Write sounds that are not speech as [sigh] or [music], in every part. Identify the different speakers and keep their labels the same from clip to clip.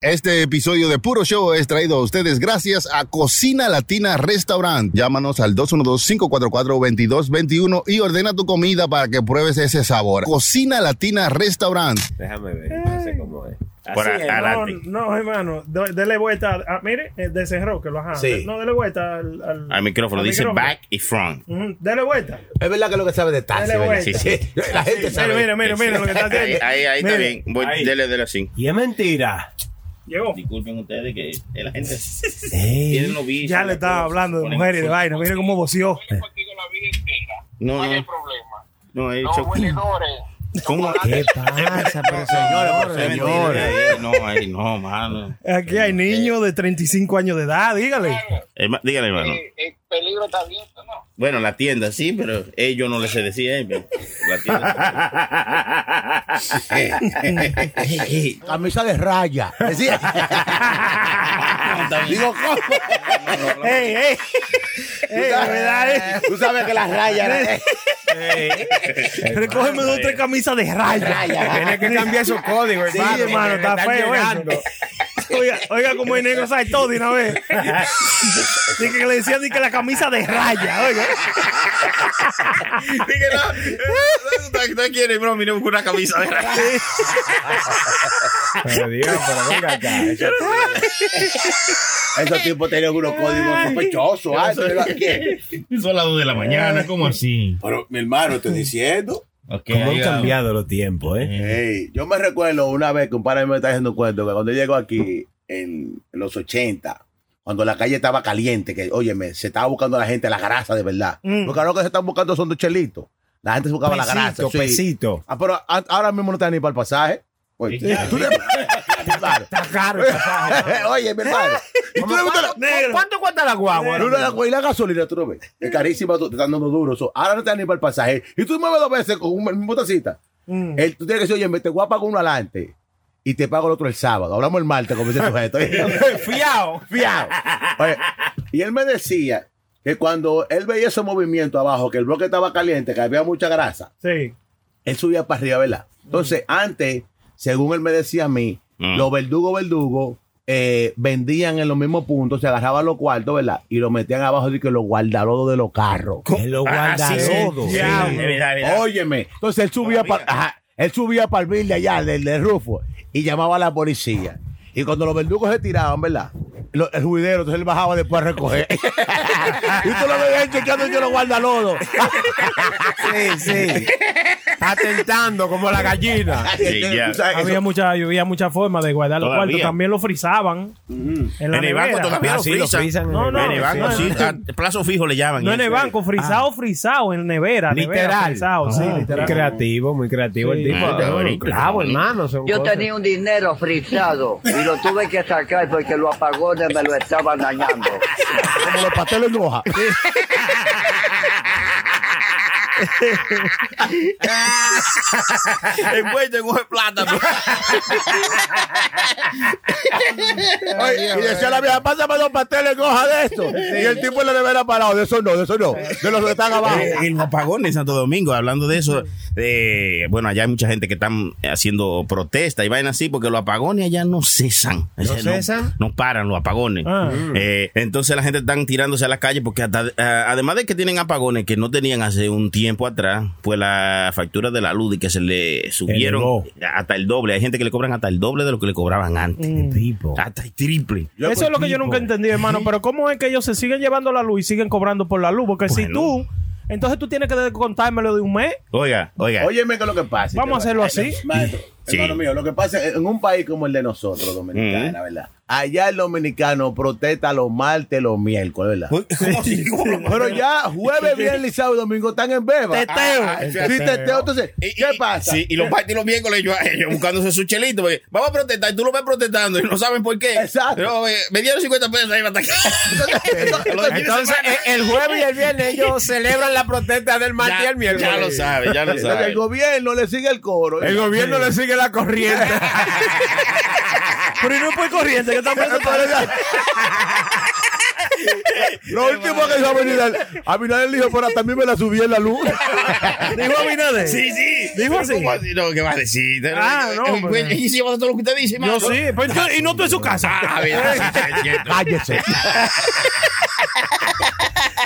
Speaker 1: Este episodio de Puro Show es traído a ustedes gracias a Cocina Latina Restaurant. Llámanos al 212-544-2221 y ordena tu comida para que pruebes ese sabor. Cocina Latina
Speaker 2: [laughs]
Speaker 1: Restaurant.
Speaker 3: Déjame ver, no sé cómo es. Así
Speaker 2: Por a-
Speaker 3: es,
Speaker 2: adelante.
Speaker 4: No, no, hermano, do- dele vuelta. a- mire, eh, desenrosque, que lo ajá.
Speaker 5: Sí.
Speaker 4: No, dele vuelta al, al,
Speaker 2: Al micrófono
Speaker 4: al
Speaker 2: dice
Speaker 4: micrófono.
Speaker 2: back Ah, y front.
Speaker 4: Ujú, Dele vuelta.
Speaker 5: Es verdad que lo que sabe de taxi,
Speaker 4: Dale
Speaker 5: ¿verdad?
Speaker 4: vuelta. [laughs]
Speaker 5: Sí, La gente sabe.
Speaker 4: Mira, mira, mira, mira lo que está
Speaker 2: Ahí,
Speaker 4: haciendo.
Speaker 2: ahí, ahí está
Speaker 4: Mira,
Speaker 2: bien. Voy,
Speaker 3: Ahí.
Speaker 2: dele, dele así.
Speaker 6: Y es mentira.
Speaker 4: Llegó.
Speaker 2: Disculpen ustedes que la
Speaker 4: [laughs]
Speaker 2: gente
Speaker 6: Ey.
Speaker 2: tiene los vicios.
Speaker 4: Ya le estaba hablando de mujeres y de vaina. Mire cómo voció.
Speaker 2: No,
Speaker 7: hay
Speaker 2: no,
Speaker 7: problema.
Speaker 2: no, he
Speaker 7: Los
Speaker 2: dicho. [laughs]
Speaker 7: vendedores.
Speaker 2: ¿Cómo?
Speaker 6: ¿Qué pasa, pero señor?
Speaker 2: Esa mentira,
Speaker 6: señor?
Speaker 2: eh, No, ay, no, mano.
Speaker 4: Aquí hay niños de 35 años de edad, dígale.
Speaker 2: Herma- Dígale, hermano.
Speaker 7: eh, el peligro está abierto, ¿no?
Speaker 2: Bueno, la tienda sí, pero ellos no les se decía. eh, pero La tienda.
Speaker 4: [laughs]
Speaker 5: Camisa de raya. [laughs] Sí. Digo, ¿cómo?
Speaker 4: ¡Ey, ey! ¡Ey, la verdad es!
Speaker 5: ¿eh? Tú sabes que las rayas.
Speaker 4: Recógeme dos o tres camisas de [laughs] raya.
Speaker 6: Tiene que cambiar esos códigos,
Speaker 4: Sí,
Speaker 6: hermano. que le
Speaker 4: hermano, está
Speaker 6: están
Speaker 4: feo
Speaker 6: llegando.
Speaker 4: eso. Oiga, oiga como el negro sabe todo de una vez. Dice que le decían di que la camisa de raya, oiga.
Speaker 2: Dije, no, eh, no, no quiere, bro, mire, busca una camisa de rayas.
Speaker 6: Pero Dios, pero
Speaker 3: [laughs]
Speaker 6: venga acá.
Speaker 5: Esos tipos tenían unos códigos sospechosos. ah, eso era aquí.
Speaker 2: Son las 2 de la mañana, ¿cómo así?
Speaker 5: Pero mi hermano, estoy diciendo.
Speaker 2: Okay,
Speaker 6: ¿Cómo han
Speaker 2: ahí va.
Speaker 6: cambiado los tiempos, eh?
Speaker 5: Ey, yo me recuerdo una vez que un padre me está haciendo cuento que cuando yo llego aquí en, en los 80, cuando la calle estaba caliente, que óyeme, se estaba buscando a la gente la grasa de verdad.
Speaker 4: Mm.
Speaker 5: Porque ahora lo que se están buscando son dos chelitos. La gente se buscaba la grasa.
Speaker 6: Pesito,
Speaker 5: sí.
Speaker 6: pesito.
Speaker 5: Ah, pero a- ahora mismo no te dan ni para el pasaje. Oye, tú le- Claro.
Speaker 6: Está caro el pasaje.
Speaker 5: [laughs] Oye, mi hermano. ¿Y tú le gustas la-
Speaker 4: Negro.
Speaker 6: ¿Cuánto cuesta la guagua?
Speaker 5: Pero la, güey, la gasolina, tú lo ves. Es carísima, tú- te están dando duro. so, ahora no te dan ni para el pasaje. Y tú mueves dos veces con un mismo tacita.
Speaker 4: Mm.
Speaker 5: Él, tú tienes que decir, oye, me te voy a pagar uno adelante y te pago el otro el sábado. Hablamos el martes, como dice el sujeto. [laughs]
Speaker 6: Fiao.
Speaker 5: Fiao. Oye, y él me decía que cuando él veía esos movimientos abajo, que el bloque estaba caliente, que había mucha grasa,
Speaker 4: Sí.
Speaker 5: él subía para arriba, ¿verdad? Entonces, antes, según él me decía a mí,
Speaker 2: Mm.
Speaker 5: los verdugos verdugos eh, vendían en los mismos puntos, se agarraban los cuartos, ¿verdad? Y los metían abajo de que los guardalodos de los carros.
Speaker 6: Es lo guardalodo.
Speaker 4: sí. Ya,
Speaker 6: Sí.
Speaker 4: bro.
Speaker 5: Óyeme. Entonces él subía para él subía para el bill de allá, del de Rufo, y llamaba a la policía. Y cuando los verdugos se tiraban, ¿verdad? Lo- el juidero, entonces él bajaba después a recoger. [laughs] y tú lo veías chequeando yo los guardalodos.
Speaker 6: Sí, sí. Está tentando como la gallina.
Speaker 2: Sí, ya.
Speaker 5: Tú sabes,
Speaker 4: Había
Speaker 5: eso-
Speaker 4: mucha, había mucha forma de guardar los
Speaker 2: Todavía.
Speaker 4: cuartos. También lo frizaban. En la
Speaker 2: En el banco
Speaker 4: nevera.
Speaker 2: todavía
Speaker 6: Ah,
Speaker 2: lo
Speaker 6: sí, lo
Speaker 2: frisan.
Speaker 6: frisan.
Speaker 4: No, no,
Speaker 2: en el banco
Speaker 4: no,
Speaker 2: sí,
Speaker 4: no.
Speaker 2: a plazo fijo le llaman. eh.
Speaker 4: No en el
Speaker 2: eso.
Speaker 4: banco, frisado, frisado, en nevera. nevera,
Speaker 6: Literal.
Speaker 4: frisado, sí,
Speaker 6: Ah,
Speaker 4: literal.
Speaker 6: Muy creativo, muy creativo
Speaker 4: Sí.
Speaker 6: el tipo.
Speaker 2: Ah, está bonito, está
Speaker 6: Bravo,
Speaker 2: bonito.
Speaker 6: hermano. son
Speaker 8: Yo
Speaker 6: cosas.
Speaker 8: tenía un dinero frisado y lo tuve que sacar porque los apagones me lo estaban dañando.
Speaker 5: como los pasteles en hoja.
Speaker 2: Envuelto en hoja de plátano.
Speaker 5: Oye, y decía la vieja, pásame dos pasteles en hoja de esto. Y el tipo en la nevera parado, de eso no, de eso no. De los que están abajo.
Speaker 2: Eh, En los apagones en Santo Domingo, hablando de eso, eh, bueno, allá hay mucha gente que están haciendo protesta y vaina así, porque los apagones allá no cesan. O sea, ¿No
Speaker 6: cesan?
Speaker 2: No paran los apagones.
Speaker 4: Ah.
Speaker 2: Eh, entonces la gente están tirándose a la calle porque hasta, ah, además de que tienen apagones que no tenían hace un tiempo atrás, pues la factura de la luz y que se le subieron
Speaker 6: Elevó.
Speaker 2: hasta el doble. Hay gente que le cobran hasta el doble de lo que le cobraban antes.
Speaker 6: El
Speaker 4: Mm.
Speaker 6: tipo.
Speaker 2: Hasta el triple.
Speaker 4: Eso es lo que yo
Speaker 6: tipo.
Speaker 4: nunca entendí, hermano. Pero ¿cómo es que ellos se siguen llevando la luz y siguen cobrando por la luz? Porque si
Speaker 2: Bueno.
Speaker 4: tú, entonces tú tienes que contármelo de un mes.
Speaker 2: Oiga, oiga.
Speaker 5: Óyeme que lo que pasa.
Speaker 4: Vamos a hacerlo así.
Speaker 5: Maestro,
Speaker 2: Sí.
Speaker 5: hermano mío, lo que pasa es, en un país como el de nosotros, dominicana,
Speaker 2: Mm.
Speaker 5: ¿verdad? Allá el dominicano protesta los martes, los miércoles, ¿verdad?
Speaker 2: ¿Cómo así? ¿Cómo?
Speaker 5: Pero ya
Speaker 2: [laughs]
Speaker 5: jueves, viernes, y sábado y domingo están en beba.
Speaker 4: Teteo.
Speaker 5: Ah, ah, sí, teteo. Entonces,
Speaker 2: Y-
Speaker 5: ¿qué
Speaker 2: y-
Speaker 5: pasa?
Speaker 2: Sí, y los martes y los miércoles ellos, ellos buscándose su chelito. Porque vamos a protestar y tú lo ves protestando y no saben por qué.
Speaker 5: Exacto.
Speaker 2: Pero, eh, me dieron 50 pesos ahí para atacar.
Speaker 4: [laughs]
Speaker 2: [laughs]
Speaker 6: Entonces, eh, el jueves y el viernes ellos celebran la protesta del martes y el
Speaker 2: ya,
Speaker 6: miércoles.
Speaker 2: ya lo sabe, ya lo
Speaker 5: Entonces, el
Speaker 2: sabe.
Speaker 5: gobierno le sigue el coro.
Speaker 6: El gobierno le sigue la corriente.
Speaker 4: Pero y no es por corriente que están
Speaker 5: Pero
Speaker 4: presos
Speaker 5: para allá- Lo último que dijo Abinader, Abinader dijo, pero también me la subí en la luz.
Speaker 4: Dijo Abinader.
Speaker 2: Sí, sí.
Speaker 4: Dijo así.
Speaker 2: ¿Cómo No, ¿qué vas a decir?
Speaker 4: Ah, no,
Speaker 2: Eh,
Speaker 4: pero-
Speaker 2: pues, Y si llevas todo lo que usted dice,
Speaker 4: Yo sí. pero entonces- y no tú en su casa.
Speaker 2: Ah, bien,
Speaker 4: [laughs]
Speaker 2: sí, sí, es cierto.
Speaker 5: Cállese.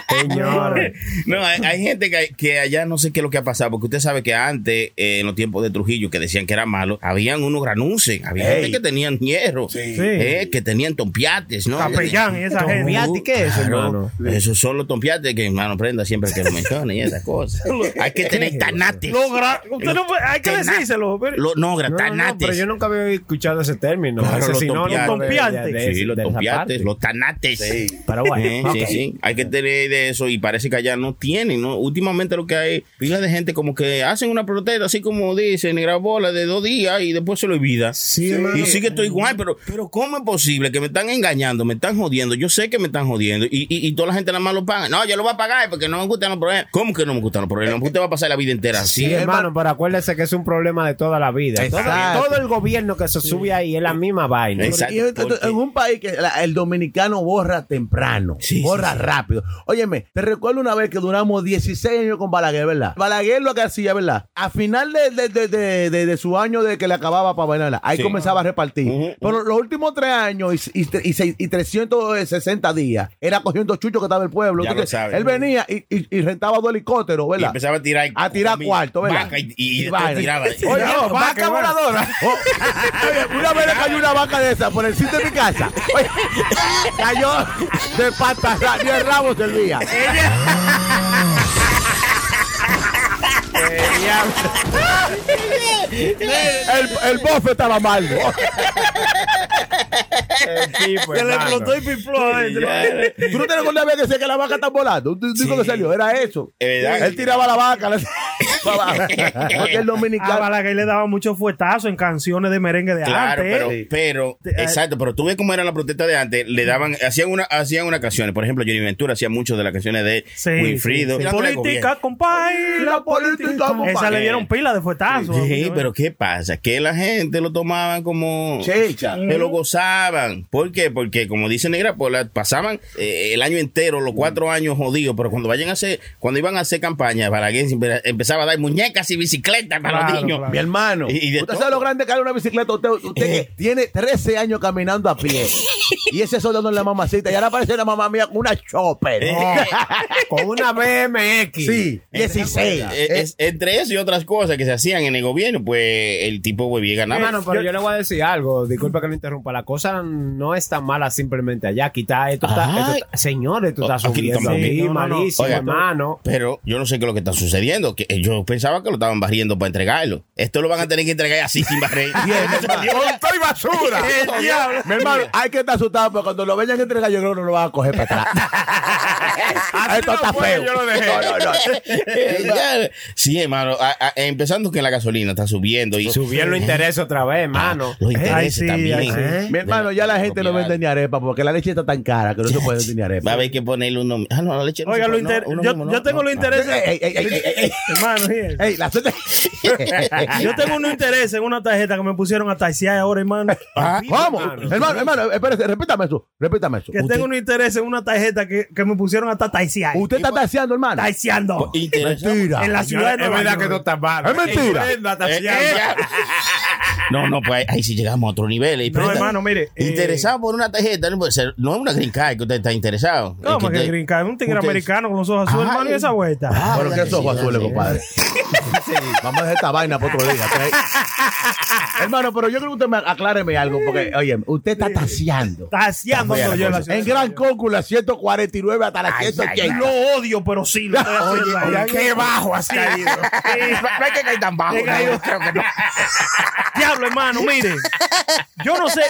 Speaker 6: Señores.
Speaker 2: No, hay, hay gente que, que allá no sé qué es lo que ha pasado, porque usted sabe que antes, eh, en los tiempos de Trujillo, que decían que era malo, habían unos granuces, había gente
Speaker 5: Ey.
Speaker 2: que tenían hierro, eh, que tenían tompiates, ¿no?
Speaker 4: Capellán y esa gente.
Speaker 6: Tompiate, ¿qué es eso,
Speaker 2: Claro,
Speaker 6: hermano?
Speaker 2: Esos son los tompiates que, hermano, prenda siempre que lo menciona y esas cosas. Hay que tener tanates.
Speaker 4: Lo gra- Usted no puede- hay que
Speaker 2: Tena-
Speaker 4: decírselo. pero-
Speaker 2: Lo- no,
Speaker 6: No, no, no, pero
Speaker 2: tanates.
Speaker 6: yo nunca había escuchado ese término.
Speaker 2: Claro,
Speaker 6: ese
Speaker 2: los
Speaker 6: sinónimo
Speaker 4: tompiantes.
Speaker 6: de- de- de-
Speaker 2: Sí, los
Speaker 6: de esa
Speaker 2: tompiates,
Speaker 6: parte.
Speaker 2: los tanates.
Speaker 6: Pero bueno,
Speaker 2: Eh,
Speaker 6: ok.
Speaker 2: [laughs] Sí, sí, hay que tener de eso y parece que allá no tienen, ¿no? Últimamente lo que hay, pila de gente como que hacen una protesta, así como dicen, bola de dos días y después se lo olvida.
Speaker 6: Sí, hermano.
Speaker 2: Y sigue todo igual, pero, pero ¿cómo es posible que me están engañando, me están jodiendo? Yo sé que me están jodiendo y, y, y toda la gente nada más lo paga. No, yo lo voy a pagar porque no me gustan los problemas. ¿Cómo que no me gustan los problemas? Usted va a pasar la vida entera así.
Speaker 6: Sí, hermano, pero acuérdese que es un problema de toda la vida. Todo,
Speaker 5: Exacto.
Speaker 6: todo el gobierno que se sube ahí es la misma vaina.
Speaker 2: Exacto.
Speaker 5: Y esto-
Speaker 2: porque-
Speaker 5: en un país que la- el dominicano borra temprano,
Speaker 2: Sí,
Speaker 5: borra
Speaker 2: sí, sí.
Speaker 5: rápido. Óyeme, te recuerdo una vez que duramos 16 años con Balaguer, ¿verdad? Balaguer lo que hacía, ¿verdad? A final de, de- de- de- de- de su año de que le acababa para bailarla, ahí
Speaker 2: Sí.
Speaker 5: comenzaba a repartir.
Speaker 2: Ujú.
Speaker 5: Pero los últimos tres años y, y, tre- y seis- y 360 días, era cogiendo chucho que estaba el pueblo.
Speaker 2: Ya
Speaker 5: Tú
Speaker 2: lo
Speaker 5: que-
Speaker 2: sabes.
Speaker 5: Él venía y, y- y rentaba dos helicópteros,
Speaker 2: y
Speaker 5: ¿verdad?
Speaker 2: empezaba a tirar.
Speaker 5: A tirar cuarto, ¿verdad?
Speaker 2: Vaca y, y,
Speaker 5: Y
Speaker 2: después
Speaker 5: vaina.
Speaker 2: tiraba.
Speaker 5: Oye,
Speaker 6: No,
Speaker 5: vaca
Speaker 6: vaca, vaca.
Speaker 5: [laughs] voladora. Oh, oye, una vez le cayó una vaca de esa por el sitio de mi casa. Oye, [laughs] cayó de patas, ra- diez ramos [laughs] servía. El, el bofe estaba mal.
Speaker 6: El tipo,
Speaker 2: pues,
Speaker 4: Se le
Speaker 6: hermano.
Speaker 4: explotó y pifló
Speaker 5: [laughs]
Speaker 4: adentro.
Speaker 5: ¿Tú no te recuerdas bien que decía que la vaca está volando? Un disco que salió, era eso.
Speaker 2: Es verdad.
Speaker 5: Él tiraba la vaca.
Speaker 2: [laughs]
Speaker 5: la- para abajo. Porque el
Speaker 4: A
Speaker 5: dominicano.
Speaker 4: Balaguer le daba mucho fuetazo en canciones de merengue
Speaker 2: [laughs]
Speaker 4: de
Speaker 2: Claro,
Speaker 4: antes.
Speaker 2: pero,
Speaker 4: ¿eh?
Speaker 2: pero
Speaker 4: Te-
Speaker 2: exacto, pero tú ves cómo era la protesta de antes, le daban, hacían una, hacían unas canciones, por ejemplo, Johnny Ventura hacía muchas de las canciones de
Speaker 4: Sí,
Speaker 2: Wilfrido.
Speaker 4: sí, sí.
Speaker 2: Tirándole al
Speaker 4: Política, compadre.
Speaker 5: La política, compadre.
Speaker 4: Esa le dieron pila de fuetazo.
Speaker 2: gobierno. Sí, pero ¿qué pasa? Que la gente lo tomaban como
Speaker 5: Checha.
Speaker 2: se lo gozaban. ¿Por qué? Porque como dice Negra Pola, pasaban eh, el año entero, los cuatro años jodidos, pero cuando vayan a hacer, cuando iban a hacer campaña, Balaguer siempre empezaba a dar muñecas y bicicletas para los
Speaker 4: Claro,
Speaker 2: niños. [laughs]
Speaker 4: claro.
Speaker 5: Mi hermano,
Speaker 2: Y- y de
Speaker 5: usted
Speaker 2: todo. Eh.
Speaker 5: sabe lo grande que era una bicicleta. Usted, usted que tiene 13 años caminando
Speaker 2: [laughs]
Speaker 5: a pie. y ese soldado en la mamacita. Y ahora aparece la mamá mía con una chopper.
Speaker 6: Con una BMX.
Speaker 5: Sí, 16.
Speaker 2: Eh. Eh, es- entre eso y otras cosas que se hacían en el gobierno, pues el tipo huevía ganaba.
Speaker 6: Hermano,
Speaker 4: pues.
Speaker 6: pero yo, le voy a decir algo. Disculpa que lo interrumpa. La cosa no es tan mala simplemente allá. Quita esto. Está,
Speaker 2: Ajá.
Speaker 6: esto está- señores, tú estás
Speaker 2: Aquí
Speaker 6: subiendo
Speaker 2: también.
Speaker 6: aquí,
Speaker 4: Sí, no, no, no.
Speaker 6: malísimo,
Speaker 2: Oiga,
Speaker 6: hermano.
Speaker 2: Pero yo no sé qué es lo que está sucediendo. Que eh, yo pensaba que lo estaban barriendo para entregarlo. Esto lo van a tener que entregar así sin
Speaker 4: [laughs]
Speaker 2: barrer.
Speaker 5: Ah, ¡Estoy [laughs] basura! Mi hermano, hay que estar asustado porque cuando lo vayan a entregar, yo creo que no lo van a coger [laughs] para Ah, atrás. Esto está feo. No, no, no.
Speaker 2: [laughs] Ya, sí, hermano. a- a- empezando que la gasolina está subiendo. Y
Speaker 6: Subieron los intereses otra vez, hermano.
Speaker 2: Los intereses
Speaker 4: Eh, Ay, sí,
Speaker 2: también.
Speaker 4: ay, sí.
Speaker 2: ¿Eh?
Speaker 5: Mi hermano, ya la gente no vende ni arepa porque la leche está tan cara que no se puede vender ni
Speaker 2: Va a
Speaker 5: arepa.
Speaker 2: haber que ponerle uno. Ah, no, la leche no
Speaker 4: Oiga,
Speaker 2: se
Speaker 4: lo
Speaker 2: pone- no,
Speaker 4: inter-
Speaker 2: uno
Speaker 4: yo,
Speaker 2: mismo, no,
Speaker 4: yo tengo
Speaker 2: no.
Speaker 4: los intereses.
Speaker 5: Ey, ey, ey, ey, ey, ey.
Speaker 4: Hermano, sí.
Speaker 5: Ey, la [laughs] suerte.
Speaker 4: yo tengo un interés en una tarjeta que me pusieron a taxiar ahora, hermano.
Speaker 2: Ah,
Speaker 5: ¿Cómo? Hermano, hermano, espérese, repítame eso, repítame eso.
Speaker 4: Que tengo un interés en una tarjeta que, que me pusieron hasta taxiar.
Speaker 5: Usted está taseando, hermano.
Speaker 4: Taxiando.
Speaker 2: Pues, interesado.
Speaker 5: Mentira.
Speaker 4: En la ciudad de
Speaker 6: Es
Speaker 4: Nueva
Speaker 6: verdad
Speaker 4: York.
Speaker 6: que no está malo.
Speaker 5: Es mentira.
Speaker 2: Eh, eh, ya. No, no, pues ahí, ahí sí llegamos a otro nivel. Y
Speaker 4: No,
Speaker 2: prenda,
Speaker 4: hermano, mire, eh,
Speaker 2: interesado por una tarjeta, no puede ser. No es una green card que usted está interesado. Es
Speaker 4: ¿Cómo que
Speaker 2: usted-
Speaker 4: green card? Un tigre
Speaker 2: usted-
Speaker 4: americano con los ojos azules,
Speaker 2: Ajá,
Speaker 4: hermano, y
Speaker 2: eh.
Speaker 4: esa vuelta.
Speaker 2: Ah,
Speaker 5: Bueno, que
Speaker 2: verdad
Speaker 5: esos
Speaker 2: sí,
Speaker 5: azules,
Speaker 2: sí.
Speaker 5: compadre. Sí, Vamos a dejar esta vaina para otro día. ok. Hermano, pero yo creo que usted me acláreme algo, porque, oye, usted está taseando.
Speaker 4: Taxiando
Speaker 2: Está fea la
Speaker 4: yo en la
Speaker 2: cosa.
Speaker 4: ciudad.
Speaker 5: En Gran Cócula, 149 hasta la
Speaker 4: Y
Speaker 5: 180.
Speaker 4: lo odio, pero sí. Lo estoy haciendo ahí.
Speaker 6: Qué bajo has caído.
Speaker 2: No hay que caer tan bajo.
Speaker 4: He caído.
Speaker 2: ¿no? Creo que no.
Speaker 4: Diablo, hermano, mire. Yo no sé.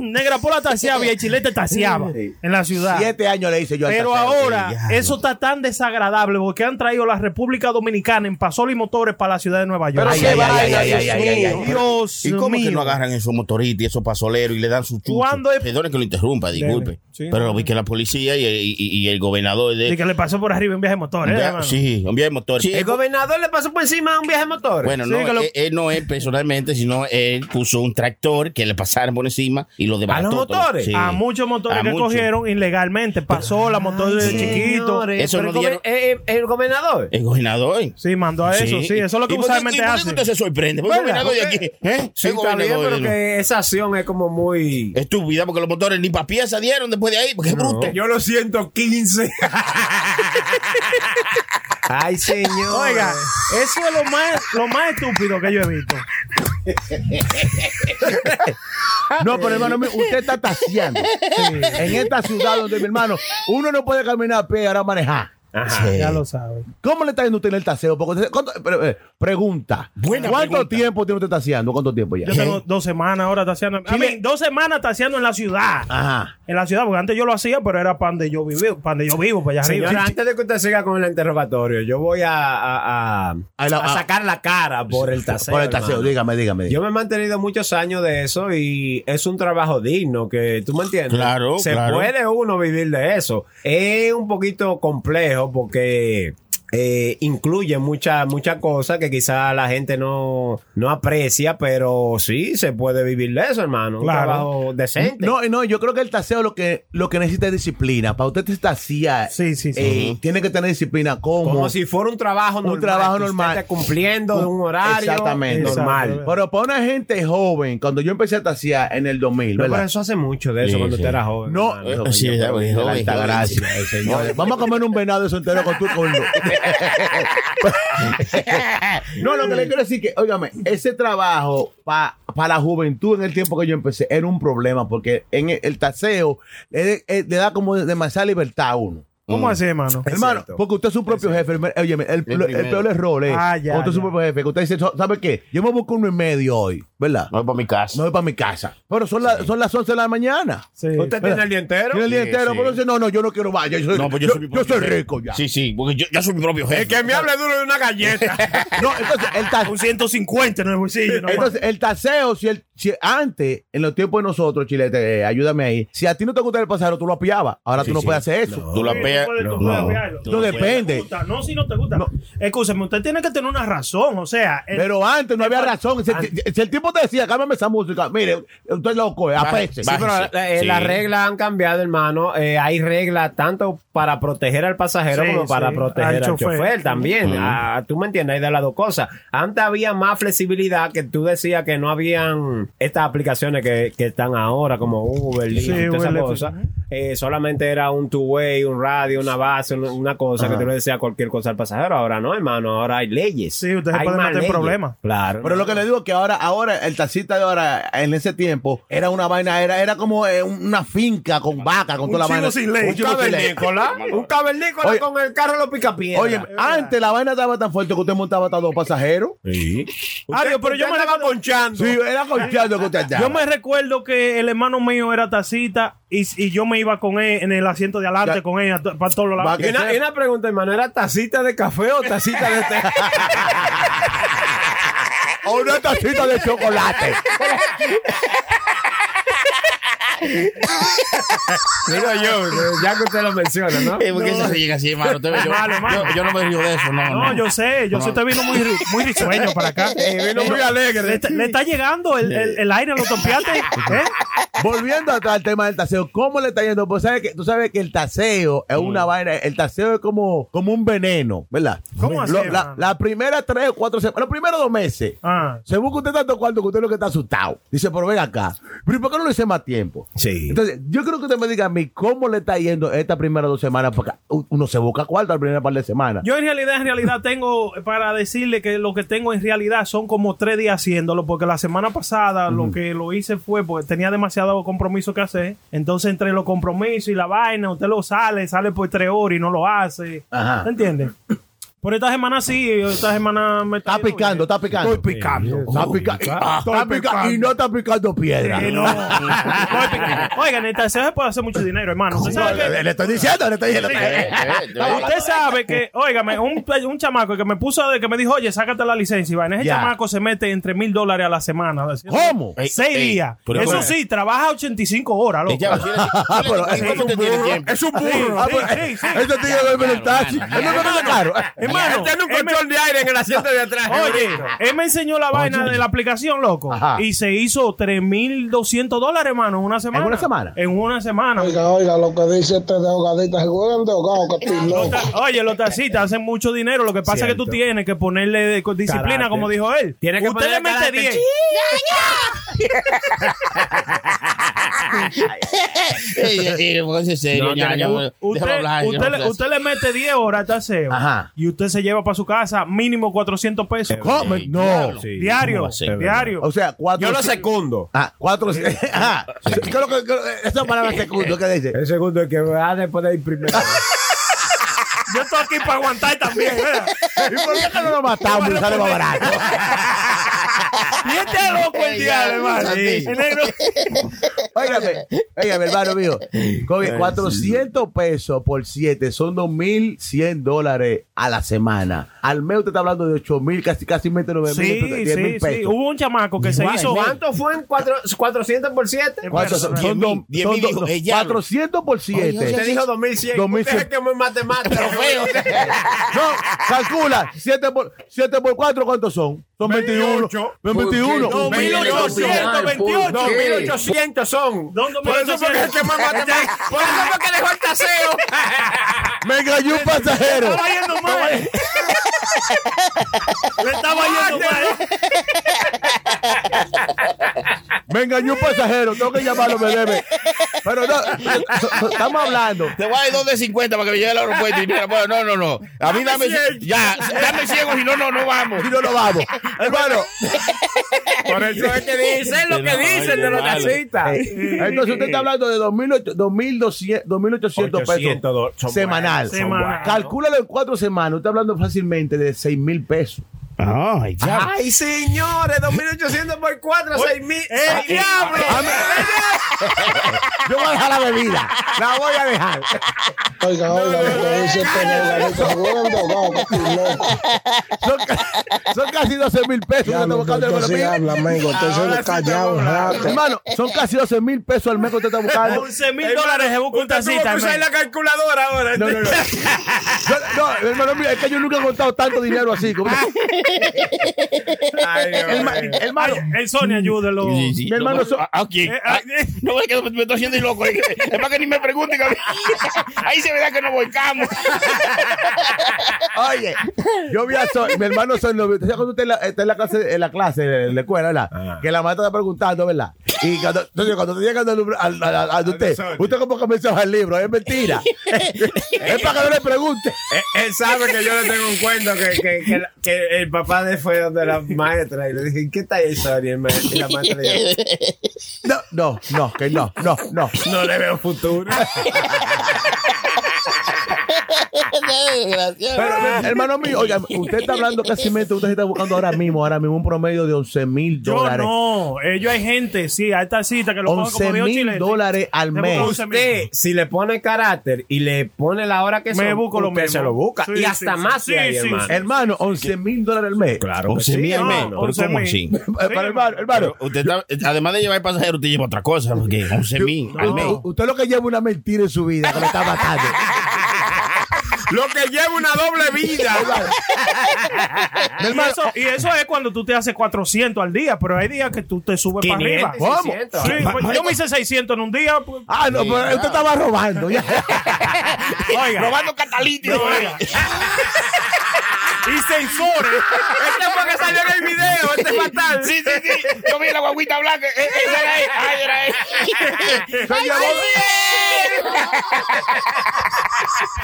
Speaker 4: Negra Pola taseaba y el chilete taseaba en la ciudad.
Speaker 5: Siete años le hice yo al
Speaker 4: Pero
Speaker 5: taseo.
Speaker 4: ahora,
Speaker 2: sí, ya,
Speaker 4: eso está tan desagradable porque han traído la República Dominicana en Pasol y Motores para la ciudad de Nueva York.
Speaker 5: Pero
Speaker 4: Ay,
Speaker 5: qué
Speaker 4: ay,
Speaker 5: vaina,
Speaker 4: ay, ay,
Speaker 5: ay, ay, ay, ay.
Speaker 4: Dios
Speaker 2: ¿Y cómo que
Speaker 4: mío.
Speaker 2: no agarran esos motoristas y esos pasoleros y le dan su chucho?
Speaker 4: ¿Cuándo es-
Speaker 2: Perdone que lo interrumpa, disculpe.
Speaker 4: Sí,
Speaker 2: pero
Speaker 4: no,
Speaker 2: lo vi que la policía y, y- y el gobernador de...
Speaker 4: Y que le pasó por arriba en viaje de motores. ¿eh,
Speaker 2: Ya,
Speaker 4: hermano?
Speaker 2: Eh, sí, un viaje de motor.
Speaker 6: El gobernador le pasó por encima un viaje de motor.
Speaker 2: bueno,
Speaker 4: sí,
Speaker 2: no,
Speaker 4: que lo-
Speaker 2: él, él no es personalmente, sino es él puso un tractor que le pasaron por encima y lo debarató.
Speaker 6: los
Speaker 2: todo.
Speaker 6: motores?
Speaker 2: Sí.
Speaker 4: A muchos motores
Speaker 2: A
Speaker 4: que
Speaker 2: muchos.
Speaker 4: cogieron ilegalmente. Pasó la motor de chiquito.
Speaker 6: Señores,
Speaker 2: Eso
Speaker 6: pero
Speaker 2: no
Speaker 6: el gobe-
Speaker 2: dieron-
Speaker 6: eh, eh, el gobernador.
Speaker 2: El gobernador.
Speaker 4: Sí, mandó a eso. Sí, eso es lo que
Speaker 2: ¿Y por qué- y
Speaker 4: usualmente
Speaker 2: por qué
Speaker 4: hace.
Speaker 2: usted se sorprende? ¿Por qué el
Speaker 6: ¿Verdad?
Speaker 2: gobernador de aquí?
Speaker 6: Porque- Sí,
Speaker 2: ¿Eh? El
Speaker 6: está bien,
Speaker 2: gobernador,
Speaker 6: pero
Speaker 2: ¿no?
Speaker 6: que esa acción es como muy.
Speaker 2: eh. Estúpida, porque los motores ni pa' pieza dieron después de ahí, porque es bruto.
Speaker 6: Yo lo siento 15. Ay, señor.
Speaker 4: Oiga, eso es lo más, lo más estúpido que yo he visto.
Speaker 5: No, pero hermano mío, usted está taseando. En esta ciudad donde mi hermano, uno no puede caminar a pie ahora manejar.
Speaker 4: Ya lo sabes.
Speaker 5: ¿Cómo le está yendo usted en el taseo? Porque usted- ¿cuánto- pero, eh, pregunta.
Speaker 2: Buena
Speaker 5: ¿Cuánto
Speaker 2: pregunta.
Speaker 5: tiempo tiene usted taseando? ¿Cuánto tiempo ya?
Speaker 4: Yo tengo dos semanas ahora taseando. A mí, dos semanas taseando en la ciudad.
Speaker 2: Ah.
Speaker 5: Ajá.
Speaker 4: En la ciudad, porque antes yo lo hacía, pero era para donde yo vivía, para donde yo vivo, para allá arriba.
Speaker 6: Señora, antes de que usted siga con el interrogatorio, yo voy a, a- a-
Speaker 5: A la-
Speaker 6: a
Speaker 5: a-
Speaker 6: sacar la cara por el taseo.
Speaker 5: Por el taseo,
Speaker 6: hermano.
Speaker 5: dígame, dígame. dígame.
Speaker 6: Yo me he mantenido muchos años de eso y es un trabajo digno que tú me entiendes.
Speaker 2: Claro,
Speaker 6: Se
Speaker 2: claro.
Speaker 6: puede uno vivir de eso. Es un poquito complejo porque eh, incluye muchas muchas cosas que quizá la gente no, no aprecia, pero sí se puede vivir de eso, hermano.
Speaker 4: Claro.
Speaker 6: Un trabajo decente.
Speaker 5: No, no, yo creo que el taseo lo que, lo que necesita es disciplina. Para usted tasear,
Speaker 4: Sí, sí, sí.
Speaker 5: eh, tiene que tener disciplina. ¿Cómo?
Speaker 6: Como si fuera un trabajo normal.
Speaker 5: trabajo
Speaker 6: que usted
Speaker 5: normal.
Speaker 6: esté cumpliendo de un horario.
Speaker 5: Exactamente.
Speaker 6: Normal.
Speaker 4: Exacto.
Speaker 5: Pero para una gente joven, cuando yo empecé a tasear en el 2000,
Speaker 6: No, pero
Speaker 5: ¿verdad?
Speaker 6: eso hace mucho de eso
Speaker 2: Sí,
Speaker 6: cuando
Speaker 2: sí.
Speaker 6: usted era joven.
Speaker 5: No,
Speaker 6: hermano.
Speaker 2: Eh, sí, ya, güey,
Speaker 5: de la
Speaker 2: joven,
Speaker 5: alta
Speaker 2: joven.
Speaker 5: gracia,
Speaker 2: Sí.
Speaker 5: el señor. Vamos a comer un venado eso entero con tu
Speaker 6: [laughs]
Speaker 5: con lo- no, lo que le quiero decir que, óigame, ese trabajo para la juventud en el tiempo que yo empecé era un problema porque en el, el taseo le, eh, le da como demasiada libertad a uno.
Speaker 4: ¿Cómo
Speaker 2: mm.
Speaker 4: así, hermano?
Speaker 6: Es
Speaker 5: Hermano,
Speaker 6: cierto.
Speaker 5: porque usted es su propio jefe. hermano. Óyeme, el,
Speaker 2: El
Speaker 5: lo- el
Speaker 2: primero.
Speaker 5: peor error es
Speaker 4: Ah, ya,
Speaker 5: cuando usted es su
Speaker 4: ya.
Speaker 5: propio jefe. Que usted dice, ¿sabe qué? Yo me busco uno y medio hoy, ¿verdad?
Speaker 2: No es para mi
Speaker 5: Me
Speaker 2: casa.
Speaker 5: voy para mi casa. Pero son, las- son las 11 de la mañana.
Speaker 4: Sí.
Speaker 6: [laughs] ¿Usted tiene el día entero?
Speaker 5: Tiene el día
Speaker 2: Sí,
Speaker 5: entero,
Speaker 2: sí.
Speaker 5: pero dice, no, no, yo no quiero vaya. Yo soy,
Speaker 2: No, pues yo
Speaker 5: yo-
Speaker 2: soy mi
Speaker 5: yo
Speaker 2: propio
Speaker 5: soy
Speaker 2: jefe.
Speaker 5: rico ya.
Speaker 2: Sí, sí, porque yo, yo soy mi propio jefe.
Speaker 6: me hable duro de una galleta.
Speaker 5: No, entonces, el
Speaker 2: [laughs]
Speaker 5: ta-
Speaker 4: Un 150 en el bolsillo. nomás.
Speaker 5: entonces, el taseo, si, el, si antes, en los tiempos de nosotros, Chilete, eh, ayúdame ahí, si a ti no te gusta el pasajero, tú lo apiabas. Ahora tú no puedes hacer eso.
Speaker 2: Tú la
Speaker 4: Sí,
Speaker 2: peas.
Speaker 4: puedes-
Speaker 2: No,
Speaker 4: puedes
Speaker 2: no.
Speaker 4: pegarlo.
Speaker 5: No depende.
Speaker 4: Si te gusta, No, si no te gusta. Escúchame, usted tiene que tener una razón. O sea, el-
Speaker 5: Pero antes no había razón. Si, si- si el tipo te decía, cámbiame esa música, mire, usted loco, eh, apeste.
Speaker 2: Baja,
Speaker 6: Pero
Speaker 2: Sí,
Speaker 6: eh,
Speaker 2: sí.
Speaker 6: las reglas han cambiado, hermano. Eh, hay reglas tanto para proteger al pasajero
Speaker 4: Sí,
Speaker 6: como para
Speaker 4: sí, al
Speaker 6: proteger al
Speaker 4: chofer.
Speaker 6: chofer, también. Ah, tú me entiendes, hay de las dos cosas. Antes había más flexibilidad que tú decías que no habían estas aplicaciones que, que están ahora, como Uber,
Speaker 4: Sí,
Speaker 6: Lyft, todas esas
Speaker 4: Uber,
Speaker 6: cosas.
Speaker 4: Lyft.
Speaker 6: Eh, solamente era un two-way, un radio, una base, un- una cosa que tú le decías cualquier cosa al pasajero. Ahora no, hermano. Ahora hay leyes.
Speaker 4: Sí, ustedes
Speaker 6: Hay
Speaker 4: pueden
Speaker 6: más
Speaker 4: meter
Speaker 6: leyes.
Speaker 4: problemas.
Speaker 6: Claro.
Speaker 5: Pero lo que le digo es que ahora, ahora el taxista de ahora, en ese tiempo, era una vaina, era, era como eh, una finca con vaca, con
Speaker 4: Un
Speaker 5: toda la
Speaker 4: chivo
Speaker 5: vaina.
Speaker 4: sin ley.
Speaker 5: Un chivo sin ley.
Speaker 6: Nicolás, un cavernícola
Speaker 5: Oye.
Speaker 6: con el carro lo pica piedra.
Speaker 5: Oye, antes la vaina estaba tan fuerte que usted montaba hasta dos pasajeros.
Speaker 4: Ah, Dios, pero yo me
Speaker 6: estaba
Speaker 4: recuerdo-
Speaker 6: ponchando.
Speaker 5: Sí, era confiado que usted andaba.
Speaker 4: Yo me recuerdo que el hermano mío era tacita y, y yo me iba con él en el asiento de adelante
Speaker 5: Ya.
Speaker 4: con él a to- para todos los lados.
Speaker 5: Va
Speaker 6: Y
Speaker 5: que-
Speaker 6: una, y una pregunta, hermano, ¿era tacita de café o tacita de té?
Speaker 5: O una tacita de chocolate.
Speaker 6: [laughs] Digo yo, ya que usted lo menciona, ¿no?
Speaker 2: Eh, ¿Por qué se llega así, hermano? Usted ve, yo,
Speaker 4: Malo, malo.
Speaker 2: yo- yo no me río de eso, no.
Speaker 4: No,
Speaker 2: No,
Speaker 4: yo sé, yo sé, usted vino muy, ri- muy risueño para acá.
Speaker 6: vino muy alegre.
Speaker 4: Le está, le está llegando el, el- el aire a los tompiates. ¿eh?
Speaker 5: [laughs] Volviendo atrás al tema del taseo, ¿cómo le está yendo? Pues sabes que, tú sabes que el taseo es una vaina, el taseo es como, como un veneno, ¿verdad?
Speaker 4: ¿Cómo así,
Speaker 5: Lo- la,
Speaker 4: hermano?
Speaker 5: la primera tres o cuatro semanas, los primeros dos meses,
Speaker 4: Ah.
Speaker 5: se busca usted tanto cuarto que usted es lo que está asustado. Dice, pero ven acá. Pero ¿y por qué no lo hice más tiempo?
Speaker 6: Sí.
Speaker 5: Entonces, yo creo que usted me diga a mí cómo le está yendo estas primeras dos semanas, porque uno se busca cuarto la primera par de semanas.
Speaker 4: Yo en realidad, en realidad tengo eh, para decirle que lo que tengo en realidad son como tres días haciéndolo, porque la semana pasada lo que lo hice fue porque tenía demasiado compromiso que hacer. Entonces, entre los compromisos y la vaina, usted lo sale, sale por tres horas y no lo hace.
Speaker 5: Ajá.
Speaker 4: ¿Te entiendes? Por esta semana sí, esta semana me
Speaker 5: Está
Speaker 4: yendo
Speaker 5: picando,
Speaker 4: bien.
Speaker 5: está picando.
Speaker 4: Estoy picando.
Speaker 5: Está picando. Está picando. Y no está picando piedra.
Speaker 4: Eh, no. Estoy picando. Oigan, en el taseo se puede hacer mucho dinero, hermano. Usted sabe que-
Speaker 5: Le le estoy diciendo, le estoy diciendo.
Speaker 4: Usted sabe que, óigame, un, un chamaco que me puso, de- que me dijo, oye, sácate la licencia, Iván. Ese
Speaker 5: Ya.
Speaker 4: chamaco se mete entre mil dólares a la semana.
Speaker 5: ¿Cómo?
Speaker 2: Ey,
Speaker 4: Seis
Speaker 2: ey,
Speaker 4: días.
Speaker 2: pero
Speaker 4: Eso
Speaker 2: bueno.
Speaker 4: sí, trabaja 85 horas, loco.
Speaker 5: pero
Speaker 2: pero
Speaker 5: es
Speaker 2: ¿cómo
Speaker 5: un
Speaker 2: te tiene tiempo?
Speaker 5: Es un burro.
Speaker 6: Ah, pues,
Speaker 4: Sí, sí, sí,
Speaker 5: Ese tío bebe en el taxi.
Speaker 2: hermano,
Speaker 5: Él no bebe en el carro.
Speaker 4: hermano,
Speaker 6: Este es un
Speaker 4: él me-
Speaker 6: control de aire en el asiento de atrás.
Speaker 4: Oye, él me enseñó la vaina de la aplicación, loco.
Speaker 5: Ajá.
Speaker 4: Y se hizo 3.200 dólares, hermano, en una semana.
Speaker 5: una semana?
Speaker 4: En una semana.
Speaker 9: Oiga, oiga, lo que dice este de ahogadita, se juegan de ahogado,
Speaker 4: Los
Speaker 9: Castillo.
Speaker 4: ta- Oye, los taxistas hacen mucho dinero. Lo que pasa es que tú
Speaker 6: Cierto.
Speaker 4: tienes que ponerle de- con disciplina,
Speaker 6: Carácter.
Speaker 4: como dijo él.
Speaker 6: Tienes que
Speaker 4: Usted le
Speaker 6: ponerle
Speaker 4: mete
Speaker 6: carácter.
Speaker 4: 10.
Speaker 2: serio, ya, ya,
Speaker 4: U- Usted, usted, le, usted le mete 10 horas a taseo
Speaker 5: Ajá.
Speaker 4: y usted se lleva para su casa mínimo 400 pesos.
Speaker 5: ¿Cómo? No.
Speaker 2: Sí. ¿Cómo
Speaker 4: Diario,
Speaker 2: va a ser?
Speaker 4: diario.
Speaker 5: O sea, cuatro.
Speaker 6: Yo lo secundo.
Speaker 5: Ah, cuatro. [laughs] Ah, Ajá. Creo que, creo que- esa palabra segundo, ¿qué dice?
Speaker 6: El segundo es que va después de ir primero.
Speaker 4: Ah, Yo estoy aquí para aguantar también. ¿verdad?
Speaker 5: [laughs] ¿Y por qué no lo matamos y sale más barato?
Speaker 4: Y este es
Speaker 6: [laughs]
Speaker 4: loco el diablo, hermano.
Speaker 6: sí.
Speaker 4: El negro-
Speaker 5: Óigame, óigame, hermano mío. Coge 400 pesos por 7 son 2.100 dólares a la semana. Al mes usted está hablando de 8.000, casi, casi 9.000,
Speaker 4: Sí,
Speaker 5: 10.000
Speaker 4: sí, sí.
Speaker 5: pesos.
Speaker 2: Uh,
Speaker 4: Hubo un chamaco que se hizo.
Speaker 6: ¿Cuánto fue en cuatro- 400 por 7?
Speaker 5: ¿Cuántos son?
Speaker 2: Diez
Speaker 5: Son
Speaker 2: mil,
Speaker 5: dos-
Speaker 2: diez
Speaker 5: son
Speaker 2: mil
Speaker 5: dos-
Speaker 2: hijos,
Speaker 5: no,
Speaker 2: eh, ya.
Speaker 5: 400 por 7.
Speaker 6: Te
Speaker 5: [laughs]
Speaker 6: dijo 2100.
Speaker 5: 2100.
Speaker 6: Usted es que es muy [laughs] matemático.
Speaker 5: No, calcula. 7 por, 7 por 4, ¿cuántos son? Son 21. Son 21.
Speaker 4: ¿Por qué? 2828.
Speaker 6: 2800 son.
Speaker 4: No, no,
Speaker 6: Por eso fue que es que es muy matemático. Por eso fue que dejó el taseo.
Speaker 5: Me engañó un pasajero.
Speaker 4: Estaba
Speaker 6: [laughs]
Speaker 4: yendo mal. Le estaba yendo mal.
Speaker 5: Me engañó un pasajero. Tengo que llamarlo, me debe. Pero no, [laughs] so- so- estamos hablando.
Speaker 2: Te voy a dar dos de 50 para que me lleve al aeropuerto. Y mira, bueno, no, no, no. A mí dame. Ya, dame ciego y no, no, no vamos.
Speaker 5: Si no, no vamos. Hermano,
Speaker 6: Por eso es que dicen lo que dicen de los taxistas.
Speaker 5: [laughs] entonces usted está hablando de 2.800, 2.200, 2.800
Speaker 6: 800 do- son
Speaker 5: pesos semanal.
Speaker 6: buenos, son buenos.
Speaker 5: Calcúlalo en cuatro semanas. Usted está hablando fácilmente de 6.000 pesos.
Speaker 2: Ay, ya.
Speaker 6: Ay, señores, 2800 por 4, 6000. ¡El diablo!
Speaker 5: Yo voy a dejar la bebida. La voy a dejar.
Speaker 9: Oiga, oiga, lo que dice este de ahogadita, se juegan de ahogado, Castillo.
Speaker 5: Son, ca- son casi 12.000 pesos. que
Speaker 9: Ya,
Speaker 5: está
Speaker 9: no,
Speaker 5: buscando el
Speaker 9: usted sí
Speaker 5: hermano.
Speaker 9: habla, amigo, usted se
Speaker 6: Ahora
Speaker 9: lo
Speaker 6: sí estamos
Speaker 9: callado un
Speaker 6: hablando.
Speaker 9: rato.
Speaker 5: Hermano, son casi 12.000 pesos al mes que usted está
Speaker 4: [laughs]
Speaker 5: buscando.
Speaker 4: 11 mil dólares se busca un taxista.
Speaker 6: Usted
Speaker 4: hermano.
Speaker 6: la calculadora ahora.
Speaker 5: No, no, no. Yo- no, hermano mío, es que yo nunca he contado tanto dinero así. como-
Speaker 6: Ay, Dios
Speaker 5: Herma-
Speaker 6: mío.
Speaker 5: hermano,
Speaker 4: Ay, El Sony, ayúdelo.
Speaker 2: Sí, sí.
Speaker 5: Mi hermano,
Speaker 2: No,
Speaker 5: so-
Speaker 2: ah, ah, ¿quién?
Speaker 4: Eh,
Speaker 2: Ah,
Speaker 4: eh.
Speaker 2: No, es que me estoy haciendo y loco. Es que- es para que ni me pregunten. [laughs] que a mí- Ahí se verá que nos volcamos.
Speaker 5: oye, yo vi a Sol, mi hermano Sol, lo vi. ¿Tú sabes cuando usted en la, está en la clase, en la clase, en la escuela, ¿verdad?
Speaker 4: Ah.
Speaker 5: Que la maestra está preguntando, ¿verdad? Y cuando, entonces, cuando te llegan al, libro- al, al- al- al de usted,
Speaker 6: Sol.
Speaker 5: usted como comenzó al libro, es mentira. es para que no le pregunte.
Speaker 6: Él, él sabe que yo le tengo un cuento que, que, que, la- que el papá de él fue donde la maestra y le dije, ¿qué está eso? Y, el ma- y la maestra le dijo,
Speaker 5: No, no, no, que no, no, no.
Speaker 6: no le veo futuro.
Speaker 5: Pero,
Speaker 4: eh,
Speaker 5: mi- hermano mío, oiga, usted está hablando casi mente, usted se está buscando ahora mismo, ahora mismo un promedio de 11 mil
Speaker 4: Yo
Speaker 5: dólares.
Speaker 4: no. Ellos hay gente, sí, hay taxistas que lo cogen
Speaker 5: 11
Speaker 4: como dijo
Speaker 5: mil
Speaker 4: Chile.
Speaker 5: dólares al
Speaker 4: Te
Speaker 5: mes.
Speaker 4: busco once
Speaker 6: Usted, si le pone carácter y le pone la hora que
Speaker 4: Me
Speaker 6: son,
Speaker 4: busco lo
Speaker 6: usted
Speaker 4: mismo.
Speaker 6: se lo busca.
Speaker 4: Sí,
Speaker 6: y hasta
Speaker 4: sí,
Speaker 6: más
Speaker 4: sí.
Speaker 6: si hay,
Speaker 4: Sí, sí,
Speaker 6: hermano.
Speaker 4: sí.
Speaker 5: Hermano, 11 mil dólares al mes.
Speaker 6: Claro que
Speaker 2: Pues Once
Speaker 6: sí,
Speaker 2: mil al mes,
Speaker 6: hermano.
Speaker 2: ¿no? Pero
Speaker 4: once
Speaker 2: ¿cómo
Speaker 4: mil.
Speaker 2: así?
Speaker 5: Eh, Pero, hermano, hermano.
Speaker 2: Usted está- además de llevar pasajeros, usted lleva otra cosa. Porque 11 mil al mes.
Speaker 5: U- Usted lo que lleva una mentira en su vida, que lo está matando.
Speaker 6: [laughs] Lo que lleva una doble vida.
Speaker 4: Y eso, y eso es cuando tú te haces 400 al día, pero hay días que tú te subes para
Speaker 6: 500,
Speaker 4: arriba.
Speaker 5: ¿Cómo?
Speaker 6: 600.
Speaker 4: Sí, pues, yo me hice 600 en un día. pues.
Speaker 5: Ah, no, pero usted estaba
Speaker 6: [laughs]
Speaker 5: robando. ya.
Speaker 4: Oiga.
Speaker 2: Robando catalítico.
Speaker 4: Oiga. y sensores.
Speaker 6: Este fue que salió en el video, este es fatal.
Speaker 2: Sí, sí, sí. Yo vi la guaguita blanca. Eh, Esa era él. Ay, era él.
Speaker 5: Se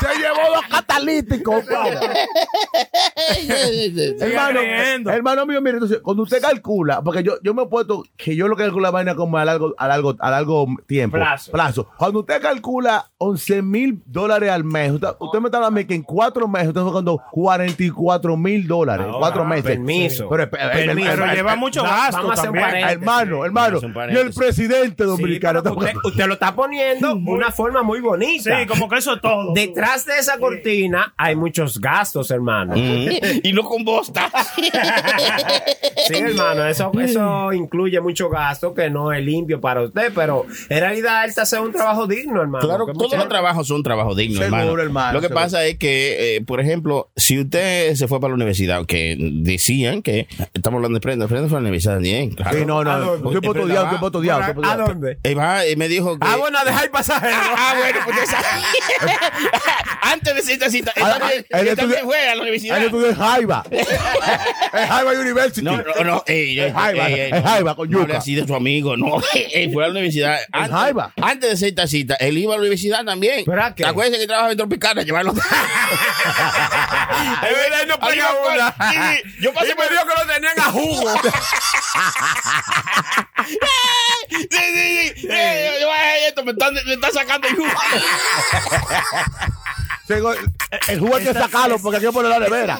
Speaker 5: llevó, se llevó dos catalíticos, compadre. hermano,
Speaker 4: riendo.
Speaker 5: hermano mío, mire, entonces, cuando usted calcula, porque yo, yo me he puesto que yo lo calculo la vaina como a largo, a largo, a largo tiempo.
Speaker 6: Plazo.
Speaker 5: Cuando usted calcula 11 mil dólares al mes, usted, usted me está hablando que en cuatro meses usted está sacando 44 mil dólares. en
Speaker 6: Ahora,
Speaker 5: cuatro meses.
Speaker 6: permiso.
Speaker 5: Pero, pero,
Speaker 6: Permiso.
Speaker 5: pero-
Speaker 4: Pero lleva
Speaker 6: eh,
Speaker 4: mucho
Speaker 6: va-
Speaker 4: gasto
Speaker 6: vamos a hacer un
Speaker 4: también.
Speaker 6: paréntesis.
Speaker 5: hermano, hermano.
Speaker 2: Es un
Speaker 5: Y el
Speaker 2: paréntesis.
Speaker 5: presidente
Speaker 6: Sí,
Speaker 5: dominicano.
Speaker 6: pero usted, usted lo está poniendo de una forma muy bonita.
Speaker 4: Sí, como que eso es todo.
Speaker 6: Detrás de esa cortina hay muchos gastos, hermano.
Speaker 5: [laughs]
Speaker 2: y no con bosta.
Speaker 6: Sí, hermano,
Speaker 4: [laughs]
Speaker 6: eso, eso incluye mucho gasto que no es limpio para usted, pero en realidad él está haciendo un trabajo digno, hermano.
Speaker 2: Claro,
Speaker 6: que
Speaker 2: todos
Speaker 6: mucha-
Speaker 2: los trabajos son trabajos dignos,
Speaker 5: Seguro,
Speaker 2: hermano.
Speaker 5: hermano,
Speaker 2: Lo que
Speaker 5: seguro.
Speaker 2: pasa es que, eh, por ejemplo, si usted se fue para la universidad, que decían que estamos hablando de prenda, prenda fue a la universidad, bien, claro.
Speaker 5: Sí, no,
Speaker 6: ¿A
Speaker 5: no.
Speaker 6: dónde?
Speaker 5: Un tipo
Speaker 2: Es
Speaker 5: estudiado, un
Speaker 2: verdad.
Speaker 5: tipo estudiado. un tipo
Speaker 6: ¿A
Speaker 5: estudiado.
Speaker 6: dónde?
Speaker 2: Y va, y me dijo que.
Speaker 6: Ah, bueno, a dejar pasajero.
Speaker 2: [laughs] Ah, bueno, pues esa- [laughs] Antes de esta cita, él
Speaker 5: Ah,
Speaker 2: también,
Speaker 5: él
Speaker 2: él
Speaker 5: estudia-
Speaker 2: también fue a la
Speaker 5: Él
Speaker 2: universidad.
Speaker 5: estudió en Jaiba. en Jaiba University.
Speaker 2: No, no, no, ey, ey,
Speaker 5: Es jaiba,
Speaker 2: ey, ey,
Speaker 5: es
Speaker 2: no,
Speaker 5: jaiba, con
Speaker 2: no
Speaker 5: yuca.
Speaker 2: hable así de su amigo, no. [laughs] Ey, fue a la universidad.
Speaker 5: jaiba.
Speaker 2: antes de hacer esta cita, él iba a la universidad también.
Speaker 6: ¿Pero a qué?
Speaker 2: ¿Te acuerdas que él trabajaba en Tropicana? Llevarlo. [laughs] es verdad,
Speaker 6: no pega una.
Speaker 2: yo pasé por
Speaker 6: que lo tenían a jugo.
Speaker 2: [laughs] Sí, sí, sí. Eh, yo- yo bajé esto, me están, me están sacando el jugo.
Speaker 5: Tengo- el- el jugo hay que sacarlo porque hay que ponerlo en la nevera.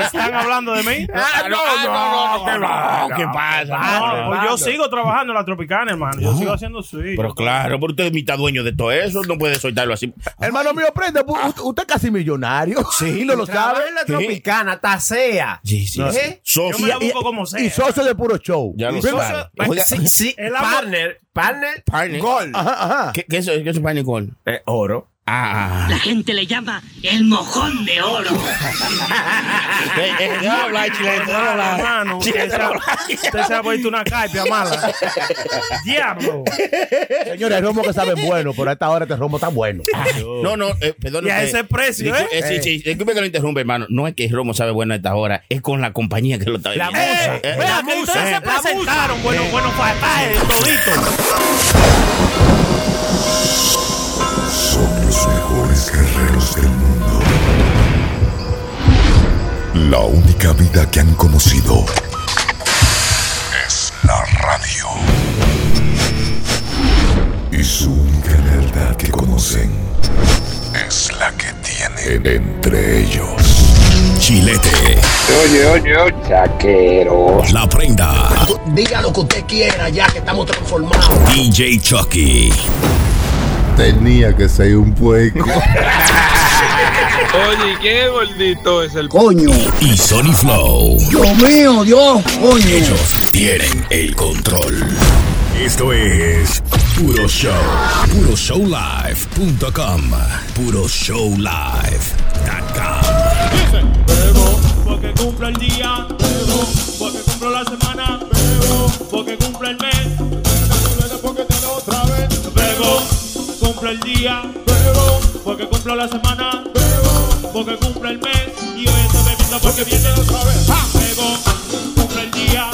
Speaker 4: ¿Están hablando de mí?
Speaker 2: [laughs] Ah, no, ah, no, no, no, no, ¿qué pasa?
Speaker 4: No, pues yo sigo trabajando en la Tropicana, hermano. Yo sigo haciendo sí.
Speaker 2: Pero claro, porque usted es mitad dueño de todo eso, no puede soltarlo así.
Speaker 5: Hermano mío, prende. pu- u- Usted es casi millonario. [laughs] Sí, no lo sabe.
Speaker 6: ¿Sabes la tropicana? Tasea.
Speaker 2: Sí, sí.
Speaker 6: No.
Speaker 2: sí.
Speaker 6: ¿Eh?
Speaker 4: Yo
Speaker 2: Socio.
Speaker 4: me la busco como sea.
Speaker 5: Y socio de puro show.
Speaker 2: Ya lo
Speaker 5: Ven-
Speaker 2: sabe. Oiga,
Speaker 6: Sí, sí.
Speaker 4: El amor-
Speaker 6: Partner. Partner.
Speaker 2: Partner.
Speaker 6: Gol.
Speaker 5: Ajá, ajá.
Speaker 2: ¿Qué, qué es eso? ¿Qué es eso, Pani Gol?
Speaker 6: Eh, oro.
Speaker 2: Ah.
Speaker 10: La gente le llama el mojón de oro.
Speaker 2: Eh, eh, no habla, chileno, no habla.
Speaker 4: hermano, usted se,
Speaker 2: Chileno,
Speaker 4: ha-
Speaker 2: no habla.
Speaker 4: usted se ha puesto una caipia mala. Diablo.
Speaker 5: Señores, el romo que saben bueno, pero a esta hora este romo está bueno.
Speaker 2: No, no, eh, perdón.
Speaker 4: Y a
Speaker 2: eh,
Speaker 4: ese precio,
Speaker 2: discul-
Speaker 4: ¿eh?
Speaker 2: Sí, sí, disculpe que lo interrumpe, hermano. No es que el Romo sabe bueno a esta hora, es con la compañía que lo está
Speaker 6: La
Speaker 2: viendo.
Speaker 6: musa.
Speaker 2: Eh, eh, la
Speaker 4: Vea que
Speaker 2: musa,
Speaker 4: ustedes
Speaker 2: eh.
Speaker 4: se presentaron, bueno, bueno, fatal, todito.
Speaker 9: Son los mejores guerreros del mundo. La única vida que han conocido es la radio. Y su única verdad que conocen es la que tienen entre ellos.
Speaker 11: Chilete,
Speaker 7: Oye, oye, oye. Chaquero.
Speaker 11: La Prenda,
Speaker 9: Diga lo que usted quiera ya que estamos transformados.
Speaker 11: DJ Chucky,
Speaker 9: Tenía que ser un pueco.
Speaker 3: Oye, qué gordito es el
Speaker 9: Coño,
Speaker 11: y Sony Flow.
Speaker 9: Dios mío, Dios, coño.
Speaker 11: Tienen el control. Esto es Puro Show. PuroShowLive.com. PuroShowLive.com.
Speaker 4: Bebo, porque cumplo el día. Bebo, porque cumplo la semana. Bebo, porque cumplo el mes. Bebo, cumplo el día. Bebo, porque cumplo la semana. Bebo, porque cumplo el mes. Y hoy estoy bebiendo porque viene otra vez. Bebo, cumplo el día.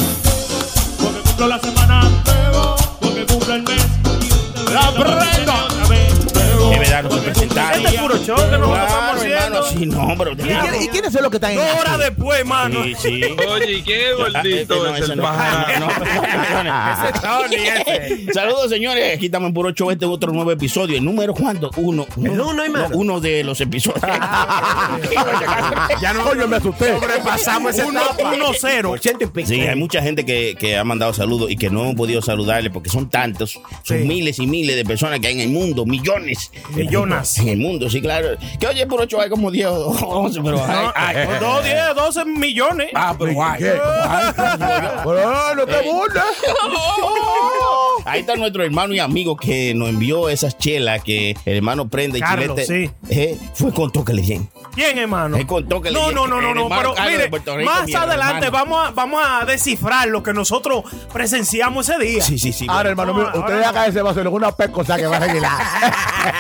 Speaker 4: Porque cumplo la semana. Bebo, porque cumplo el mes. La prenda.
Speaker 2: Es verdad, no se presentaron.
Speaker 4: Este es puro show que nosotros estamos
Speaker 2: Claro, hermano,
Speaker 4: haciendo.
Speaker 2: sí, no, pero
Speaker 5: ¿Y quién- ¿Y quiénes son los que están en
Speaker 4: Dos horas
Speaker 5: acción?
Speaker 4: después, hermano.
Speaker 2: Sí, sí.
Speaker 3: Oye, qué
Speaker 2: Ah, este
Speaker 3: gordito
Speaker 2: no,
Speaker 3: es
Speaker 2: ese
Speaker 3: el
Speaker 2: no.
Speaker 3: pájaro.
Speaker 2: No,
Speaker 4: [laughs]
Speaker 2: perdone. [laughs] Saludos, señores. Aquí estamos en Puro Show. Este es otro nuevo episodio. ¿El número cuánto? Uno.
Speaker 6: El uno, hermano.
Speaker 2: No, uno de los episodios.
Speaker 4: [laughs]
Speaker 5: Ya no, Ah, coño, me asusté.
Speaker 6: Sobrepasamos esa etapa.
Speaker 4: 1-0.
Speaker 6: 80 y pico.
Speaker 2: Sí, hay mucha gente que, que ha mandado saludos y que no hemos podido saludarle porque son tantos, son miles y miles de personas que hay en el mundo, millones. de
Speaker 4: Millonas.
Speaker 2: personas En el mundo, sí, claro. Que oye, por ocho hay como 10 o 11, pero hay. hay.
Speaker 4: Pues dos, diez, 12 millones.
Speaker 2: Ah, pero hay.
Speaker 5: Bueno, no te burles.
Speaker 2: Ahí está nuestro hermano y amigo que nos envió esas chelas que el hermano Prenda y
Speaker 4: Carlos,
Speaker 2: Chilete eh, fue con Tócale Bien.
Speaker 4: ¿Quién, hermano?
Speaker 2: Él contó que le
Speaker 4: no,
Speaker 2: dije
Speaker 4: no,
Speaker 2: que
Speaker 4: no, no,
Speaker 2: el
Speaker 4: no,
Speaker 2: hermano
Speaker 4: pero
Speaker 2: Carlos de
Speaker 4: mire,
Speaker 2: Puerto Rico,
Speaker 4: más
Speaker 2: mi hermano.
Speaker 4: adelante vamos a, vamos a descifrar lo que nosotros presenciamos ese día.
Speaker 2: Sí, sí, Ah, sí.
Speaker 5: Ahora, hermano mío,
Speaker 4: Ahora,
Speaker 5: ustedes
Speaker 4: ahora
Speaker 5: hagan ese vaso con una pescosa que va a regalar.
Speaker 2: [laughs]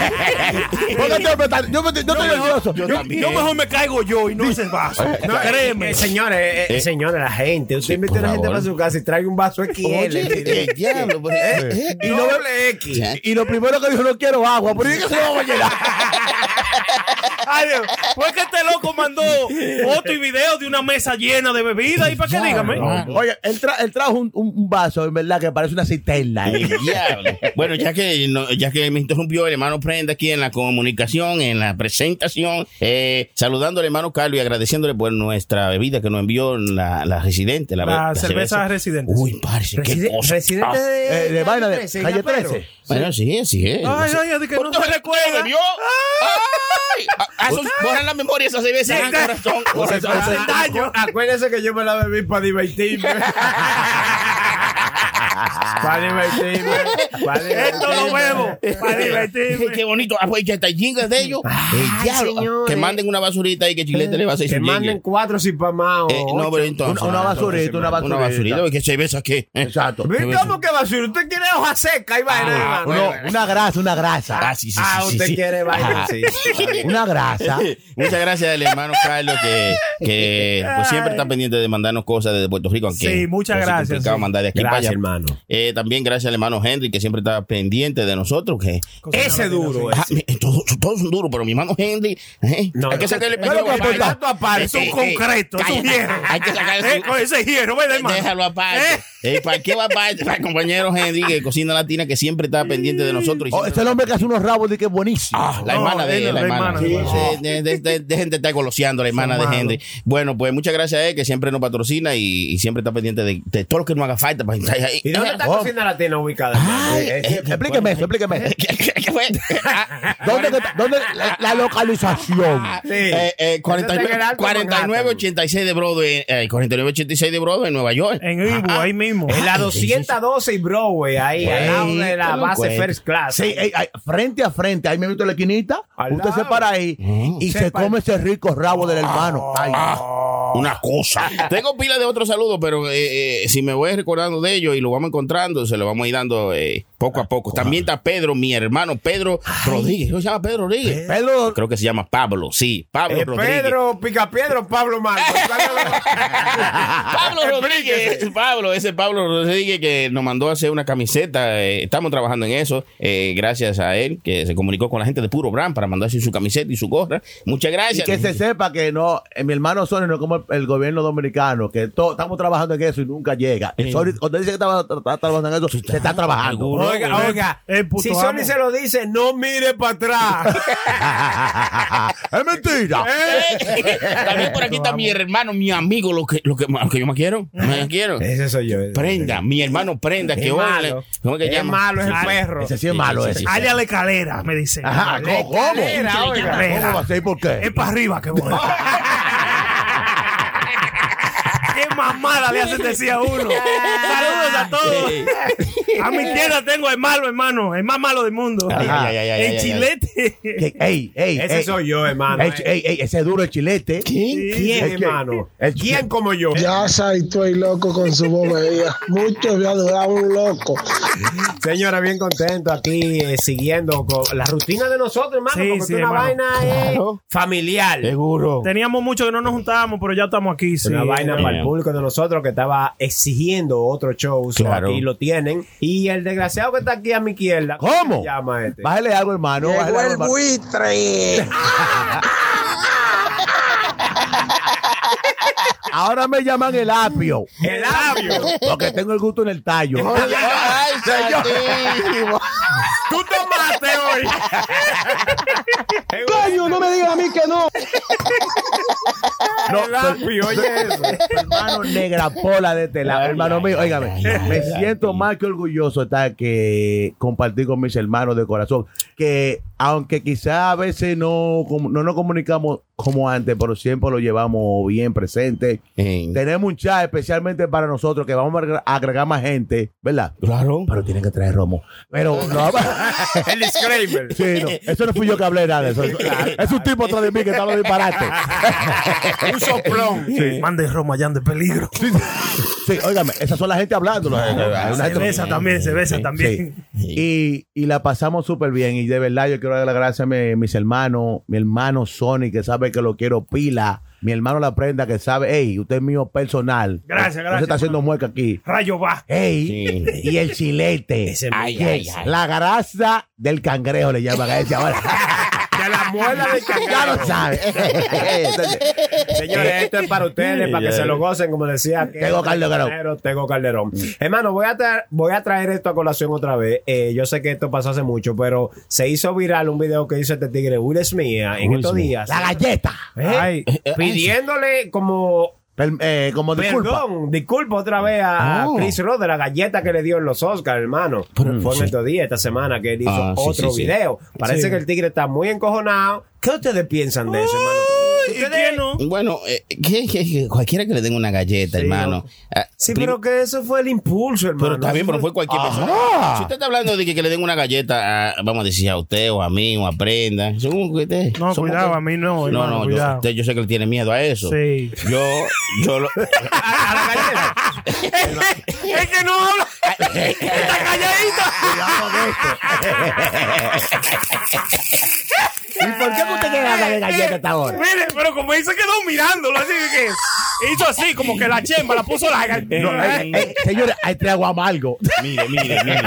Speaker 5: Porque yo, me está- yo, me- yo estoy nervioso.
Speaker 2: yo
Speaker 5: Yo-
Speaker 2: también.
Speaker 4: Yo mejor me caigo yo y no ese vaso. No, créeme.
Speaker 6: Eh, señores, eh, eh,
Speaker 2: Eh.
Speaker 6: señores, la gente. Usted invita a
Speaker 2: por
Speaker 6: la gente
Speaker 2: favor.
Speaker 6: para su casa y trae un vaso XL.
Speaker 2: Oye, el diablo, pero- eh,
Speaker 6: y
Speaker 2: eh,
Speaker 6: no doble X.
Speaker 2: Ya. [laughs]
Speaker 5: y lo primero que dijo, no quiero agua. ¿Por qué se lo va a llenar?
Speaker 4: [laughs] Ay, Dios. Fue que este loco mandó foto y video de una mesa llena de bebida. ¿Y para qué? Dígame.
Speaker 5: Oye, él, tra- él trajo un, un- un vaso, en verdad, que parece una cisterna.
Speaker 2: [laughs]
Speaker 5: [laughs] ¿eh?
Speaker 2: Diablo. Bueno, ya que, no- ya que me interrumpió el hermano Prenda aquí en la comunicación, en la presentación, eh, saludando al hermano Carlos y agradeciéndole por nuestra bebida que nos envió la, la residente. La, be-
Speaker 4: La
Speaker 2: la
Speaker 4: cerveza residente. Uy,
Speaker 2: parce, qué cosa. Ah,
Speaker 6: Residente de,
Speaker 5: Eh, de vaina de calle 13.
Speaker 2: Bueno, sí, sí es.
Speaker 4: Ay,
Speaker 2: No sé.
Speaker 4: ay, ay, de
Speaker 5: Pues
Speaker 4: que no
Speaker 2: ¿Usted
Speaker 4: se recuerda.
Speaker 2: bebió? ¡Ay! A- a esos- Borran la memoria esas cervezas. Ah, corazón, corazón.
Speaker 6: Hace daño. Pues Acuérdense que yo me la bebí para divertirme.
Speaker 4: [laughs]
Speaker 6: para divertirme. Pa'
Speaker 4: Esto
Speaker 6: divertirme.
Speaker 4: lo bebo para divertirme.
Speaker 2: Qué bonito. Ah, pues, que hasta jingles de ellos. El diablo.
Speaker 6: señores.
Speaker 2: Que manden una basurita ahí que Chilete le va a hacer
Speaker 6: Que
Speaker 2: su
Speaker 6: manden
Speaker 2: jingle.
Speaker 6: cuatro si pa' más o
Speaker 2: Eh, no,
Speaker 6: ocho.
Speaker 2: pero entonces.
Speaker 5: Una- una
Speaker 2: ah,
Speaker 5: basurita,
Speaker 2: entonces,
Speaker 5: una basurita.
Speaker 2: Una basurita, porque cerveza qué. Eh,
Speaker 5: Exacto.
Speaker 6: Mira,
Speaker 2: Yo-
Speaker 6: ¿Cómo que basura? Usted quiere hoja seca y vaina.
Speaker 5: Ah, uno- una grasa, una grasa.
Speaker 2: Ah, sí, sí,
Speaker 6: Ah,
Speaker 2: sí, sí,
Speaker 6: usted
Speaker 2: sí.
Speaker 6: quiere vaina. Sí.
Speaker 2: [laughs]
Speaker 5: Una grasa.
Speaker 2: [laughs] Muchas gracias al hermano Carlos que, que pues, siempre está pendiente de mandarnos cosas desde Puerto Rico. Aunque
Speaker 4: Sí, muchas
Speaker 2: es
Speaker 4: gracias,
Speaker 2: complicado
Speaker 4: sí.
Speaker 2: mandar de aquí para
Speaker 6: Gracias,
Speaker 2: allá.
Speaker 6: hermano.
Speaker 2: Eh, también gracias al hermano Henry que siempre está pendiente de nosotros. Que,
Speaker 6: Ese duro.
Speaker 2: Ah, mi- todos, todos son duros, pero mi hermano Henry. eh,
Speaker 6: No,
Speaker 2: hay que
Speaker 6: no,
Speaker 2: sacarle
Speaker 6: no, no, no,
Speaker 2: aparte.
Speaker 6: no, aparte,
Speaker 4: Es un concreto, es un
Speaker 2: Eh, cállate,
Speaker 4: hierro.
Speaker 2: Hay que sacarle
Speaker 4: Eh, con ese hierro, ¿verdad, hermano?
Speaker 2: Déjalo aparte. Eh, ¿Para qué va aparte? Para el compañero Henry que cocina latina que siempre está pendiente de nosotros. y
Speaker 5: Oh,
Speaker 2: siempre-
Speaker 5: este es el hombre que hace unos rabos de que es buenísimo.
Speaker 2: Ah, la
Speaker 4: No,
Speaker 2: hermana de
Speaker 4: él,
Speaker 2: él, la
Speaker 4: la
Speaker 2: hermana.
Speaker 4: hermana, hermana.
Speaker 2: Sí, eh, de- de- de- Dejen de estar goloseando la hermana de
Speaker 4: Son
Speaker 2: Henry. Bueno, pues muchas gracias a él que siempre nos patrocina y, y siempre está pendiente de, de todo lo que nos haga falta. para estar ahí.
Speaker 6: ¿Y dónde está
Speaker 5: Oh.
Speaker 6: Cocina Latina ubicada? hermano?
Speaker 5: Eh, eh, explíqueme eso, explíqueme eso.
Speaker 2: [laughs] ¿Qué- qué- qué fue?
Speaker 5: ¿Dónde, que- dónde la, la localización?
Speaker 6: Sí.
Speaker 2: Eh, eh, 49
Speaker 6: Eso está en el Alto
Speaker 2: 4986 de Broadway, eh, 4986 de Broadway en Nueva York.
Speaker 6: Eh.
Speaker 4: En Ibu, ahí mismo.
Speaker 6: En la 212 y Broadway, ahí, al lado de
Speaker 2: Cuéntalo,
Speaker 6: la base
Speaker 2: cuéntalo.
Speaker 6: First Class.
Speaker 5: Sí, eh, eh, frente a frente, ahí me visto la esquinita.
Speaker 6: Al
Speaker 5: Usted se
Speaker 6: lado.
Speaker 5: para ahí y se,
Speaker 6: Sepa-
Speaker 5: come ese rico rabo del hermano. Ay,
Speaker 2: Una
Speaker 6: [laughs]
Speaker 2: cosa. Tengo pila de otros saludos, pero eh, eh, si me voy recordando de ellos y lo vamos encontrando, se lo vamos a ir dando eh, poco a poco. También está Pedro, mi hermano Pedro Rodríguez. ¿Cómo se llama Pedro Rodríguez?
Speaker 5: Pedro,
Speaker 2: Creo que se llama Pablo, sí, Pablo
Speaker 6: Eh,
Speaker 2: Rodríguez.
Speaker 6: Pedro Picapiedro, Pablo Marcos. [laughs]
Speaker 2: Pablo Rodríguez, Pablo, ese Pablo Rodríguez que nos mandó a hacer una camiseta, eh, estamos trabajando en eso, eh, gracias a él que se comunicó con la gente de Puro Brand para mandarse su camiseta y su gorra. Muchas
Speaker 5: y
Speaker 2: gracias.
Speaker 5: que se sepa que no, eh, mi hermano Sony no es como el, el gobierno dominicano, que to- estamos trabajando en eso y nunca llega.
Speaker 2: Eh.
Speaker 5: Sony, cuando dice que está, está trabajando en eso, se está trabajando.
Speaker 2: seguro.
Speaker 6: Oiga, oiga,
Speaker 4: Eh, puto
Speaker 6: si Sony
Speaker 4: amo.
Speaker 6: se lo dice, no mire para atrás.
Speaker 5: [laughs] es mentira.
Speaker 2: Eh, También por aquí está mi hermano, mi amigo, lo que, lo que, lo que yo más quiero. Me quiero.
Speaker 6: Ese soy yo.
Speaker 2: Prenda, mi hermano Prenda, que
Speaker 6: Eh, Es
Speaker 2: hoy.
Speaker 6: malo.
Speaker 2: le- ¿Cómo que
Speaker 6: es
Speaker 2: llama?
Speaker 6: malo, es el
Speaker 4: Ah,
Speaker 6: perro.
Speaker 5: Ese sí es malo,
Speaker 2: Sí, sí,
Speaker 5: ese.
Speaker 2: sí, sí.
Speaker 4: Allá la escalera, Ah, me Ah, dicen.
Speaker 5: Ajá,
Speaker 4: Allá
Speaker 5: ¿cómo? ¿Cómo
Speaker 6: Escalera,
Speaker 4: la
Speaker 6: oiga.
Speaker 4: escalera.
Speaker 5: va a ser y por qué?
Speaker 4: Es para arriba que voy. Qué mamada le hacen decir a uno. Saludos a todos. A mi izquierda tengo el malo, hermano. El más malo del mundo.
Speaker 2: Ay, ay, ay, ay, ay, ay,
Speaker 4: el
Speaker 2: ay.
Speaker 4: chilete. [laughs]
Speaker 5: Que- Ey, ey,
Speaker 6: Ese
Speaker 5: ey.
Speaker 6: soy yo, hermano.
Speaker 5: Ey, ey, ey, ese es duro el chilete.
Speaker 2: ¿Quién?
Speaker 6: ¿Quién,
Speaker 5: Es que-
Speaker 6: hermano?
Speaker 5: eh, el-
Speaker 6: ¿Quién como yo?
Speaker 12: Ya estoy loco con su bobería. Mucho me ha durado un loco.
Speaker 6: Señora, bien contento aquí, eh, siguiendo con la rutina de nosotros, hermano,
Speaker 4: Sí,
Speaker 6: porque
Speaker 4: sí,
Speaker 6: es una
Speaker 4: hermano.
Speaker 6: vaina eh, familiar.
Speaker 2: Seguro.
Speaker 4: Teníamos mucho que no nos juntábamos, pero ya estamos aquí. Sí.
Speaker 6: una vaina para el
Speaker 2: Bien.
Speaker 6: público de nosotros que estaba exigiendo otro show. so
Speaker 2: Claro.
Speaker 6: Aquí lo tienen. Y el desgraciado que está aquí a mi izquierda.
Speaker 5: ¿Cómo?
Speaker 6: se llama este?
Speaker 5: Bájale algo, hermano. bájale algo, hermano.
Speaker 12: buitre.
Speaker 5: Ahora me llaman el apio.
Speaker 6: El labio.
Speaker 5: Porque tengo el gusto en el tallo.
Speaker 2: [laughs] Ay, santísimo.
Speaker 6: ¡Tú tomaste [laughs] hoy!
Speaker 12: Coño, no me digas a mí que no.
Speaker 6: el labio, oye eso.
Speaker 5: hermano negra pola de tela.
Speaker 2: Ay,
Speaker 5: hermano
Speaker 2: ay,
Speaker 5: mío,
Speaker 2: ay,
Speaker 5: óigame.
Speaker 2: ay, ay,
Speaker 5: me
Speaker 2: ay,
Speaker 5: siento
Speaker 2: ay.
Speaker 5: más que orgulloso estar que compartir con mis hermanos de corazón. Que aunque quizá a veces no, com- no nos comunicamos como antes, pero siempre lo llevamos bien presente.
Speaker 2: Eh,
Speaker 5: Tenemos un chat especialmente para nosotros que vamos a agregar- agregar más gente, ¿verdad?
Speaker 2: Claro.
Speaker 5: Pero tienen que traer romo.
Speaker 4: [laughs]
Speaker 5: Pero no,
Speaker 6: El disclaimer.
Speaker 5: Sí, no, eso no fui yo que hablé nada de eso. Es un tipo atrás de mí que está hablando disparate.
Speaker 6: Un soplón.
Speaker 4: Mande Roma, ya de peligro.
Speaker 5: Sí, óigame, esas son la gente hablando. ¿no? Hay una
Speaker 4: Se
Speaker 5: gente-
Speaker 4: besa también, se besa también.
Speaker 5: Sí. Y, y la pasamos súper bien. Y de verdad, yo quiero dar las gracias a mi- mis hermanos, mi hermano Sony, que sabe que lo quiero pila. Mi hermano La Prenda, que sabe, hey, usted es mío personal.
Speaker 4: Gracias,
Speaker 5: No
Speaker 4: gracias,
Speaker 5: se está haciendo mueca aquí.
Speaker 4: Rayo va.
Speaker 5: Ey,
Speaker 2: Sí.
Speaker 5: [laughs] y el chilete.
Speaker 2: Ay, ay, ay.
Speaker 5: La grasa del cangrejo le llaman a ese ahora.
Speaker 6: Porque la muela [laughs] de
Speaker 5: Ya lo sabe. [laughs]
Speaker 6: Señores, esto es para ustedes, para que se lo gocen, como decía. que-
Speaker 5: Tego Calderón.
Speaker 6: Pero Tego Calderón. Hermano, voy a, traer, voy a traer esto a colación otra vez. Eh, yo sé que esto pasó hace mucho, pero se hizo viral un video que hizo este tigre Will Smith en
Speaker 5: Will
Speaker 6: estos
Speaker 5: Smith.
Speaker 6: días.
Speaker 5: La galleta.
Speaker 6: ¿Eh? pidiéndole como.
Speaker 5: eh, como disculpa.
Speaker 6: Perdón, disculpa otra vez a
Speaker 5: Oh.
Speaker 6: Chris Rock de la galleta que le dio en los Oscars, hermano. Fue en estos días, esta semana, que él hizo
Speaker 2: Ah, sí,
Speaker 6: otro
Speaker 2: sí, sí.
Speaker 6: video. Parece
Speaker 2: Sí.
Speaker 6: que el tigre está muy encojonado. ¿Qué ustedes piensan de eso, hermano?
Speaker 2: Bueno, eh, que- que- que cualquiera que le den una galleta, hermano. Ah,
Speaker 6: Sí,
Speaker 2: prim-
Speaker 6: pero que eso fue el impulso, hermano.
Speaker 2: Pero también, pero fue cualquier persona. Si usted está hablando de que, que le den una galleta, a- vamos a decir a usted o a mí o a Prenda, según que usted.
Speaker 4: No,
Speaker 2: según
Speaker 4: cuidado,
Speaker 2: que-
Speaker 4: a mí no, hermano,
Speaker 2: no, yo-
Speaker 4: cuidado.
Speaker 2: usted- yo, sé que le tiene miedo a eso.
Speaker 4: Sí.
Speaker 2: Yo, yo lo.
Speaker 6: Es que no habla.
Speaker 2: Está
Speaker 5: ¿Y por qué usted quiere hablar de galleta hasta ahora?
Speaker 13: Mire, pero como él se quedó mirándolo, así que hizo así, como que la chemba la puso la
Speaker 5: No, eh, eh, señores, hay tres agua amargo.
Speaker 2: Mire, mire, mire.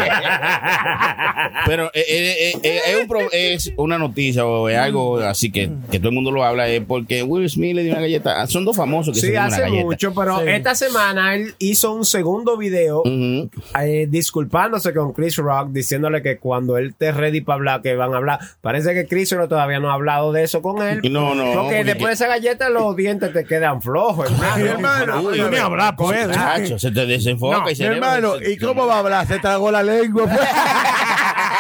Speaker 2: Pero eh, eh, eh, eh, es, un pro- es una noticia o es algo así que, que todo el mundo lo habla, es porque Will Smith le dio una galleta. Ah, Son dos famosos que se
Speaker 6: Sí,
Speaker 2: dieron una
Speaker 6: hace
Speaker 2: galleta.
Speaker 6: mucho, pero esta semana él hizo un segundo video
Speaker 2: Mm.
Speaker 6: eh, disculpándose con Chris Rock, diciéndole que cuando él esté ready para hablar, que van a hablar. Parece que Chris Rock todavía no ha hablado de eso con él.
Speaker 2: No, no,
Speaker 6: Porque
Speaker 2: porque-
Speaker 6: después de esa galleta los dientes te quedan flojos, hermano.
Speaker 2: Uy,
Speaker 6: Uy,
Speaker 2: muchacho, se te desenfoca y
Speaker 5: mi
Speaker 2: se
Speaker 5: hermano, ¿y cómo va a hablar? Se tragó la lengua. pues.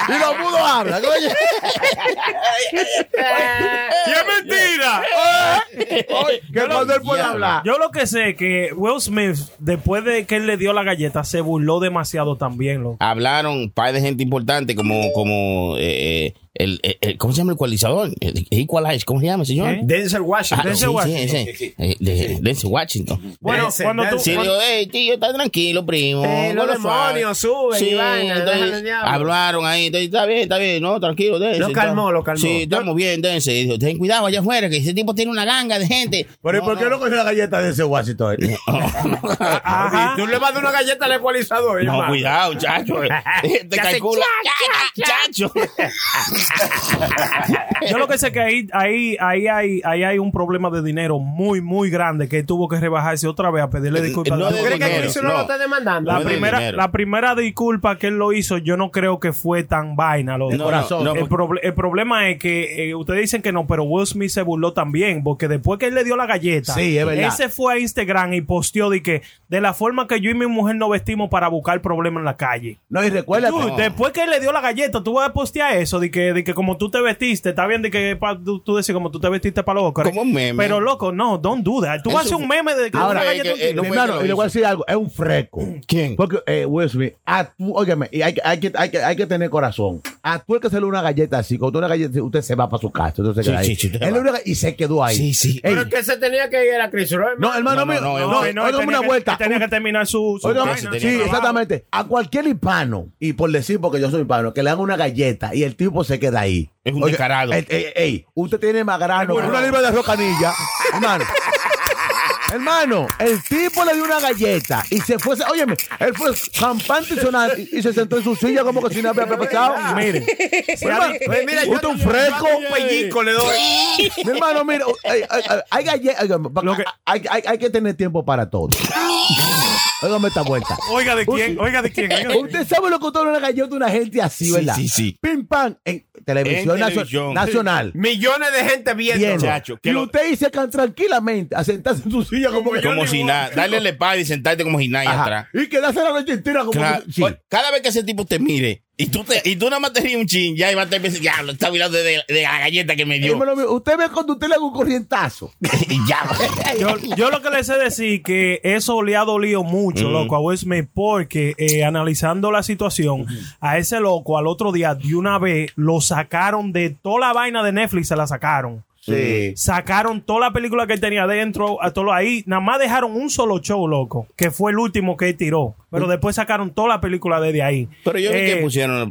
Speaker 5: y los mudos hablan, oye.
Speaker 13: [laughs] ¡Y es mentira!
Speaker 5: que cuando él puede hablar.
Speaker 4: Yo lo que sé es que Will Smith, después de que él le dio la galleta, se burló demasiado también. loco.
Speaker 2: hablaron un par de gente importante como como eh, el, el- el- ¿cómo se llama el ecualizador? El Equalize, ¿cómo se llama, señor?
Speaker 4: ¿Eh?
Speaker 6: Denzel Washington.
Speaker 2: Ah, sí,
Speaker 4: Denzel
Speaker 2: sí,
Speaker 4: Washington.
Speaker 2: ese. Eh, de- Denzel Washington.
Speaker 6: Bueno, Denzel, cuando tú-
Speaker 2: Sí,
Speaker 6: cuando-
Speaker 2: digo, "Ey, tío, está tranquilo, primo.
Speaker 6: Eh, los
Speaker 2: Lo suave".
Speaker 6: demonios suben y vaina,
Speaker 2: entonces,
Speaker 6: déjale el diablo.
Speaker 2: hablaron ahí, entonces, está bien, está bien, no, tranquilo, Denzel.
Speaker 6: Lo calmó,
Speaker 2: estamos-
Speaker 6: lo calmó.
Speaker 2: Sí, estamos bien, Denzel. Y dijo, ten cuidado allá afuera, que ese tipo tiene una ganga de gente. [laughs]
Speaker 5: Pero ¿y
Speaker 2: No,
Speaker 5: por qué no cogió la galleta de ese Washington?
Speaker 6: Tú le vas a dar una galleta al ecualizador,
Speaker 2: No,
Speaker 6: hermano.
Speaker 2: cuidado, chacho. Te
Speaker 6: ah, Ya se-
Speaker 2: calcula.
Speaker 10: Chacho.
Speaker 4: Yo lo que sé es que ahí, ahí, ahí, hay, ahí hay un problema de dinero muy, muy grande que él tuvo que rebajarse otra vez a pedirle disculpas.
Speaker 2: no
Speaker 4: ¿Tú
Speaker 2: de
Speaker 4: crees que
Speaker 2: dinero,
Speaker 4: Chris Rock
Speaker 2: no.
Speaker 4: lo
Speaker 6: está demandando?
Speaker 4: La
Speaker 2: No de
Speaker 4: primera,
Speaker 2: dinero.
Speaker 4: la primera disculpa que él lo hizo, yo no creo que fue tan vaina. Lo
Speaker 2: No, no, no,
Speaker 4: el, proble- el problema es que eh, ustedes dicen que no, pero Will Smith se burló también, porque después que él le dio la galleta,
Speaker 5: Sí, es verdad.
Speaker 4: él se fue a Instagram y posteó de que de la forma que yo y mi mujer nos vestimos para buscar problemas en la calle.
Speaker 5: [laughs] No, y recuerda
Speaker 4: Dude, después que él le dio la galleta, tú vas a postear eso de que, de que como tú te vestiste, está bien de que pa- tú, tú decís como tú te vestiste para los Oscars.
Speaker 2: Como un meme.
Speaker 4: Pero loco, no, don't do that. Tú vas a hacer un meme de que
Speaker 5: Ahora,
Speaker 4: una
Speaker 5: eh,
Speaker 4: galleta a un
Speaker 5: que, eh,
Speaker 4: tigre.
Speaker 5: mi hermano, y le voy a decir algo, es un fresco. ¿Quién? Porque eh, Will Smith, a tú, óigame, y hay, que- hay, que, hay, que, hay que tener corazón. A tú el que se le una galleta así, cuando tú una galleta, usted se va para su casa. Entonces
Speaker 2: Sí,
Speaker 5: queda ahí.
Speaker 2: sí, sí, te
Speaker 5: Él le dio una- y se quedó ahí. Sí, sí.
Speaker 6: Pero es que se tenía que ir a Chris Rock, hermano.
Speaker 5: no, hermano mío, no,
Speaker 4: No, no, él
Speaker 5: óigame
Speaker 4: tenía
Speaker 5: una
Speaker 4: que-
Speaker 5: vuelta.
Speaker 4: él tenía que terminar su, su
Speaker 5: Oiga,
Speaker 4: vaina,
Speaker 5: sí,
Speaker 4: su trabajo.
Speaker 5: exactamente. A cualquier hispano, y por decir porque yo soy hispano, que le hagan una galleta y el tipo se queda ahí.
Speaker 2: Es un
Speaker 5: Oye,
Speaker 2: descarado.
Speaker 5: Ey, ey, ey, usted tiene más grano que una libra de rocanilla, [laughs] hermano. Hermano, el tipo le dio una galleta y se fue. Óyeme, él fue campante y sonante y se sentó en su silla como que si nada había pasado. Mire, hermano, eh,
Speaker 6: Pues mira, yo-
Speaker 5: usted un fresco.
Speaker 6: yo un pellico le doy.
Speaker 5: Mi hermano, mire, hay, hay- hay galletas. óigame, hay- hay- hay que tener tiempo para todo. Óigame esta vuelta.
Speaker 4: Oiga de quién, oiga de quién. oiga de quién.
Speaker 5: Usted sabe lo que usted una galleta de una gente así,
Speaker 2: Sí,
Speaker 5: ¿verdad?
Speaker 2: sí, sí.
Speaker 5: Pim pam en televisión,
Speaker 2: En
Speaker 5: nacio-
Speaker 2: televisión.
Speaker 5: nacional.
Speaker 6: Millones de gente
Speaker 5: Viendo.
Speaker 6: viendo.
Speaker 2: Chacho, que
Speaker 5: y
Speaker 2: lo-
Speaker 5: usted dice can tranquilamente a sentarse en su silla como que
Speaker 2: Como si nada. Dale el espalda y sentarte como si nada
Speaker 5: Ajá.
Speaker 2: atrás.
Speaker 5: Y quedarse la noche entera como
Speaker 2: Claro.
Speaker 5: que- sí.
Speaker 2: Oye, Cada vez que ese tipo te mire y tú, te, y tú nada más te ríes un chin, ya y vas a estar pensando, ya lo está mirando de, de la galleta que me dio.
Speaker 5: Dímelo, amigo, usted ve cuando usted le haga un corrientazo.
Speaker 2: [laughs] y ya.
Speaker 4: Yo, yo lo que les sé decir que eso le ha dolido mucho, loco, a Will Smith, porque eh, analizando la situación, a ese loco al otro día de una vez lo sacaron de toda la vaina de Netflix, se la sacaron.
Speaker 5: Sí.
Speaker 4: Sacaron toda la película que él tenía dentro, a todo ahí, nada más dejaron un solo show, loco, que fue el último que él tiró. Pero después sacaron toda la película desde ahí.
Speaker 2: Pero yo vi
Speaker 4: Eh,
Speaker 2: que pusieron,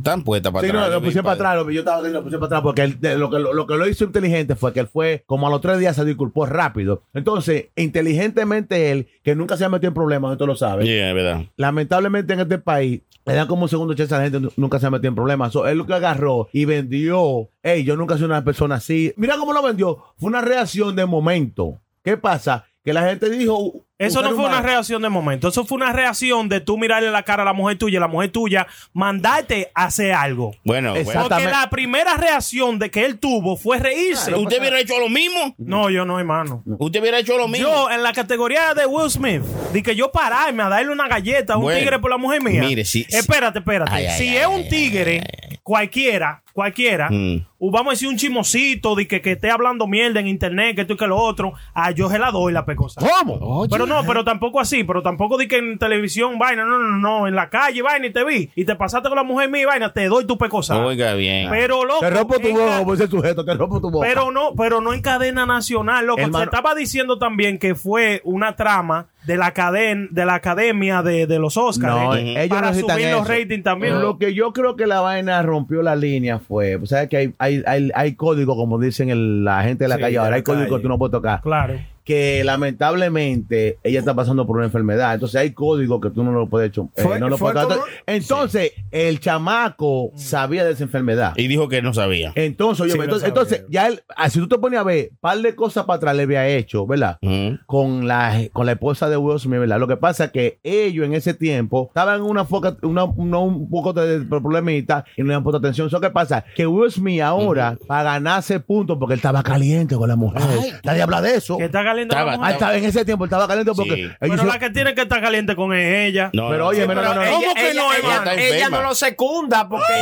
Speaker 2: tan puesta para
Speaker 5: Sí, no,
Speaker 2: atrás.
Speaker 5: lo
Speaker 2: yo vi,
Speaker 5: pusieron para
Speaker 2: padre.
Speaker 5: atrás, lo que yo estaba diciendo, lo pusieron para atrás, porque él- de- lo, que, lo, lo que lo hizo inteligente fue que él fue, como a los tres días se disculpó rápido. Entonces, inteligentemente él, que nunca se ha metido en problemas, esto lo sabe.
Speaker 2: Yeah, es verdad.
Speaker 5: Lamentablemente en este país, le dan como un segundo chance a la gente, nu- nunca se ha metido en problemas. So, él lo que agarró y vendió, hey, yo nunca soy una persona así. Mira cómo lo vendió, fue una reacción de momento. ¿Qué pasa? Que la gente dijo... "Uh,
Speaker 4: Eso no
Speaker 5: "Usted
Speaker 4: fue una
Speaker 5: humano".
Speaker 4: reacción de momento. Eso fue una reacción de tú mirarle la cara a la mujer tuya y la mujer tuya mandarte a hacer algo.
Speaker 2: Bueno,
Speaker 4: Porque la primera reacción de que él tuvo fue reírse.
Speaker 2: Claro, ¿Usted hubiera hecho lo mismo?
Speaker 4: No, yo no, hermano.
Speaker 2: ¿Usted hubiera hecho lo mismo?
Speaker 4: Yo, en la categoría de Will Smith, de que yo pararme a darle una galleta a un
Speaker 2: Bueno,
Speaker 4: tigre por la mujer mía.
Speaker 2: mire, sí, sí.
Speaker 4: Espérate, espérate.
Speaker 2: Ay, ay,
Speaker 4: si
Speaker 2: ay,
Speaker 4: es un tigre, cualquiera, cualquiera,
Speaker 2: Mm.
Speaker 4: o vamos a decir un chimosito de que, que esté hablando mierda en internet, que tú y que lo otro, ah, yo se la doy la pecosa.
Speaker 5: ¿Cómo?
Speaker 4: Pero no, pero tampoco así, pero tampoco di que en televisión, vaina, no, no, no, no, en la calle, vaina, y te vi, y te pasaste con la mujer mía, y vaina, te doy tu pecosa.
Speaker 2: Oiga bien.
Speaker 4: Pero loco,
Speaker 5: Te rompo tu
Speaker 4: en
Speaker 5: boca,
Speaker 4: ca-
Speaker 5: como ese sujeto, te rompo tu boca.
Speaker 4: pero no, pero no en cadena nacional, loco.
Speaker 5: Hermano-
Speaker 4: Se estaba diciendo también que fue una trama de la cadena, de la academia de, de los Oscars
Speaker 5: No,
Speaker 4: ¿eh?
Speaker 5: ellos
Speaker 4: para
Speaker 5: necesitan
Speaker 4: subir los
Speaker 5: eso.
Speaker 4: ratings también.
Speaker 5: Lo que yo creo que la vaina rompió la línea fue, pues, sabes que hay, hay, hay, hay código, como dicen el- la gente de la
Speaker 4: Sí,
Speaker 5: calle
Speaker 4: de la
Speaker 5: ahora, hay código
Speaker 4: calle.
Speaker 5: que tú no puedes tocar.
Speaker 4: Claro.
Speaker 5: Que lamentablemente ella está pasando por una enfermedad, entonces hay código que tú no lo puedes, chu- eh,
Speaker 2: Fue-
Speaker 5: no lo
Speaker 2: fue
Speaker 5: puedes tocar.
Speaker 2: como-
Speaker 5: Entonces, el chamaco sabía de esa enfermedad.
Speaker 2: Y dijo que él no sabía.
Speaker 5: Entonces, yo,
Speaker 2: Mm. Sí, lo sabía.
Speaker 5: entonces, entonces, ya él, ah, si tú te pones a ver, par de cosas para atrás le había hecho, ¿verdad? Con la con la esposa de Will Smith, ¿verdad? Lo que pasa es que ellos en ese tiempo estaban en una foca, una, una- un poco de problemita y no le han puesto atención. ¿Eso qué pasa? Que Will Smith ahora, para ganarse puntos, porque él estaba caliente con la mujer. Nadie habla de eso.
Speaker 4: Que está caliente con la
Speaker 5: Ah,
Speaker 4: mujer.
Speaker 5: estaba en ese tiempo, él estaba caliente porque. ellos
Speaker 4: Pero
Speaker 5: se-
Speaker 4: la que tiene que estar caliente con él es ella.
Speaker 5: No, Pero no, oye, no, no, no, no.
Speaker 4: ¿Cómo
Speaker 6: Ella-
Speaker 4: que no,
Speaker 6: ella-
Speaker 4: hermano?
Speaker 6: ella- ella no lo secunda porque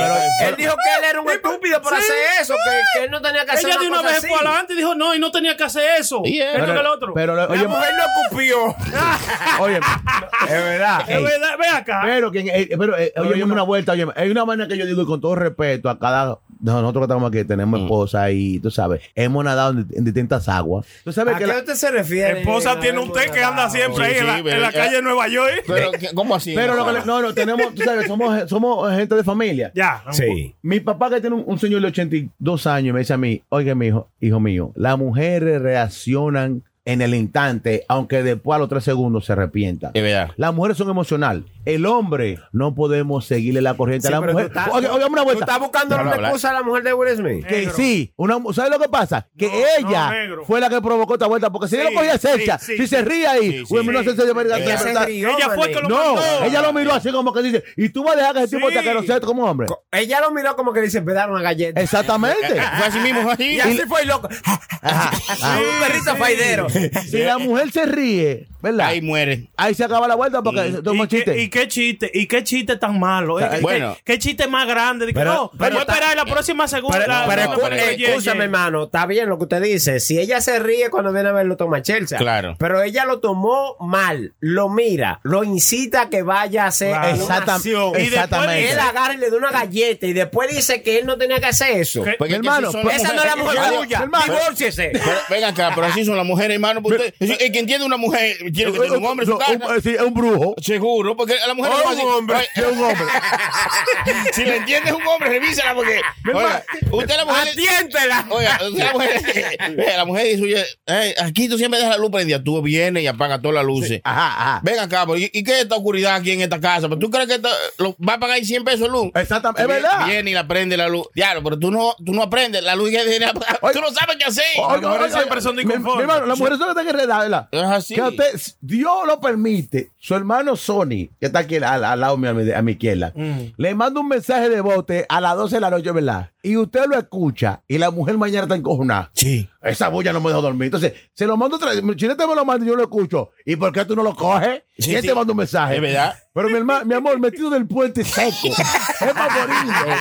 Speaker 6: él dijo que él era un estúpido por
Speaker 4: Sí.
Speaker 6: hacer eso, que, que él no tenía que hacer
Speaker 4: Ella de una vez
Speaker 6: cosa
Speaker 4: fue
Speaker 6: así.
Speaker 4: adelante y dijo, no, y no tenía que hacer eso.
Speaker 6: Y él-
Speaker 4: Esto
Speaker 6: Pero-
Speaker 4: que lo otro.
Speaker 5: pero, oye,
Speaker 6: no cupió.
Speaker 5: Oye, [laughs] es verdad.
Speaker 4: Es verdad, ve acá.
Speaker 5: Pero, que, eh, pero eh, óyeme una vuelta, óyeme, hay una manera que yo digo, y con todo respeto, a cada. Nosotros que estamos aquí, tenemos esposa y tú sabes, hemos nadado en, en distintas aguas. Tú sabes
Speaker 6: ¿A
Speaker 5: que
Speaker 6: qué
Speaker 5: la-
Speaker 6: usted se refiere?
Speaker 4: Esposa tiene usted que anda siempre
Speaker 5: Sí,
Speaker 4: ahí en la,
Speaker 5: sí, pero- eh,
Speaker 4: en la calle de Nueva York.
Speaker 5: Pero,
Speaker 2: ¿Cómo así?
Speaker 5: Pero lo que le- no, no, tenemos, tú sabes, somos, somos gente de familia.
Speaker 4: Ya.
Speaker 6: Sí.
Speaker 5: Mi papá que tiene un, un señor de 82 años me dice a mí, oiga, mi hijo, hijo mío, las mujeres reaccionan en el instante, aunque después a los tres segundos se arrepientan.
Speaker 2: Es
Speaker 5: [laughs]
Speaker 2: verdad.
Speaker 5: Las mujeres son emocional. El hombre no podemos seguirle la corriente
Speaker 6: Sí,
Speaker 5: a la
Speaker 6: pero tú
Speaker 5: mujer.
Speaker 6: estás-
Speaker 5: Oye, oye, una vuelta.
Speaker 6: Tú estás buscando
Speaker 5: No,
Speaker 6: una
Speaker 5: no,
Speaker 6: excusa a la mujer de Will Smith.
Speaker 5: que sí, una, ¿sabes lo que pasa? Que ella
Speaker 6: no, negro.
Speaker 5: fue la que provocó esta vuelta, porque si ella
Speaker 6: Sí,
Speaker 5: lo cogía
Speaker 6: sí,
Speaker 5: cerca,
Speaker 6: sí,
Speaker 5: si
Speaker 6: sí.
Speaker 5: se ríe ahí,
Speaker 6: Sí, sí,
Speaker 5: Will Smith no
Speaker 6: sí.
Speaker 5: se- se- se-
Speaker 6: Ella
Speaker 5: se- se-
Speaker 6: se
Speaker 5: se-
Speaker 6: rió, Ella fue que lo
Speaker 5: No,
Speaker 6: mandó.
Speaker 5: ella lo miró así como que dice, y tú vas a dejar que ese tipo
Speaker 6: Sí.
Speaker 5: te que no sea como hombre.
Speaker 6: Ella lo miró como que le se pedaron una galleta.
Speaker 5: Exactamente.
Speaker 6: Fue así mismo, fue así. Y así fue loco. Ah, un perrito faidero.
Speaker 5: Si la mujer se ríe, ¿verdad? Ahí
Speaker 2: muere.
Speaker 5: Ahí se acaba la vuelta porque es un
Speaker 4: ¿Y
Speaker 5: chiste.
Speaker 4: qué, y qué chiste, y qué chiste tan malo. eh?
Speaker 5: O sea,
Speaker 4: ¿Qué-
Speaker 5: bueno.
Speaker 4: qué, qué chiste más grande. De que,
Speaker 6: Pero-
Speaker 4: no,
Speaker 6: pero
Speaker 4: voy a
Speaker 6: está-
Speaker 4: esperar la próxima segunda.
Speaker 6: Pero,
Speaker 4: la-
Speaker 6: pero
Speaker 4: la-
Speaker 6: escu-
Speaker 4: la-
Speaker 6: eh, escúchame, hermano, está bien lo que usted dice. Si ella se ríe cuando viene a verlo toma Chelsea.
Speaker 2: Claro.
Speaker 6: Pero ella lo tomó mal, lo mira, lo incita a que vaya a hacer
Speaker 5: Claro.
Speaker 6: una
Speaker 5: Exactam-
Speaker 6: acción. Y
Speaker 5: exactamente.
Speaker 6: después él agarra y le da una galleta y después dice que él no tenía que hacer eso.
Speaker 2: Porque es que
Speaker 6: hermano,
Speaker 2: así son las
Speaker 6: esa no es la
Speaker 2: mujeres.
Speaker 6: mujer
Speaker 2: Adiós,
Speaker 6: tuya.
Speaker 2: hermano.
Speaker 6: Divórciese.
Speaker 2: Pero, venga acá, pero así son las mujeres, hermano. porque usted- es- el que entiende una mujer quiere que tenga un hombre en su
Speaker 5: No, un-
Speaker 2: casa.
Speaker 5: sí, es un brujo.
Speaker 2: Seguro, porque a la mujer
Speaker 5: O
Speaker 2: le va a
Speaker 5: Oh, un
Speaker 2: decir,
Speaker 5: hombre,
Speaker 2: "Ay,
Speaker 5: es un
Speaker 2: [laughs]
Speaker 5: hombre".
Speaker 2: si le entiendes un hombre, revísala porque. Oiga, usted la mujer.
Speaker 6: [laughs] Atiéntela.
Speaker 2: Oiga, usted la mujer. [laughs] eh, La mujer dice, oye, eh, aquí tú siempre dejas la luz prendida. Tú vienes y apagas todas las luces.
Speaker 5: Ajá, ajá.
Speaker 2: Ven acá, pero ¿y, y qué es esta oscuridad aquí en esta casa? ¿Pero ¿Tú crees que esta- lo- va a pagar 100 pesos de luz?
Speaker 5: Exactamente, es
Speaker 2: Viene-
Speaker 5: verdad.
Speaker 2: Viene y la prende la luz. Diablo, pero tú no, tú no aprendes la luz. que viene [laughs] a- tú no sabes qué hacer.
Speaker 5: Oiga,
Speaker 2: Las mujeres
Speaker 5: oiga,
Speaker 2: siempre son
Speaker 5: Oh, mi- mi hermano, las mujeres solo están enredadas, ¿verdad?
Speaker 2: así.
Speaker 5: Que a usted, si Dios lo permite, su hermano Sony, que está aquí al, al lado mío, a mi, a mi izquierda,
Speaker 2: Mm.
Speaker 5: le manda un mensaje de bote a las 12 de la noche, ¿verdad? Y usted lo escucha y la mujer mañana está encojonada.
Speaker 2: Sí.
Speaker 5: Esa bulla no me dejó dormir. Entonces, se lo mando otra vez. Mi Chilete me lo manda y yo lo escucho. ¿Y por qué tú no lo coges?
Speaker 2: Sí,
Speaker 5: ¿Quién
Speaker 2: sí.
Speaker 5: te manda un mensaje?
Speaker 2: Es verdad.
Speaker 5: Pero mi, hermano, mi amor, metido del
Speaker 2: [laughs]
Speaker 5: puente seco. es más bonito.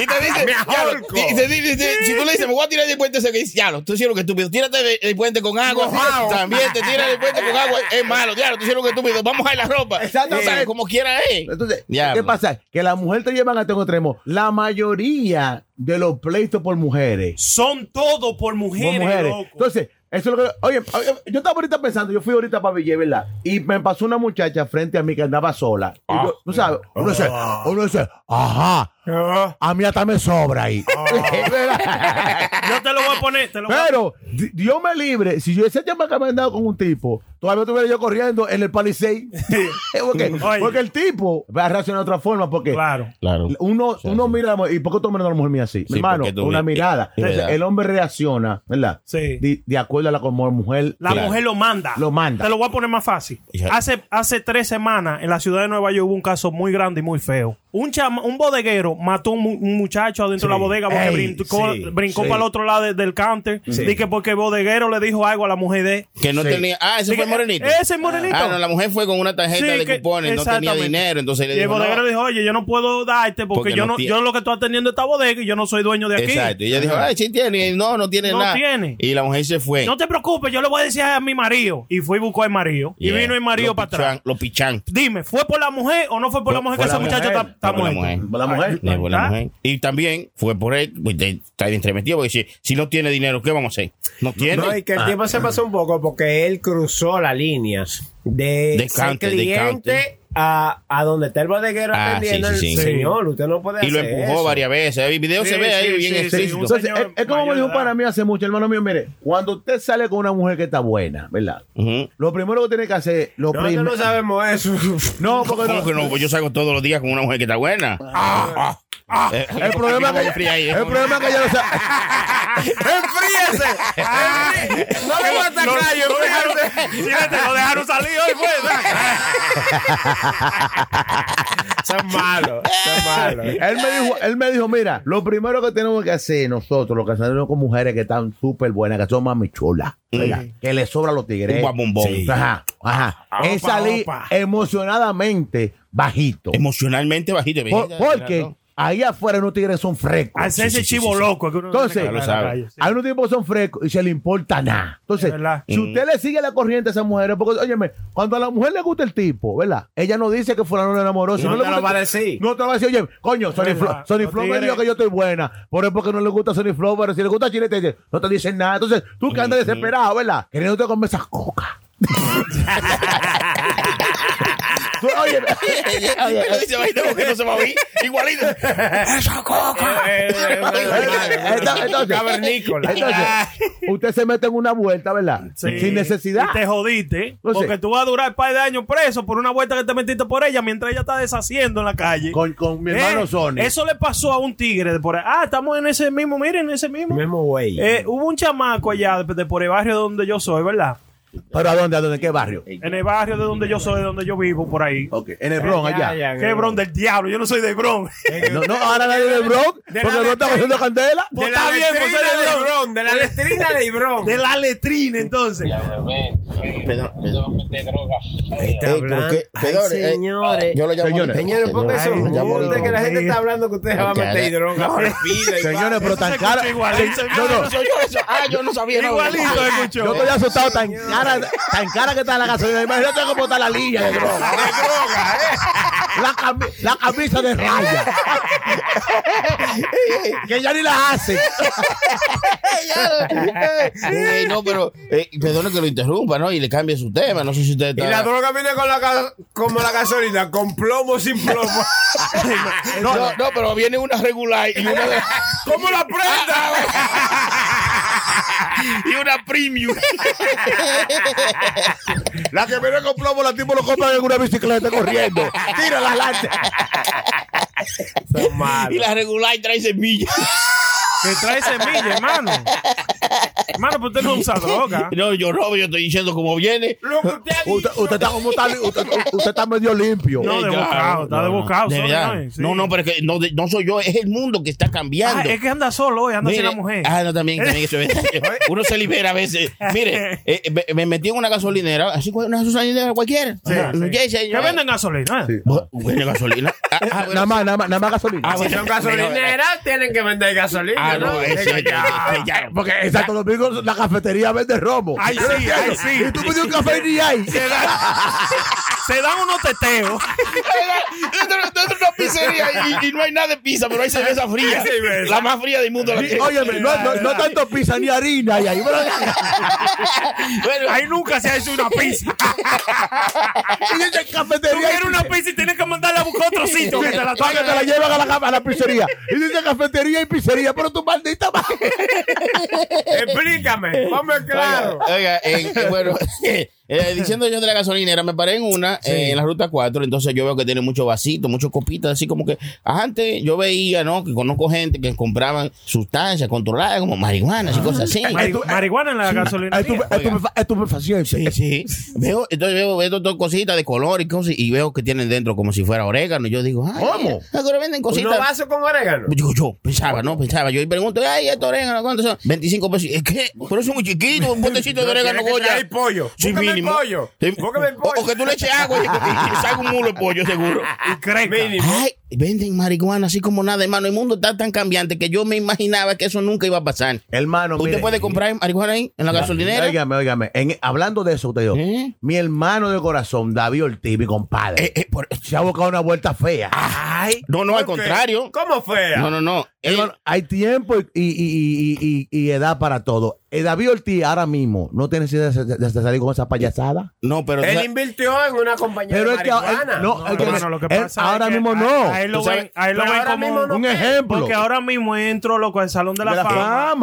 Speaker 2: Y
Speaker 4: [laughs]
Speaker 2: te dice,
Speaker 5: Me
Speaker 2: "Diablo",
Speaker 5: ahorco.
Speaker 2: y te dice- dice- si tú le dices, me voy a tirar del puente, se dice, diablo, tú hicieron lo que estúpido, tírate de- del puente con agua,
Speaker 5: Mojao.
Speaker 2: también te tiras del puente con agua, es malo, diablo, tú hicieron lo que estúpido, vamos a la ropa,
Speaker 5: Exactamente.
Speaker 2: Tú sabes, como quiera eh. es.
Speaker 5: Entonces,
Speaker 2: Diablo.
Speaker 5: ¿qué pasa? Que la mujer te llevan hasta un extremo. La mayoría de los pleitos por mujeres
Speaker 4: Son todo por mujeres,
Speaker 5: por mujeres.
Speaker 4: loco.
Speaker 5: Entonces, Eso es lo que. Oye, oye, yo estaba ahorita pensando, yo fui ahorita para Villé, ¿verdad? Y me pasó una muchacha frente a mí que andaba sola. Y yo, tú sabes, uno dice, uno dice, ajá,
Speaker 4: Ah,
Speaker 5: a mí hasta me sobra ahí. [laughs]
Speaker 4: [laughs] Yo te lo voy a poner, te lo voy a
Speaker 5: Pero, di- Dios me libre, si yo ese chamaca me andado con un tipo, todavía estuviera yo corriendo en el Palisade. [laughs] porque, porque el tipo va a reaccionar de otra forma, porque
Speaker 2: Claro.
Speaker 5: uno, uno mira, a la mujer, ¿y por qué tú miras a la mujer mía así?
Speaker 2: Sí,
Speaker 5: Mi hermano,
Speaker 2: porque tú
Speaker 5: una
Speaker 2: vi-
Speaker 5: mirada.
Speaker 2: es verdad.
Speaker 5: el hombre reacciona, ¿verdad? Sí. De, de acuerdo a la como la mujer.
Speaker 4: La mujer lo manda.
Speaker 5: Lo manda.
Speaker 4: Te lo voy a poner más fácil.
Speaker 5: Ya.
Speaker 4: Hace, hace tres semanas en la ciudad de Nueva York hubo un caso muy grande y muy feo. Un, chama- un bodeguero mató un, mu- un muchacho adentro de la bodega porque
Speaker 13: Ey,
Speaker 4: brincó,
Speaker 13: sí,
Speaker 4: brincó
Speaker 13: sí.
Speaker 4: para el otro lado de- del counter.
Speaker 2: Sí.
Speaker 4: Dice que porque el bodeguero le dijo algo a la mujer de...
Speaker 2: Que no
Speaker 4: Sí.
Speaker 2: tenía. Ah, ese fue
Speaker 4: Dice que- eh,
Speaker 2: Morenito.
Speaker 4: Ese es Morenito.
Speaker 2: Ah, no, la mujer fue con una tarjeta
Speaker 4: Sí,
Speaker 2: de
Speaker 4: que-
Speaker 2: cupones, no tenía
Speaker 4: exactamente.
Speaker 2: dinero, entonces le
Speaker 4: y el
Speaker 2: dijo.
Speaker 4: bodeguero
Speaker 2: no.
Speaker 4: dijo, oye, yo no puedo darte porque,
Speaker 2: Porque
Speaker 4: yo
Speaker 2: no
Speaker 4: no,
Speaker 2: tiene-
Speaker 4: yo lo que estoy atendiendo esta bodega y yo no soy dueño de aquí.
Speaker 2: Exacto. Y ella dijo, ay, sí tiene. Y no, no tiene
Speaker 4: No
Speaker 2: nada.
Speaker 4: tiene.
Speaker 2: Y la mujer se fue.
Speaker 4: No te preocupes, yo le voy a decir a mi marido. Y fui y buscó al marido.
Speaker 2: Yeah.
Speaker 4: Y vino el marido
Speaker 2: Lo
Speaker 4: para atrás.
Speaker 2: pichán, Lo pichán.
Speaker 4: Dime, ¿fue por la mujer o no fue por la mujer que esa muchacha está, está
Speaker 2: Fue por la
Speaker 4: muerta?
Speaker 2: mujer.
Speaker 5: la mujer.
Speaker 2: Sí, fue la mujer. Y también fue por él, pues, de- está entremetido, porque si, si no tiene dinero, ¿qué vamos a hacer? No tiene.
Speaker 6: No, y que el tiempo se pasó un poco porque él cruzó la línea de,
Speaker 2: De
Speaker 6: ser
Speaker 2: counter, de counter.
Speaker 6: cliente a, a donde está el bodeguero
Speaker 2: Ah,
Speaker 6: atendiendo.
Speaker 2: sí, sí,
Speaker 6: el
Speaker 2: sí.
Speaker 6: Señor, usted no puede
Speaker 2: Y lo
Speaker 6: hacer
Speaker 2: empujó
Speaker 6: eso.
Speaker 2: varias veces. El video se
Speaker 6: Sí,
Speaker 2: ve ahí
Speaker 6: sí,
Speaker 2: bien
Speaker 6: sí, sí,
Speaker 2: explícito.
Speaker 6: un
Speaker 5: Entonces, es, es como me dijo para mí hace mucho, hermano mío, mire, cuando usted sale con una mujer que está buena, ¿verdad? Lo primero que tiene que hacer, lo
Speaker 2: Nosotros
Speaker 5: primero...
Speaker 2: no
Speaker 6: sabemos eso. [laughs]
Speaker 5: No,
Speaker 2: ¿Cómo
Speaker 5: porque no-
Speaker 2: que no? Pues yo salgo todos los días con una mujer que está buena. Eh,
Speaker 5: el problema es que,
Speaker 2: ahí, eh. [laughs]
Speaker 5: el problema es que ella lo sabe.
Speaker 13: ¡Enfríese! No le voy a atacar yo, enfríese. Fíjate, lo dejaron salir hoy,
Speaker 6: [laughs] Son malos, son malos.
Speaker 5: él me dijo, él me dijo, mira, lo primero que tenemos que hacer nosotros, los que salimos con mujeres que están súper buenas, que son mami chulas, ¿verdad?
Speaker 2: Mm.
Speaker 5: que le sobra a los tigres.
Speaker 2: Un guabombón.
Speaker 5: Sí. Ajá, ajá.
Speaker 2: Opa,
Speaker 5: es salir
Speaker 2: opa.
Speaker 5: emocionadamente bajito.
Speaker 2: [laughs] Emocionalmente bajito.
Speaker 5: Por-
Speaker 2: [laughs]
Speaker 5: porque ahí afuera unos tigres son frescos.
Speaker 4: Hace ese chivo loco. Que uno
Speaker 5: Entonces,
Speaker 4: tiene que hablar en la calle, sí.
Speaker 5: hay unos tipos que son frescos y se le importa nada. Entonces, si
Speaker 6: Mm.
Speaker 5: usted le sigue la corriente a esas mujeres, porque, óyeme, cuando a la mujer le gusta el tipo, ¿verdad? Ella no dice que fulano le enamoró. si
Speaker 6: No te
Speaker 5: le
Speaker 6: lo
Speaker 5: gusta-
Speaker 6: va a decir.
Speaker 5: No te lo va a decir, oye, coño, Sony
Speaker 6: ¿Verdad?
Speaker 5: Flow Sony
Speaker 6: Los
Speaker 5: Flow me
Speaker 6: tigres-
Speaker 5: dijo que yo estoy buena. Por eso porque no le gusta Sony Flow, pero si le gusta Chile, te dice, no te dicen nada. Entonces, tú que
Speaker 6: Mm-hmm.
Speaker 5: andas desesperado, ¿verdad? Queriéndote comer esas cocas.
Speaker 6: [laughs]
Speaker 5: Tú, oye, oye,
Speaker 2: Pero dice, "Ay, no, que no se va a oír". Igualito. Esa coca.
Speaker 5: [laughs] Entonces, entonces-
Speaker 13: Cavernícola.
Speaker 5: entonces, usted se mete en una vuelta, ¿verdad?
Speaker 4: Sí.
Speaker 5: Sin necesidad. Pues
Speaker 4: Y te jodiste.
Speaker 5: No sé.
Speaker 4: porque tú vas a durar un par de años preso por una vuelta que te metiste por ella mientras ella está deshaciendo en la calle. ¿Eh?
Speaker 5: Con, con mi hermano Sony.
Speaker 4: Eso le pasó a un tigre de por ahí. Ah, estamos en ese mismo, miren, en ese mismo.
Speaker 6: Mismo güey.
Speaker 4: Eh, hubo un chamaco allá de, de por el barrio donde yo soy, ¿verdad?
Speaker 5: ¿Pero a dónde? ¿A dónde? ¿En qué barrio?
Speaker 4: En el barrio de donde yo soy, de donde yo vivo, por ahí.
Speaker 5: Ok, en el Bronx, allá.
Speaker 4: ¿Qué Bron del diablo? Yo no soy de Bron.
Speaker 5: No, no, ahora nadie del Bronx,
Speaker 4: de la
Speaker 5: porque no está
Speaker 4: letrina.
Speaker 5: cogiendo candela.
Speaker 4: Pues está bien, pues soy de Bron.
Speaker 6: de [laughs] la letrina de Ibrón.
Speaker 4: De [laughs] la letrina, entonces.
Speaker 6: Está hablando. Ay, señores.
Speaker 2: Yo lo llamo
Speaker 5: Señores.
Speaker 6: Señores, porque eso
Speaker 5: Ay,
Speaker 6: es
Speaker 5: Dios
Speaker 6: que la gente
Speaker 5: mío.
Speaker 6: está hablando que ustedes van a
Speaker 5: Porque
Speaker 6: meter hidrón.
Speaker 5: Señores, pero tan cara. No, no.
Speaker 2: Ah, yo no sabía. no.
Speaker 5: Yo estoy asustado tan cara, tan cara que está la gasolina. Imagínate cómo está la línea de droga. La, cami- la camisa de raya. que ya ni la hace.
Speaker 2: Eh, no, pero eh, perdone que lo interrumpa, ¿no? Y le cambie su tema. No sé si usted
Speaker 6: Y
Speaker 2: está.
Speaker 6: la droga viene con la ga- como la gasolina, con plomo sin plomo.
Speaker 2: no, no, no, pero viene una regular y una
Speaker 4: [laughs]
Speaker 2: de-
Speaker 6: ¿Cómo la prenda?
Speaker 2: y una
Speaker 4: [laughs]
Speaker 2: premium.
Speaker 5: La que viene con plomo, la tipo lo compran en una bicicleta corriendo. Tírala adelante.
Speaker 6: Son malos.
Speaker 2: y la regular trae semillas.
Speaker 4: Que trae semilla, hermano. hermano, pues usted no usa droga.
Speaker 2: No, yo no, yo estoy diciendo cómo viene.
Speaker 6: Lo que usted ha dicho.
Speaker 5: Usted, usted está como tal, usted, usted está medio limpio.
Speaker 4: No, de
Speaker 2: claro,
Speaker 4: bocado,
Speaker 2: no,
Speaker 4: está de
Speaker 2: no.
Speaker 4: bocado.
Speaker 2: De
Speaker 4: sorry,
Speaker 2: verdad.
Speaker 4: no, sí.
Speaker 2: No, no, pero es que no, de- no soy yo, es el mundo que está cambiando.
Speaker 4: Ah, es que anda solo hoy, anda sin
Speaker 2: Mire,
Speaker 4: la mujer.
Speaker 2: Ah, no, también, también
Speaker 4: [laughs]
Speaker 2: eso es. Uno se libera a veces. Mire, eh, me, me metí en una gasolinera, así una gasolinera cualquiera. Ajá,
Speaker 4: sí.
Speaker 2: ok,
Speaker 4: que
Speaker 2: señor.
Speaker 4: venden gasolina. eh?
Speaker 2: Bueno, gasolina.
Speaker 4: [laughs]
Speaker 2: Ah, ah, bueno.
Speaker 5: Nada más, nada más, nada más gasolina.
Speaker 2: Ah, bueno.
Speaker 6: Si son gasolineras, tienen que vender gasolina.
Speaker 2: Ah, no, eso
Speaker 6: Digo,
Speaker 2: es ya, ya.
Speaker 5: Porque exacto, los domingos la cafetería vende romo.
Speaker 4: Ay, sí, ay, sí.
Speaker 5: Y tú pides un café y ni hay.
Speaker 4: Se da-
Speaker 13: se dan unos teteos.
Speaker 2: dentro, dentro de una pizzería y, y no hay nada de pizza, pero hay cerveza fría.
Speaker 13: Hay cerveza.
Speaker 2: La más fría del mundo. la que-
Speaker 5: Óyeme, no, no, no tanto pizza ni harina. Y ahí,
Speaker 13: Ahí nunca se ha hecho una pizza. Tú
Speaker 5: cafetería.
Speaker 13: quieres una pizza y tienes que mandarla a buscar otro sitio que te la
Speaker 5: Para que te la llevan a la, cama- a la pizzería. Y dice cafetería y pizzería, pero tu maldita madre.
Speaker 6: Explícame, vamos claro.
Speaker 2: Oiga, eh, eh, [laughs] bueno, eh, diciendo yo de la gasolinera, me paré en una, eh, en la ruta 4, entonces yo veo que tiene muchos vasitos, muchos copitas, así como que antes yo veía, ¿no? Que conozco gente que compraban sustancias controladas como marihuana y cosas así.
Speaker 4: Mari- marihuana en la gasolina.
Speaker 5: Estupefaciente.
Speaker 2: Sí, sí. Veo, entonces veo, veo dos cositas de color y cosas, y veo que tienen dentro como si fuera orégano. Y yo digo, ay,
Speaker 6: ¿Cómo?
Speaker 2: Ahora venden
Speaker 6: ¿Uno
Speaker 2: cositas.
Speaker 6: vaso con orégano?
Speaker 2: Digo yo, pensaba, no, pensaba. Yo y pregunto, ay, esto orégano, ¿cuántos son? 25 pesos. ¿Es qué? Pero eso es muy chiquito, un botecito de
Speaker 6: No,
Speaker 2: orégano,
Speaker 6: tiene que
Speaker 2: Goya.
Speaker 6: traer pollo.
Speaker 2: Sí,
Speaker 6: Búscame el
Speaker 2: mínimo.
Speaker 6: pollo.
Speaker 2: Sí.
Speaker 6: Búscame el
Speaker 2: O-
Speaker 6: pollo.
Speaker 2: O que tú le eches agua y, y, salga un mulo de pollo, seguro.
Speaker 6: Ah, Mínimo.
Speaker 2: Ay, venden marihuana así como nada, hermano. El mundo está tan cambiante que yo me imaginaba que eso nunca iba a pasar.
Speaker 5: Hermano,
Speaker 2: ¿Usted
Speaker 5: mire.
Speaker 2: puede comprar marihuana ahí, en la gasolinera?
Speaker 5: Óigame, óigame. En- hablando de eso, te digo.
Speaker 2: ¿Eh?
Speaker 5: Mi hermano de corazón, David Ortiz, mi compadre. se ha buscado una vuelta fea.
Speaker 2: Ah,
Speaker 6: Ay.
Speaker 2: No, no, al
Speaker 6: ¿por qué?
Speaker 2: contrario.
Speaker 6: ¿Cómo fea?
Speaker 2: No, no, no.
Speaker 5: Hermano, hay tiempo y, y- y- y- y- y edad para todo. Eh, David Ortiz ahora mismo no tiene necesidad de, de- de salir con esa payasada.
Speaker 2: No, pero.
Speaker 6: Él invirtió en una compañía
Speaker 5: Pero
Speaker 6: de
Speaker 5: es que ahora-
Speaker 6: marihuana.
Speaker 5: no, es que-
Speaker 4: Bueno, lo que
Speaker 5: él-
Speaker 4: pasa
Speaker 5: ahora
Speaker 4: es que
Speaker 5: mismo
Speaker 4: a-
Speaker 5: no.
Speaker 4: A él lo
Speaker 5: Tú sabes-
Speaker 4: ven, a él lo
Speaker 6: pero
Speaker 4: ven
Speaker 6: ahora
Speaker 4: como
Speaker 6: mismo no
Speaker 5: Un ejemplo.
Speaker 4: Porque ahora mismo entro, loco, al Salón de la,
Speaker 5: De la
Speaker 4: Fama.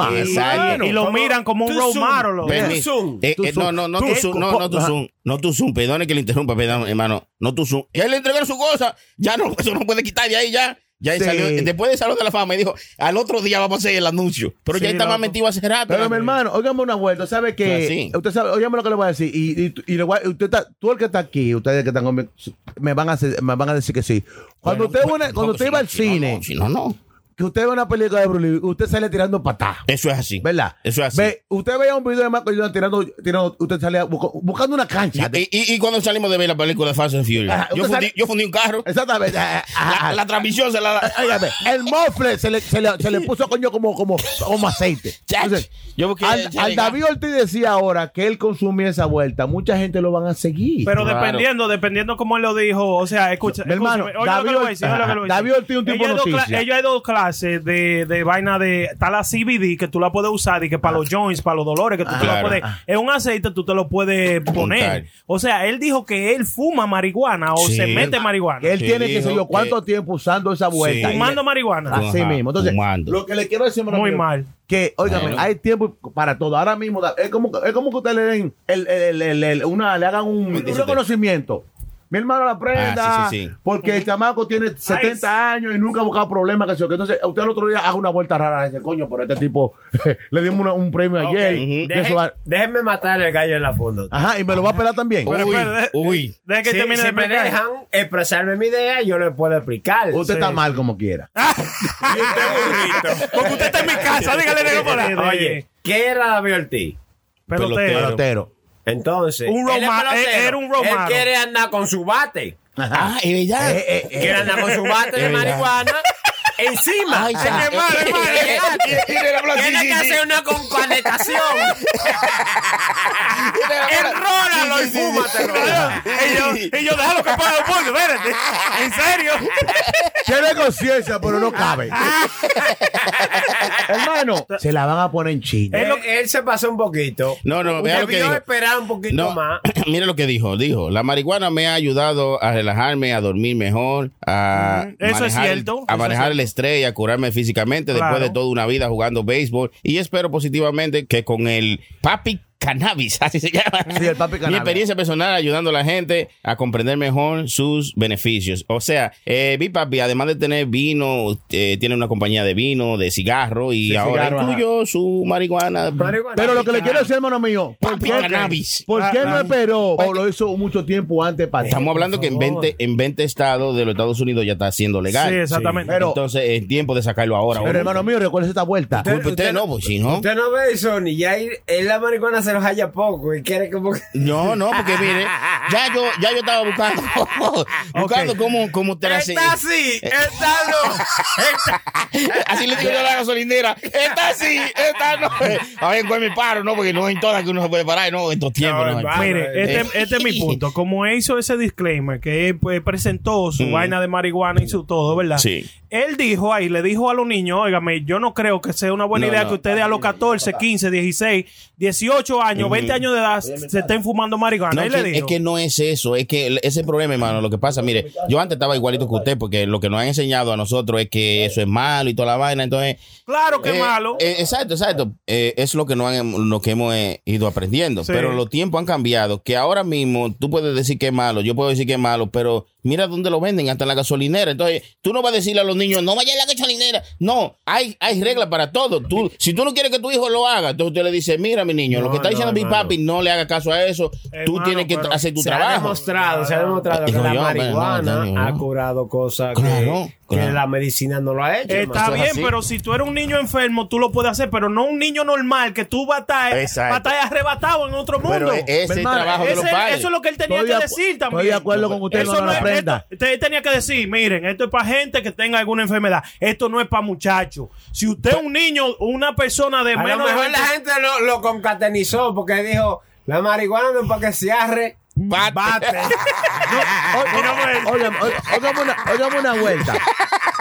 Speaker 5: fama,
Speaker 4: Y-
Speaker 2: exacto.
Speaker 4: Y, lo
Speaker 6: Como-
Speaker 4: miran como un
Speaker 6: Tú
Speaker 4: role
Speaker 6: zoom,
Speaker 4: model, loco.
Speaker 2: Permi-
Speaker 6: Zoom.
Speaker 2: Eh,
Speaker 5: Tu
Speaker 2: eh,
Speaker 5: Zoom.
Speaker 2: no, no, no
Speaker 5: Tu-
Speaker 2: tu Zoom, no, no tu
Speaker 5: Ajá.
Speaker 2: Zoom, no tu Zoom, perdone que le interrumpa, perdón, hermano, no tu Zoom. Ya le entregaron su cosa, ya no, eso no puede quitar de ahí ya. Ya ahí
Speaker 5: Sí.
Speaker 2: salió, después del Salón de la Fama, y dijo, al otro día vamos a hacer el anuncio. Pero ya
Speaker 4: Sí,
Speaker 2: estaba
Speaker 4: loco.
Speaker 2: metido hace rato.
Speaker 5: Pero mi hermano, óigame una vuelta,
Speaker 2: Pues
Speaker 5: ¿sabe que
Speaker 2: Así.
Speaker 5: Usted sabe, óigame lo que le voy a decir. Y, y- y le voy a- usted está- tú el que está aquí, ustedes que están conmigo, me van a, hacer- me van a decir que sí.
Speaker 2: Bueno,
Speaker 5: Cuando usted, va a una-
Speaker 2: bueno,
Speaker 5: cuando
Speaker 2: si
Speaker 5: usted
Speaker 2: no,
Speaker 5: va al
Speaker 2: si no,
Speaker 5: cine,
Speaker 2: no, si no, no.
Speaker 5: que usted ve una película de Bruce Lee, usted sale tirando patadas.
Speaker 2: Eso es así.
Speaker 5: ¿Verdad?
Speaker 2: Eh, Eso es así.
Speaker 5: Ve, usted veía un video de Marco Jordan tirando, tirando, usted salía busco- buscando una cancha.
Speaker 2: Y, y- y cuando salimos de ver la película de Fast and Furious,
Speaker 5: Ajá,
Speaker 2: yo
Speaker 5: usted
Speaker 2: fundí,
Speaker 5: sale-
Speaker 2: yo fundí un carro,
Speaker 5: Exactamente. Ah, ah, ah.
Speaker 2: la, la transmisión se la...
Speaker 5: Óigame, el mofle se le, se le- se le puso coño como, como, como aceite.
Speaker 2: Chach,
Speaker 5: Entonces,
Speaker 2: yo busqué-
Speaker 5: al,
Speaker 2: ya
Speaker 5: al
Speaker 2: llegaba.
Speaker 5: David Ortiz decía ahora que él consumía esa vuelta, mucha gente lo van a seguir.
Speaker 4: Pero
Speaker 2: Claro.
Speaker 4: dependiendo, dependiendo cómo él lo dijo, o sea, escucha,
Speaker 5: Mi hermano,
Speaker 4: escúchame, oye lo que
Speaker 5: David
Speaker 4: le voy a decir, oye lo que le voy a
Speaker 5: Ortiz-
Speaker 4: decir.
Speaker 5: David Ortiz, un tipo
Speaker 4: Ellos hay dos
Speaker 5: noticia.
Speaker 4: cla- ellos hay dos clases de, de vaina de, está la CBD que tú la puedes usar y que para los joints, para los dolores, que tú te la
Speaker 2: Claro.
Speaker 4: puedes, es un aceite tú te lo puedes poner. O sea, él dijo que él fuma marihuana o
Speaker 2: Sí.
Speaker 4: se mete marihuana.
Speaker 5: que él
Speaker 2: Sí,
Speaker 5: tiene, que sé
Speaker 2: dijo
Speaker 5: yo, cuánto tiempo usando esa vuelta.
Speaker 2: Sí.
Speaker 5: Y-
Speaker 4: Fumando marihuana.
Speaker 5: Así
Speaker 2: Ajá,
Speaker 5: mismo. Entonces,
Speaker 2: fumando.
Speaker 5: lo que le quiero decir, hermano
Speaker 4: Muy
Speaker 5: mío,
Speaker 4: mal.
Speaker 5: Que, óigame,
Speaker 2: Bueno.
Speaker 5: hay tiempo para todo. Ahora mismo, da- es como, es como que usted le den el, el- el- el- una, le hagan un, un reconocimiento. Mi hermano la prenda,
Speaker 2: Ah, sí, sí, sí.
Speaker 5: porque el chamaco tiene 70 años y nunca ha buscado problemas. Que sé yo qué. Entonces, usted el otro día haga una vuelta rara. Dice, coño, pero este tipo [laughs] le dimos una- un premio
Speaker 6: Ok,
Speaker 5: ayer.
Speaker 6: ujú.
Speaker 5: y
Speaker 6: Deje-
Speaker 5: eso va- Ah,
Speaker 6: Déjenme matar el gallo en la funda.
Speaker 5: Ajá, y me lo va a pelar también.
Speaker 2: Uy,
Speaker 4: espera,
Speaker 2: uy.
Speaker 4: Deja que
Speaker 6: si
Speaker 4: termine
Speaker 6: si
Speaker 4: de
Speaker 6: me
Speaker 4: explicar.
Speaker 6: dejan expresarme mi idea, yo le puedo explicar.
Speaker 5: Usted
Speaker 6: Sí.
Speaker 5: está mal como quiera.
Speaker 13: Porque usted está en mi casa, dígale negro por
Speaker 6: [laughs]
Speaker 13: ahí.
Speaker 6: Oye, ¿qué era David Ortiz?
Speaker 4: Pelotero.
Speaker 5: Pelotero.
Speaker 6: Entonces,
Speaker 4: Un
Speaker 6: él es
Speaker 4: Roma-
Speaker 6: pelotero.
Speaker 13: eh,
Speaker 4: él era un romano.
Speaker 6: Él quiere andar con su bate.
Speaker 2: Ah, es verdad.
Speaker 5: Eh, eh, eh.
Speaker 6: Quiere andar con su bate
Speaker 2: [laughs]
Speaker 6: de
Speaker 2: Es verdad.
Speaker 6: marihuana. Encima.
Speaker 2: Ay, ya.
Speaker 6: [laughs] Tiene que hacer una companetación. Enrólalo y fúmatelo.
Speaker 13: Y yo, y yo déjalo que pague el pollo, espérate. En serio.
Speaker 5: Tiene conciencia, pero
Speaker 6: [laughs]
Speaker 5: no cabe. Hermano, se la van a poner en China.
Speaker 6: Él, él se pasó un poquito.
Speaker 2: No, no, vea lo que
Speaker 6: Debió
Speaker 2: dijo.
Speaker 6: esperar un poquito
Speaker 2: [laughs] No, [clears throat]
Speaker 6: más.
Speaker 2: mire lo que dijo. Dijo, la marihuana me ha ayudado a relajarme, a dormir mejor, a
Speaker 4: Ujú, eso es
Speaker 2: manejar,
Speaker 4: cierto,
Speaker 2: a
Speaker 4: eso
Speaker 2: manejar
Speaker 4: es
Speaker 2: el estrés y a curarme físicamente después
Speaker 4: Claro.
Speaker 2: de toda una vida jugando béisbol. Y espero positivamente que con el papi cannabis, [laughs] así se llama.
Speaker 5: Sí, el papi
Speaker 2: Mi
Speaker 5: cannabis.
Speaker 2: experiencia personal ayudando a la gente a comprender mejor sus beneficios. O sea, eh, mi papi, además de tener vino, eh, tiene una compañía de vino, de cigarro y
Speaker 5: De
Speaker 2: ahora
Speaker 5: cigarro, ajá.
Speaker 2: incluyó su marihuana.
Speaker 6: Marihuana.
Speaker 5: Pero lo que le quiero decir, hermano mío, ¿por
Speaker 2: Papi
Speaker 5: qué,
Speaker 2: cannabis.
Speaker 5: ¿por qué no esperó o lo hizo mucho tiempo antes para
Speaker 2: Ah, Estamos hablando que en 20, en 20 estados de los Estados Unidos ya está siendo legal.
Speaker 4: Sí, exactamente.
Speaker 5: Sí. pero-
Speaker 2: Entonces es tiempo de sacarlo ahora.
Speaker 5: Pero
Speaker 2: hombre.
Speaker 5: hermano mío, recuerda esta vuelta.
Speaker 2: Culpa usted, no, pues si no.
Speaker 6: Usted no ve, Sony, ya ahí- él la marihuana se los haya poco y quiere como que...
Speaker 4: [laughs]
Speaker 2: No, no, porque mire, ya yo, ya yo estaba buscando, [laughs] buscando cómo, cómo te la
Speaker 13: Está así, está
Speaker 2: [laughs]
Speaker 13: no. Está-
Speaker 2: Así le digo yo a la gasolinera. Esta sí, esta no. [laughs] A ver, ¿cuál me paro? No, porque no en todas que uno se puede parar, no, en estos tiempos. no,
Speaker 4: Mire,
Speaker 2: Eh,
Speaker 4: este, este es mi punto. Como él hizo ese disclaimer que pues, presentó su
Speaker 2: Mm.
Speaker 4: vaina de marihuana y su todo, ¿verdad?
Speaker 2: Sí.
Speaker 4: Él dijo ahí, le dijo a los niños, óigame, yo no creo que sea una buena
Speaker 2: No,
Speaker 4: idea
Speaker 2: no.
Speaker 4: que ustedes a los 14, 15, 16, 18 años,
Speaker 2: Ujú.
Speaker 4: 20 años de edad se estén fumando marihuana.
Speaker 2: No,
Speaker 4: Él
Speaker 2: que-
Speaker 4: le
Speaker 2: es
Speaker 4: dijo.
Speaker 2: que no es eso, es que el- ese problema, hermano, lo que pasa, mire, yo antes estaba igualito que usted, porque lo que nos han enseñado a nosotros es que eso es malo y toda la vaina, entonces...
Speaker 4: Claro que
Speaker 2: eh,
Speaker 4: malo.
Speaker 2: eh, exacto, exacto. Eh, es lo que, no han, lo que hemos eh, ido aprendiendo,
Speaker 4: Sí.
Speaker 2: pero los tiempos han cambiado, que ahora mismo tú puedes decir que es malo, yo puedo decir que es malo, pero mira dónde lo venden, hasta en la gasolinera, entonces tú no vas a decirle a los niños, no vayan a la gasolinera, no, hay, hay reglas para todo, tú, si tú no quieres que tu hijo lo haga, entonces usted le dice, mira mi niño, lo que está
Speaker 6: no,
Speaker 2: diciendo mi
Speaker 6: hermano.
Speaker 2: papi, no le haga caso a eso, tú tienes que hacer tu
Speaker 6: se Ha
Speaker 2: trabajo.
Speaker 6: demostrado, se ha demostrado que
Speaker 2: Digo
Speaker 6: la
Speaker 2: yo, hombre,
Speaker 6: marihuana
Speaker 2: no, no, no.
Speaker 6: ha curado cosas
Speaker 2: Claro,
Speaker 6: que, que la medicina no lo ha hecho.
Speaker 4: Está
Speaker 6: hermano.
Speaker 4: bien, pero si tú eres un niño enfermo, tú lo puedes hacer, pero no un niño normal que tú vas a estar, vas a estar arrebatado en otro mundo.
Speaker 2: Pero e- ese es el
Speaker 4: Hermano,
Speaker 2: trabajo de
Speaker 4: ese-
Speaker 2: los padres.
Speaker 4: Eso es lo que él tenía
Speaker 5: Estoy
Speaker 4: que
Speaker 5: de acu-
Speaker 4: decir también.
Speaker 5: estoy de acuerdo con usted,
Speaker 4: Eso
Speaker 5: hermano,
Speaker 4: es-
Speaker 5: aprenda.
Speaker 4: esto- Usted tenía que decir, miren, esto es para gente que tenga alguna enfermedad. Esto no es para muchachos. Si usted es un niño, una persona de
Speaker 6: A lo
Speaker 4: menos de
Speaker 6: mejor
Speaker 4: 20
Speaker 6: la gente lo, lo concatenizó porque dijo, la marihuana no es para que se arre,
Speaker 2: bate. Ah,
Speaker 5: Óigame, óigame, óigame una- óigame una vuelta.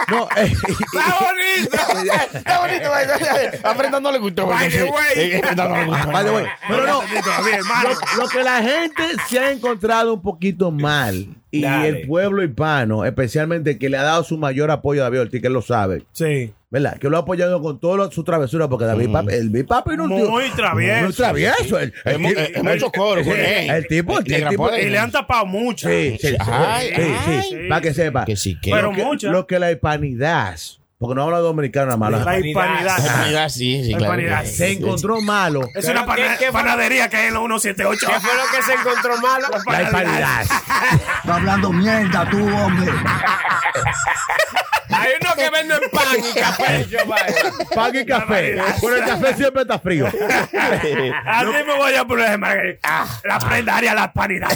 Speaker 5: No, eh,
Speaker 13: Está bonito. Está bonito.
Speaker 2: A Brenda no le gustó.
Speaker 13: By the way.
Speaker 5: Ah, By the way. Pero no, lo, lo que la gente se ha encontrado un poquito mal y
Speaker 6: Dale.
Speaker 5: el pueblo hispano, especialmente que le ha dado su mayor apoyo a David Ortiz, que él lo sabe.
Speaker 4: Sí.
Speaker 5: ¿Verdad? Que lo ha apoyado con todas sus travesuras, porque
Speaker 2: Mm.
Speaker 5: David Papi, el Big Papi no es un tío-
Speaker 4: Muy travieso.
Speaker 5: Muy travieso. El, el
Speaker 2: Es mu-
Speaker 5: tipo-
Speaker 2: es mucho coro con
Speaker 5: [laughs]
Speaker 2: él.
Speaker 5: El tipo, el
Speaker 2: Le grapó
Speaker 5: tipo.
Speaker 2: de-
Speaker 4: y le han tapado mucho.
Speaker 5: Sí, sí, sí,
Speaker 2: eh, Ay,
Speaker 5: sí,
Speaker 2: ay.
Speaker 5: sí, para que sepa.
Speaker 2: Que sí, que-
Speaker 5: Lo
Speaker 4: Pero
Speaker 5: que-
Speaker 4: muchas.
Speaker 5: Lo que la hispanidad, porque no habla dominicano nada más.
Speaker 4: La
Speaker 5: la-
Speaker 4: hispanidad.
Speaker 2: La hispanidad, sí, sí,
Speaker 4: La
Speaker 2: claro.
Speaker 4: hispanidad.
Speaker 5: Se
Speaker 4: [laughs]
Speaker 5: encontró malo.
Speaker 4: Es una
Speaker 6: ¿Qué-
Speaker 4: pana-
Speaker 6: qué fue lo-
Speaker 4: panadería que hay en la 178.
Speaker 6: ¿Qué fue lo que se encontró malo?
Speaker 5: La hispanidad.
Speaker 12: Está hablando mierda tú, hombre.
Speaker 6: Hay uno que vende pan y café. yo, vaya.
Speaker 5: Pan y café. Pero el café siempre
Speaker 4: [laughs]
Speaker 5: está frío.
Speaker 4: Así me voy a poner Margarita. la prendaria, la hispanidad.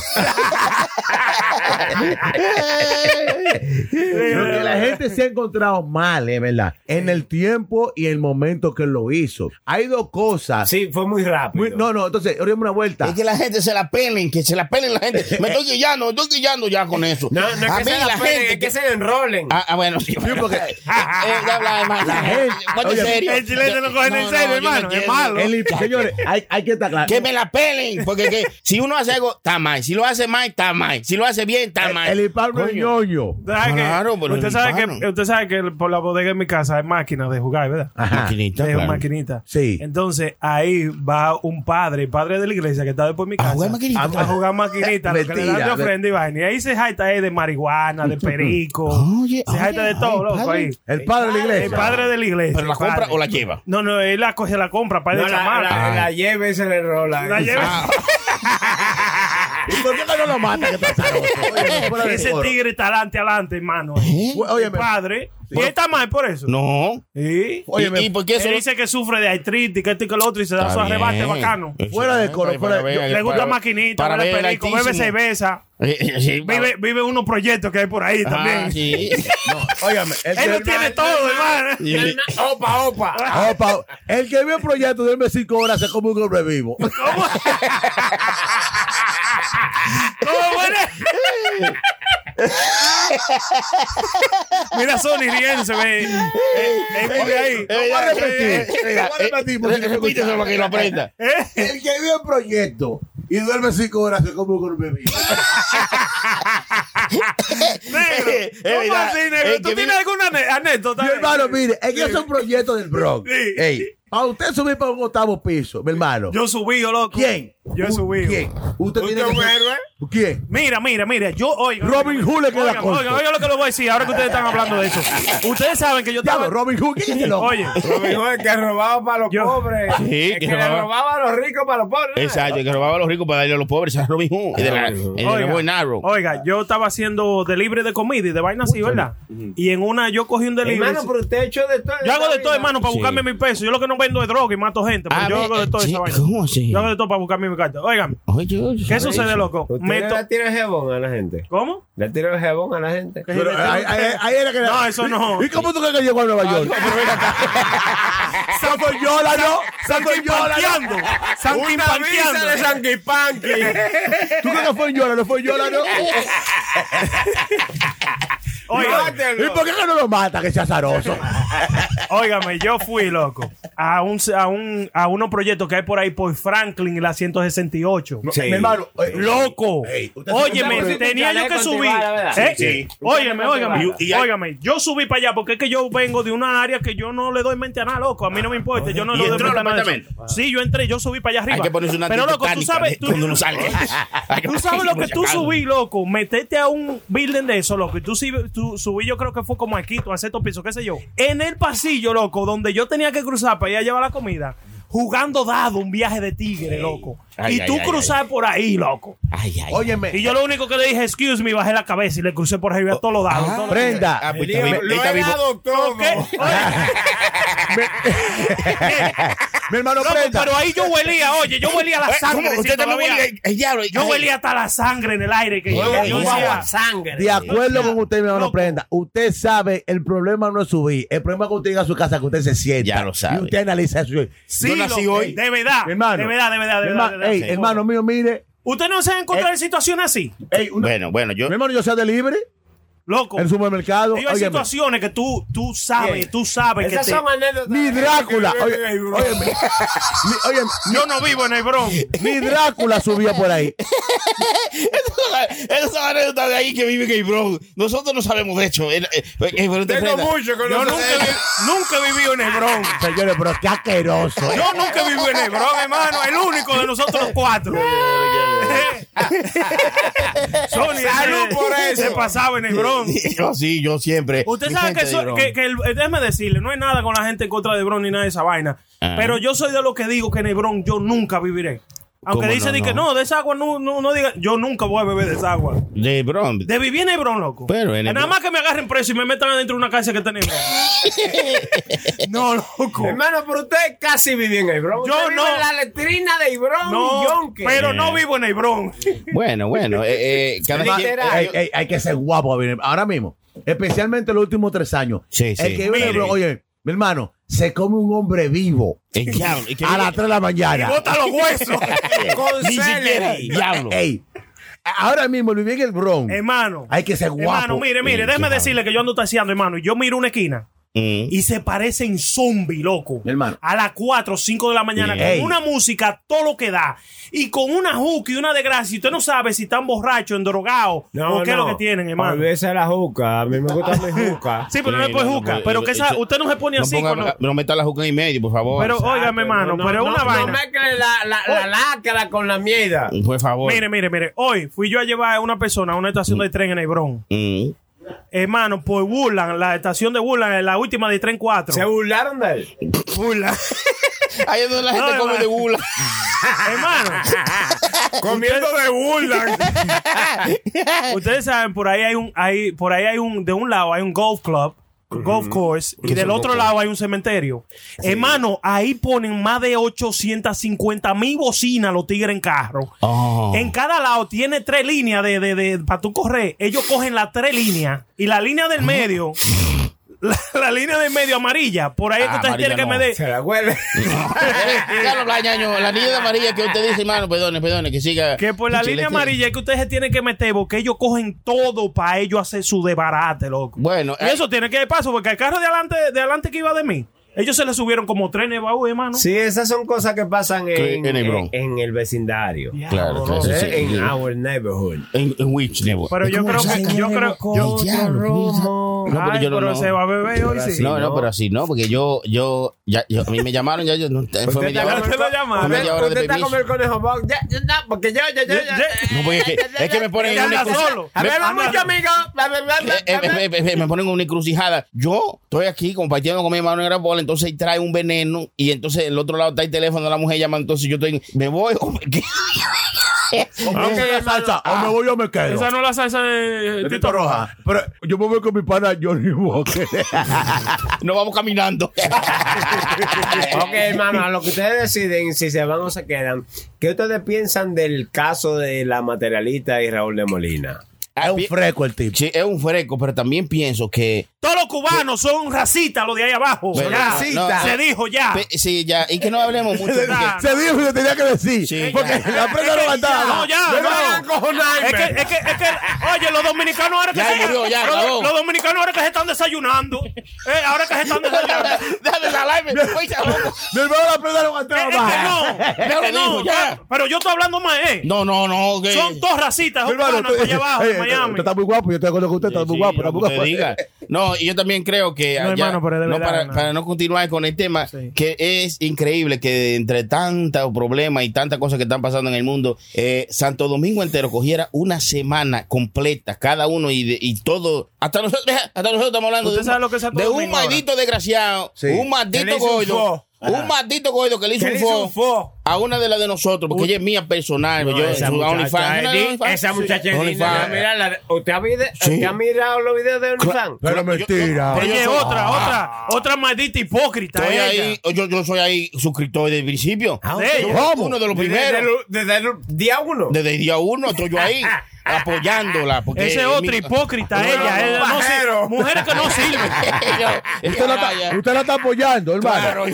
Speaker 5: Lo que la gente se ha encontrado mal, es verdad. En el tiempo y el momento que lo hizo. Hay dos cosas.
Speaker 6: Sí, fue muy rápido.
Speaker 5: Muy- no, no, entonces, ahora una vuelta.
Speaker 2: Es que la gente se la pelen, que se la pelen la gente. Me estoy guillando, me estoy guillando ya con eso.
Speaker 6: No, no es
Speaker 2: a
Speaker 6: que
Speaker 2: mí
Speaker 6: se la, pelen, es que se la enrolen.
Speaker 2: Ah, ah, bueno, sí, bueno.
Speaker 5: porque-
Speaker 2: [laughs] Eh, ya habla de más.
Speaker 5: La gente-
Speaker 2: Ponte
Speaker 5: Oye,
Speaker 2: serio.
Speaker 4: el chileno lo cogen en
Speaker 2: No, no,
Speaker 4: serio,
Speaker 2: yo
Speaker 4: hermano,
Speaker 2: no
Speaker 4: es
Speaker 2: quiero.
Speaker 4: malo.
Speaker 5: El- señores, hay, hay que estar claro.
Speaker 2: Que me la pelen, porque que, si uno hace algo, está mal. Si lo hace mal, está mal. Si lo hace bien, está mal.
Speaker 5: El hispano es
Speaker 2: Coño.
Speaker 5: ñoño.
Speaker 4: ¿Sabe que-
Speaker 2: Claro, pero
Speaker 4: usted, sabe
Speaker 2: hermano.
Speaker 4: que, usted sabe que el- por la bodega en mi casa hay máquinas de jugar, ¿verdad?
Speaker 5: Ajá.
Speaker 2: Maquinita,
Speaker 4: de
Speaker 2: Ah, claro.
Speaker 4: maquinita.
Speaker 5: Sí.
Speaker 4: Entonces ahí va un padre, el padre de la iglesia que está después de mi casa.
Speaker 2: jugar maquinita.
Speaker 4: A a jugar maquinita, lo que le dan de
Speaker 5: Mentira.
Speaker 4: ofrenda y vaina. Y ahí se jata eh, de marihuana, de perico.
Speaker 2: Oye,
Speaker 4: se jata
Speaker 2: oye,
Speaker 4: de todo,
Speaker 2: ay,
Speaker 4: loco,
Speaker 2: padre.
Speaker 4: ahí.
Speaker 5: El padre de la iglesia.
Speaker 4: El padre de la iglesia.
Speaker 2: ¿Pero la
Speaker 4: el
Speaker 2: compra
Speaker 4: padre.
Speaker 2: o la lleva?
Speaker 4: No, no, él la coge la compra, padre
Speaker 6: No,
Speaker 4: de
Speaker 6: la,
Speaker 4: chamaco.
Speaker 6: la, la lleve y se la enrola.
Speaker 4: La
Speaker 6: [laughs]
Speaker 4: lleva-
Speaker 2: Ah,
Speaker 5: ¿Y por qué no lo mata? que está sabroso? Oye, fuera de
Speaker 4: Ese
Speaker 5: coro.
Speaker 4: tigre está adelante, adelante, hermano.
Speaker 5: Oye,
Speaker 4: El padre. Y él está mal por eso.
Speaker 2: No.
Speaker 4: Sí.
Speaker 2: Oye,
Speaker 5: Óyeme,
Speaker 2: ¿Y, y por qué eso?
Speaker 4: Él dice que sufre de artritis, que esto y que lo otro, y se da
Speaker 2: Está
Speaker 4: su arrebate
Speaker 2: bien.
Speaker 4: bacano.
Speaker 5: Fuera de coro,
Speaker 2: Para-
Speaker 5: fuera de-
Speaker 2: para ver-
Speaker 4: Le gusta
Speaker 2: para-
Speaker 4: maquinita,
Speaker 2: para
Speaker 4: bebe
Speaker 2: ver el
Speaker 4: perico, bebe
Speaker 2: altísimo.
Speaker 4: cerveza.
Speaker 2: Eh, eh, [laughs] sí,
Speaker 4: Vive, vive unos proyectos que hay por ahí
Speaker 2: Ah,
Speaker 4: también.
Speaker 5: [laughs]
Speaker 2: sí.
Speaker 5: Óigame, el
Speaker 4: Él lo
Speaker 5: que-
Speaker 4: tiene todo, hermano.
Speaker 2: Y el-
Speaker 6: Opa, opa.
Speaker 5: Opa, el que vio el proyecto duerme cinco horas, se come un hombre vivo.
Speaker 4: ¿Cómo bueno? Mira Sony
Speaker 2: [laughs]
Speaker 4: riéndose, ve. Él- Él vive ahí.
Speaker 2: Eh, ya,
Speaker 5: a repetir.
Speaker 2: eh, eh,
Speaker 5: Lo voy a
Speaker 2: eh,
Speaker 5: repetir,
Speaker 2: eh,
Speaker 5: porque no me
Speaker 2: repíteselo para que lo
Speaker 4: [laughs]
Speaker 2: aprenda.
Speaker 4: Eh,
Speaker 5: El que vio el proyecto y duerme cinco horas, se come un hombre vivo.
Speaker 4: Negro,
Speaker 2: Eh,
Speaker 4: ¿Cómo
Speaker 2: mira,
Speaker 4: así,
Speaker 2: eh,
Speaker 4: negro? ¿Tú
Speaker 2: que
Speaker 4: tienes
Speaker 2: vi-
Speaker 4: alguna ane- anécdota?
Speaker 5: Mi hermano, mire, es que es un proyecto del Bronx.
Speaker 4: Sí.
Speaker 5: Ey, para usted subir para un octavo piso, mi hermano.
Speaker 4: Yo subí, yo loco.
Speaker 5: ¿Quién?
Speaker 13: Yo he subido.
Speaker 5: ¿Quién? ¿Usted tiene
Speaker 13: es
Speaker 5: que
Speaker 13: un
Speaker 5: ser-
Speaker 13: héroe?
Speaker 5: ¿Quién?
Speaker 4: Mira, mira, mira, yo oiga.
Speaker 5: Robin Hood le queda
Speaker 4: Oigan,
Speaker 5: corto.
Speaker 4: oigan, oigan lo que les voy a decir ahora que ustedes están hablando de eso. [laughs] Ustedes saben que yo estaba.
Speaker 5: Robin Hood, ¿quién es ese loco?
Speaker 4: Oye,
Speaker 6: Robin Hood es que robaba para los pobres.
Speaker 2: Sí,
Speaker 6: Es
Speaker 2: que
Speaker 6: que le
Speaker 2: robaba.
Speaker 6: robaba a los ricos para los pobres.
Speaker 2: Exacto, que robaba a los ricos para darle a los pobres. Ese es Robin Hood. El de la- el de la
Speaker 4: Oiga,
Speaker 2: Boy Narrow.
Speaker 4: oiga, yo estaba haciendo delivery de comida y de vaina así, ¿verdad? Y en una yo cogí un delivery.
Speaker 6: Hermano, pero usted ha hecho de todo. en
Speaker 4: Yo hago
Speaker 6: esta
Speaker 4: de todo,
Speaker 6: vida.
Speaker 4: hermano, para
Speaker 6: Sí.
Speaker 4: buscarme mi peso. Yo lo que no vendo es droga y mato gente,
Speaker 2: Ah,
Speaker 4: pero
Speaker 6: A
Speaker 4: yo
Speaker 6: ver,
Speaker 4: hago de todo
Speaker 6: eh,
Speaker 4: esa
Speaker 6: sí,
Speaker 4: vaina.
Speaker 6: ¿cómo así?
Speaker 4: Yo hago de todo para buscarme mi carta. Oigan, ¿qué sucede, loco?
Speaker 6: ¿Usted
Speaker 4: Me to-
Speaker 6: le tira jebón a la gente?
Speaker 4: ¿Cómo?
Speaker 6: ¿Le tira el jebón a la gente?
Speaker 5: Pero ahí- ahí- ahí era que-
Speaker 4: No, eso
Speaker 6: [laughs]
Speaker 4: no.
Speaker 5: ¿Y y cómo tú crees que llegó a Nueva York? [laughs] Santo Yola, ¿no? Santo Yola.
Speaker 13: Panqueando. Sanky
Speaker 5: Una
Speaker 13: panqueando.
Speaker 5: visa de ¿Tú crees que fue en Yola? ¿No fue en Yola, no?
Speaker 4: Oigan,
Speaker 5: ¿Y por qué que no lo mata, que sea azaroso?
Speaker 4: [laughs] Óigame, yo fui, loco, a un, a un a unos proyectos que hay por ahí por Franklin y la 168.
Speaker 5: Sí. mi hermano, eh,
Speaker 4: loco.
Speaker 5: Ey, usted se
Speaker 4: óyeme,
Speaker 5: puso un
Speaker 4: tenía yo
Speaker 5: chaleco
Speaker 4: que subir.
Speaker 5: antibala, ¿verdad?
Speaker 4: ¿eh?
Speaker 5: Sí, sí.
Speaker 4: Óyeme,
Speaker 5: Un chaleco
Speaker 4: óigame.
Speaker 5: antibala. Y- y hay-
Speaker 4: óigame, yo subí para allá porque es que yo vengo de una área que yo no le doy mente a nada, loco. A mí
Speaker 5: Ah,
Speaker 4: no me importa. Yo no
Speaker 2: ¿Y
Speaker 4: le doy
Speaker 2: entró
Speaker 4: mente a
Speaker 2: al
Speaker 4: nada. de eso.
Speaker 2: apartamento?
Speaker 4: Sí, yo entré, yo subí para allá arriba.
Speaker 2: Hay que ponerse una
Speaker 4: Pero, loco, tú
Speaker 2: antitetánica
Speaker 4: sabes.
Speaker 2: de- cuando uno
Speaker 4: [laughs]
Speaker 2: salga. Hay Ah, que
Speaker 4: Tú sabes lo que
Speaker 2: ponerse
Speaker 4: tú
Speaker 2: calmo.
Speaker 4: subí, loco. Metete a un building de eso, loco. Y tú, sí- tú subí, yo creo que fue como aquí, tú a sexto piso, qué sé yo. En el pasillo, loco, donde yo tenía que cruzar para ir a llevar la comida, jugando dado un viaje de tigre, loco.
Speaker 2: Ay,
Speaker 4: y
Speaker 2: ay,
Speaker 4: tú
Speaker 2: ay,
Speaker 4: cruzar por ahí, loco.
Speaker 5: Óyeme.
Speaker 4: Y yo lo único que le dije, excuse me, y bajé la cabeza y le crucé por arriba todos los dados. todos los-
Speaker 5: Brenda.
Speaker 2: Ah, pues está vivo. Está vivo.
Speaker 13: todo.
Speaker 5: Mi hermano
Speaker 4: Loco,
Speaker 5: Brenda.
Speaker 4: pero ahí yo huelía, oye, yo huelía la
Speaker 2: Eh, ¿Cómo?
Speaker 4: sangre. sí,
Speaker 2: Usted también
Speaker 4: todavía.
Speaker 2: huele el- el diablo. eh,
Speaker 4: Yo huelía hasta la sangre en el aire. Que yo,
Speaker 5: Huele
Speaker 4: yo
Speaker 5: guau,
Speaker 4: decía,
Speaker 6: sangre.
Speaker 5: De acuerdo con usted, mi hermano Prenda, usted sabe, el problema no es subir, el problema es que usted llega a su casa, que usted se sienta.
Speaker 2: Ya lo sabe.
Speaker 5: Y usted analiza eso.
Speaker 4: Sí, loco, De verdad,
Speaker 5: Mi hermano.
Speaker 4: de verdad, de verdad, de
Speaker 5: Mi
Speaker 4: verdad.
Speaker 5: herma-
Speaker 4: de verdad.
Speaker 5: ey,
Speaker 4: Sí.
Speaker 5: hermano eh, mío, mire.
Speaker 4: Usted no se ha encontrado en situaciones así,
Speaker 5: ey, una-
Speaker 2: Bueno, bueno, yo.
Speaker 5: Mi hermano, yo sea de libre,
Speaker 4: loco.
Speaker 5: en el supermercado.
Speaker 4: Digo, hay
Speaker 5: óyeme,
Speaker 4: situaciones que tú, tú sabes, tú sabes pues, que
Speaker 6: Esas
Speaker 4: te...
Speaker 6: son anécdotas.
Speaker 5: ni Drácula. oye- óyeme, [laughs] ni, óyeme,
Speaker 4: Yo no vivo en el Bronx.
Speaker 5: ni Drácula subía por ahí.
Speaker 2: Esas son anécdotas de ahí que vive Gay Bro. Nosotros no sabemos de hecho. Eh, eh, eh, pero te
Speaker 13: Tengo
Speaker 2: prenda.
Speaker 13: mucho con
Speaker 4: Yo
Speaker 13: los
Speaker 4: nunca, vi- nunca he vivido en el Bronx.
Speaker 5: Señores, pero qué asqueroso. eh.
Speaker 4: Yo nunca he vivido en el Bronx, hermano. El único de nosotros [laughs] cuatro. Sony,
Speaker 13: Salud
Speaker 4: eh,
Speaker 13: por eso.
Speaker 4: Se pasaba en el Bronx.
Speaker 2: Yo sí, yo siempre.
Speaker 4: Usted
Speaker 2: Mi
Speaker 4: sabe
Speaker 2: gente
Speaker 4: que,
Speaker 2: de
Speaker 4: soy-
Speaker 2: Bronx.
Speaker 4: que, que el- eh, déjeme decirle, no es nada con la gente en contra de Bron ni nada de esa vaina.
Speaker 2: Ah.
Speaker 4: Pero yo soy de los que digo que en el Bron yo nunca viviré. Aunque
Speaker 2: ¿Cómo
Speaker 4: dice
Speaker 2: no,
Speaker 4: de que
Speaker 2: no?
Speaker 4: no, de esa agua no, no, no diga, yo nunca voy a beber de esa agua.
Speaker 2: De Bronx.
Speaker 4: De vivir en el Bron, loco. Eh,
Speaker 2: Pero en el
Speaker 4: Nada
Speaker 2: Bronx.
Speaker 4: más que me agarren preso y me metan adentro de una casa que tenemos.
Speaker 2: [laughs]
Speaker 4: no, loco.
Speaker 6: Hermano, pero usted casi vive en el Bronx.
Speaker 4: Yo
Speaker 6: Usted vive
Speaker 4: no.
Speaker 6: En la letrina de Ibrón y
Speaker 4: No,
Speaker 6: Yonke.
Speaker 4: pero no
Speaker 2: Eh.
Speaker 4: vivo en el Bron. [laughs]
Speaker 2: Bueno, bueno. eh, eh, cada quien-
Speaker 6: Literal.
Speaker 5: Ey, ey, hay que ser guapo Abinel. ahora mismo. Especialmente los últimos tres años.
Speaker 2: Sí, sí.
Speaker 5: El que vive,
Speaker 2: Mire.
Speaker 5: oye, mi hermano, se come un hombre vivo
Speaker 2: el diablo. el que
Speaker 5: a
Speaker 2: vive-
Speaker 5: las 3 de la mañana.
Speaker 4: Bota los
Speaker 2: [laughs]
Speaker 4: huesos.
Speaker 6: Con
Speaker 2: Ni siquiera.
Speaker 6: celery.
Speaker 2: Diablo.
Speaker 5: [laughs] Ey, ahora mismo, el vivir en el Bronx,
Speaker 4: hermano.
Speaker 5: hay que ser guapo.
Speaker 4: Em, Hermano, mire, mire, déjeme
Speaker 2: Claro.
Speaker 4: decirle que yo ando taseando, hermano. Y yo miro una esquina.
Speaker 2: Mm.
Speaker 4: y se parecen zombies, loco.
Speaker 5: Mi hermano.
Speaker 4: A las 4 o 5 de la mañana,
Speaker 5: Ey.
Speaker 4: con una música, todo lo que da. Y con una hook y una desgracia. Y usted no sabe si están borrachos, endrogados, o qué es lo que tienen, hermano.
Speaker 6: Olvídese de la juca. A mí me gusta mi juca.
Speaker 4: [laughs] Sí, pero no
Speaker 2: Sí,
Speaker 4: es pues
Speaker 2: no, no,
Speaker 4: juca.
Speaker 2: no,
Speaker 4: pero
Speaker 2: no,
Speaker 4: que esa-
Speaker 2: eso-
Speaker 4: usted no se pone
Speaker 2: No,
Speaker 4: así.
Speaker 2: ponga-
Speaker 4: cuando-
Speaker 2: no meta la juca en medio, por favor.
Speaker 4: pero, óigame, hermano,
Speaker 6: No,
Speaker 4: pero es
Speaker 6: no,
Speaker 4: una
Speaker 6: no
Speaker 4: vaina.
Speaker 6: mezcle la, la, la lacra con la mierda.
Speaker 2: por favor.
Speaker 4: Mire, mire, mire. Hoy fui yo a llevar a una persona a una estación de tren en Hebrón.
Speaker 2: Mm.
Speaker 4: Hermano, por Burlan, la estación de Burlan, la última de tren 4.
Speaker 6: Se burlaron de él.
Speaker 4: Burlan.
Speaker 2: Ahí es donde la gente
Speaker 4: No,
Speaker 2: come
Speaker 4: hermano.
Speaker 2: de [laughs]
Speaker 4: [laughs]
Speaker 2: bula.
Speaker 4: hermano.
Speaker 13: Comiendo de burla.
Speaker 4: Ustedes saben, por ahí hay un, hay, por ahí hay un, de un lado hay un golf club, golf course, y del otro lado hay un cementerio. Hermano, ahí ponen más de 850 mil bocinas los tigres en carro.
Speaker 2: Oh.
Speaker 4: En cada lado tiene tres líneas de, de, de, para tú correr. Ellos cogen las tres líneas y la línea del medio. [laughs] La, la línea del medio amarilla, por ahí es que
Speaker 2: Ah,
Speaker 4: ustedes tienen que
Speaker 6: [laughs]
Speaker 2: amarilla no.
Speaker 4: me dé.
Speaker 6: Se la [laughs] huele.
Speaker 2: Eh, ya lo habla, ñaño. La niña de amarilla que usted dice, hermano, perdone, perdone, que siga.
Speaker 4: Que por la
Speaker 2: Chile,
Speaker 4: línea
Speaker 2: que-
Speaker 4: amarilla es que ustedes se tienen que meter porque ellos cogen todo para ellos hacer su desbarate, loco.
Speaker 2: Bueno,
Speaker 4: Y
Speaker 2: eh,
Speaker 4: eso tiene que ir de paso porque el carro de adelante, de adelante que iba de mí, ellos se le subieron como tres nevados, eh, hermano.
Speaker 6: Sí, esas son cosas que pasan en,
Speaker 2: en el Bronx.
Speaker 6: en- en el vecindario.
Speaker 2: Claro, claro,
Speaker 6: Eh,
Speaker 2: sí, sí.
Speaker 6: En our neighborhood.
Speaker 2: En, en eh, Witch Never.
Speaker 4: Pero yo creo que yo creo
Speaker 6: Yo, yo, Romo. no.
Speaker 2: No, porque
Speaker 14: Ay,
Speaker 2: yo no-
Speaker 14: pero
Speaker 2: no.
Speaker 14: se va a beber hoy, sí.
Speaker 2: No, no, pero así no, porque yo, yo, ya, yo- a mí me llamaron ya, yo no, fue media hora. Fue media hora de
Speaker 6: Usted está
Speaker 2: permiso.
Speaker 6: como el conejo Bob. Ya, ya, ya, Porque yo, yo, yo, yo.
Speaker 2: No, porque es que, es que me ponen en una encrucijada.
Speaker 6: A ver,
Speaker 2: Me-
Speaker 6: mucho, amigo. La verdad.
Speaker 2: eh, eh, eh, eh, eh, me ponen en una encrucijada. Yo estoy aquí compartiendo con mi hermano en la bola, entonces él trae un veneno y entonces el otro lado está el teléfono de la mujer llamando, entonces yo estoy, me voy. [laughs] o me quedo.
Speaker 5: O me voy a salsa, o me voy o me quedo.
Speaker 4: Ah, Esa no es la salsa de
Speaker 5: De
Speaker 4: Tito Roja.
Speaker 5: Pero yo me voy con mi pana
Speaker 2: [laughs]
Speaker 5: Johnny Walker.
Speaker 2: Nos vamos caminando.
Speaker 6: Ok, hermano, a lo que ustedes deciden, si se van o se quedan, ¿qué ustedes piensan del caso de la materialista y Raúl de Molina?
Speaker 2: Es un
Speaker 5: fresco el tipo.
Speaker 2: [laughs] Sí, es un fresco, pero también pienso que
Speaker 4: Todos los cubanos son racistas, los de ahí abajo.
Speaker 2: Bueno,
Speaker 4: Ya,
Speaker 2: no.
Speaker 4: Se dijo ya.
Speaker 2: Pe- Sí, ya. Y que no [laughs] hablemos mucho.
Speaker 4: Se-
Speaker 5: Se dijo que lo tenía que decir. porque la prensa no mandaba.
Speaker 4: No, ya.
Speaker 5: Pero
Speaker 4: no.
Speaker 5: hagan cojonarme.
Speaker 4: Es que, es que, es que, oye, los dominicanos ahora que
Speaker 5: Ya,
Speaker 4: se
Speaker 5: murió, ya, acabó.
Speaker 4: los, los dominicanos ahora que se están desayunando. Eh, ahora que se están desayunando.
Speaker 2: Dale la live,
Speaker 5: Mi hermano la prensa no aguantaba más.
Speaker 4: no, pero no, ya, pero yo estoy hablando más, eh.
Speaker 2: No, no, no. que-
Speaker 4: Son dos racistas,
Speaker 5: Mi
Speaker 4: son
Speaker 5: hermano,
Speaker 4: cubanos, allá
Speaker 5: usted,
Speaker 4: abajo,
Speaker 5: [laughs] eh,
Speaker 4: en Miami.
Speaker 5: usted está muy guapo, yo estoy de acuerdo con usted, está muy guapo, está muy
Speaker 2: Usted
Speaker 5: guapo.
Speaker 2: diga. No, y yo también creo que
Speaker 5: No,
Speaker 2: allá-
Speaker 5: hermano, pero de
Speaker 2: no,
Speaker 5: verdad,
Speaker 2: para,
Speaker 5: no.
Speaker 2: para no continuar con el tema, que es increíble que entre tantos problemas y tantas cosas que están pasando en el mundo, eh, Santo Domingo entero cogiera una semana completa, cada uno y, de- y todo. Hasta nosotros, hasta nosotros estamos hablando
Speaker 4: ¿Usted
Speaker 2: de,
Speaker 4: sabe
Speaker 2: un,
Speaker 4: lo que es Santo
Speaker 2: de un
Speaker 4: Domingo ahora?
Speaker 2: maldito desgraciado,
Speaker 4: Sí.
Speaker 2: un
Speaker 4: Que le
Speaker 2: maldito
Speaker 4: hizo un
Speaker 2: goido.
Speaker 4: fo.
Speaker 2: Un
Speaker 4: Ajá.
Speaker 2: maldito goido que le hizo,
Speaker 4: Que
Speaker 2: un,
Speaker 4: le hizo
Speaker 2: fo
Speaker 4: un fo.
Speaker 2: a una de las de nosotros, porque ella es mía personal.
Speaker 6: No,
Speaker 2: yo,
Speaker 6: esa
Speaker 2: su
Speaker 6: muchacha
Speaker 2: OnlyFans,
Speaker 6: es
Speaker 2: ¿no?
Speaker 6: di-
Speaker 2: OnlyFans.
Speaker 6: esa muchacha es
Speaker 2: Sí.
Speaker 6: digna.
Speaker 2: OnlyFans.
Speaker 6: Mira, la- ¿Usted ha, vide- usted ha mirado los videos de OnlyFans?
Speaker 5: Pero mentira.
Speaker 4: Oye,
Speaker 2: yo soy-
Speaker 4: otra,
Speaker 2: Ah.
Speaker 4: otra, otra maldita hipócrita.
Speaker 2: Estoy
Speaker 4: ella.
Speaker 2: ahí, yo, yo soy ahí suscriptor desde el principio.
Speaker 4: ok.
Speaker 2: Yo fui
Speaker 4: ¿Cómo?
Speaker 2: Uno de los
Speaker 6: Desde-
Speaker 2: primeros.
Speaker 6: Desde, el día uno.
Speaker 2: Desde el día uno estoy yo [laughs] ahí apoyándola. Porque
Speaker 4: Esa es
Speaker 2: Eh, mi-
Speaker 4: otra hipócrita, ella. ella no sir- mujeres que
Speaker 2: [laughs]
Speaker 4: no sirven. Ah,
Speaker 2: Yo-
Speaker 5: Usted la,
Speaker 2: ya,
Speaker 5: está,
Speaker 2: ya.
Speaker 5: usted la está apoyando, hermano. Eh,
Speaker 2: Claro, yo-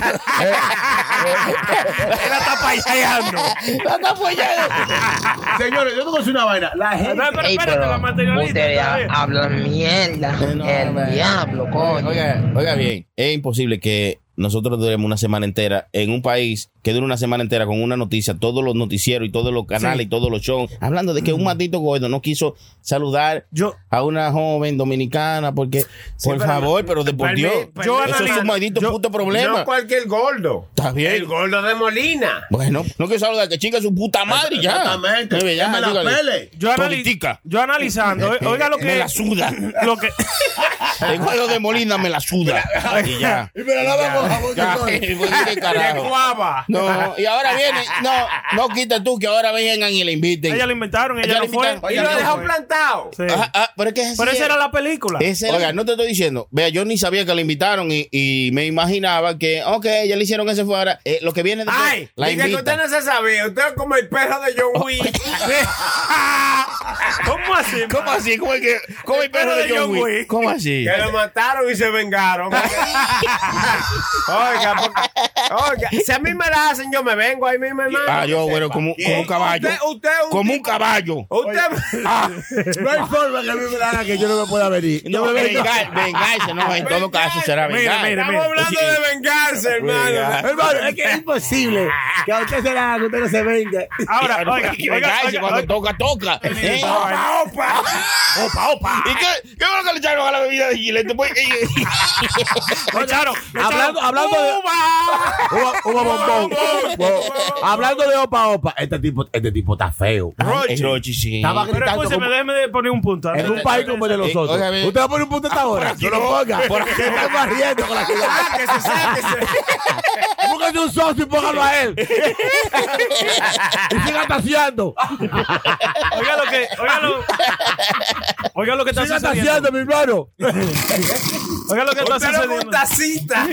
Speaker 6: Ah,
Speaker 4: la está
Speaker 2: [laughs]
Speaker 4: payando.
Speaker 2: La está apoyando.
Speaker 5: Señores, yo tengo una vaina. La gente.
Speaker 7: Ey, pero ustedes hablan mierda. El diablo, coño.
Speaker 2: Oiga, oiga bien, es imposible que nosotros duremos una semana entera en un país que dure una semana entera con una noticia, todos los noticieros y todos los canales y todos los shows, hablando de que
Speaker 6: Mm.
Speaker 2: un maldito gordo no quiso saludar a una joven dominicana porque, por
Speaker 6: pero-
Speaker 2: favor, pero de por
Speaker 6: Palmi-
Speaker 2: Dios,
Speaker 6: Palmi-
Speaker 2: eso es
Speaker 6: analizo-
Speaker 2: un maldito
Speaker 6: yo-
Speaker 2: puto problema.
Speaker 6: No cualquier gordo.
Speaker 2: Está bien.
Speaker 6: El gordo de Molina.
Speaker 2: Bueno, no quiero saludar, que chinga su puta madre y ya.
Speaker 5: Exactamente.
Speaker 2: Debe ya,
Speaker 5: Que me la
Speaker 2: dígale.
Speaker 5: pele.
Speaker 4: Yo, anali-
Speaker 2: Politica.
Speaker 4: yo analizando, eh, oiga lo que.
Speaker 2: Me la suda. [laughs]
Speaker 4: Lo que.
Speaker 2: El gordo de Molina me la suda. y ya.
Speaker 5: Y me la lava con jabón
Speaker 2: Ya,
Speaker 5: Titón.
Speaker 2: y [laughs] pues, ¿qué carajo?
Speaker 6: De guava.
Speaker 2: No, y ahora viene, no, no quita tú que ahora vengan y le inviten.
Speaker 4: Ella lo inventaron, ella,
Speaker 2: Ella
Speaker 4: no
Speaker 2: lo
Speaker 4: fue.
Speaker 2: inventaron.
Speaker 6: Y lo
Speaker 4: Ella no
Speaker 6: dejó
Speaker 4: fue.
Speaker 6: plantado.
Speaker 4: Sí.
Speaker 2: Ajá, ah, pero es que
Speaker 4: Pero
Speaker 2: así
Speaker 4: esa
Speaker 2: es.
Speaker 4: era la película.
Speaker 2: Esa era- Oiga, no te estoy diciendo. Vea, yo ni sabía que la invitaron y, y me imaginaba que, ok, ya le hicieron ese fuera. Eh, lo que viene después,
Speaker 6: Ay,
Speaker 2: [laughs] la
Speaker 6: dije que
Speaker 2: invitan.
Speaker 6: usted no se sabía. Usted es como el perro de John Wick.
Speaker 4: ¿Cómo así?
Speaker 6: [laughs]
Speaker 2: ¿Cómo así? ¿Cómo, es que, cómo el perro de John Wick? ¿Cómo así?
Speaker 6: Que lo mataron y se vengaron. oiga, porque- oiga, si a mí me la hacen, yo me vengo ahí mismo, hermano.
Speaker 2: Ah, yo, bueno, como, como un caballo.
Speaker 6: Usted, usted es un
Speaker 2: como un
Speaker 6: tipo-
Speaker 2: caballo.
Speaker 6: Usted, [laughs]
Speaker 2: Ah,
Speaker 5: No hay forma que a mí me la haga que yo no me pueda venir.
Speaker 2: no,
Speaker 5: me vengo.
Speaker 2: vengar- vengarse, no, en todo caso será
Speaker 4: Mire,
Speaker 2: vengarse.
Speaker 4: mire, mire.
Speaker 6: estamos hablando de vengarse, hermano.
Speaker 5: Hermano, es que es imposible que a usted se la haga, que usted no se venga. [laughs]
Speaker 4: Ahora,
Speaker 2: Claro,
Speaker 4: oiga,
Speaker 2: hay que
Speaker 4: oiga,
Speaker 2: vengarse,
Speaker 4: oiga,
Speaker 2: cuando
Speaker 4: oiga.
Speaker 2: toca, toca. ¿eh?
Speaker 6: Opa, opa.
Speaker 4: Opa, opa.
Speaker 2: ¿Y qué, qué fue lo que le echaron a la bebida de Gillette? Pues,
Speaker 5: [laughs]
Speaker 2: eh,
Speaker 4: Le echaron, le
Speaker 5: Hablando,
Speaker 4: echaron-
Speaker 5: hablando de. Uva, uva bombón. Bo- Hablando de opa opa, este tipo, este tipo está feo.
Speaker 2: eh, Rochi, [laughs] sí.
Speaker 5: Estaba
Speaker 4: Pero
Speaker 5: gritando
Speaker 4: escúcheme,
Speaker 5: como-
Speaker 4: déjeme de poner un punto.
Speaker 5: en un país como el de
Speaker 2: Eh,
Speaker 5: nosotros.
Speaker 2: oiga, ve-
Speaker 5: Usted va a poner un punto esta hora.
Speaker 2: Ah, aquí
Speaker 5: No lo
Speaker 2: no.
Speaker 5: ponga.
Speaker 2: Por
Speaker 5: Porque
Speaker 2: aquí
Speaker 5: está barriendo con la que
Speaker 6: Sáquese,
Speaker 4: [laughs]
Speaker 6: sáquese.
Speaker 5: Búscate un socio y póngalo a él. [laughs] y siga taseando.
Speaker 4: Oiga lo que, oiga lo, oiga lo que está
Speaker 5: Siga
Speaker 4: sucediendo.
Speaker 5: taseando, mi hermano.
Speaker 4: [laughs] Oiga lo que está
Speaker 6: Usted era
Speaker 4: sucediendo.
Speaker 6: un tacita.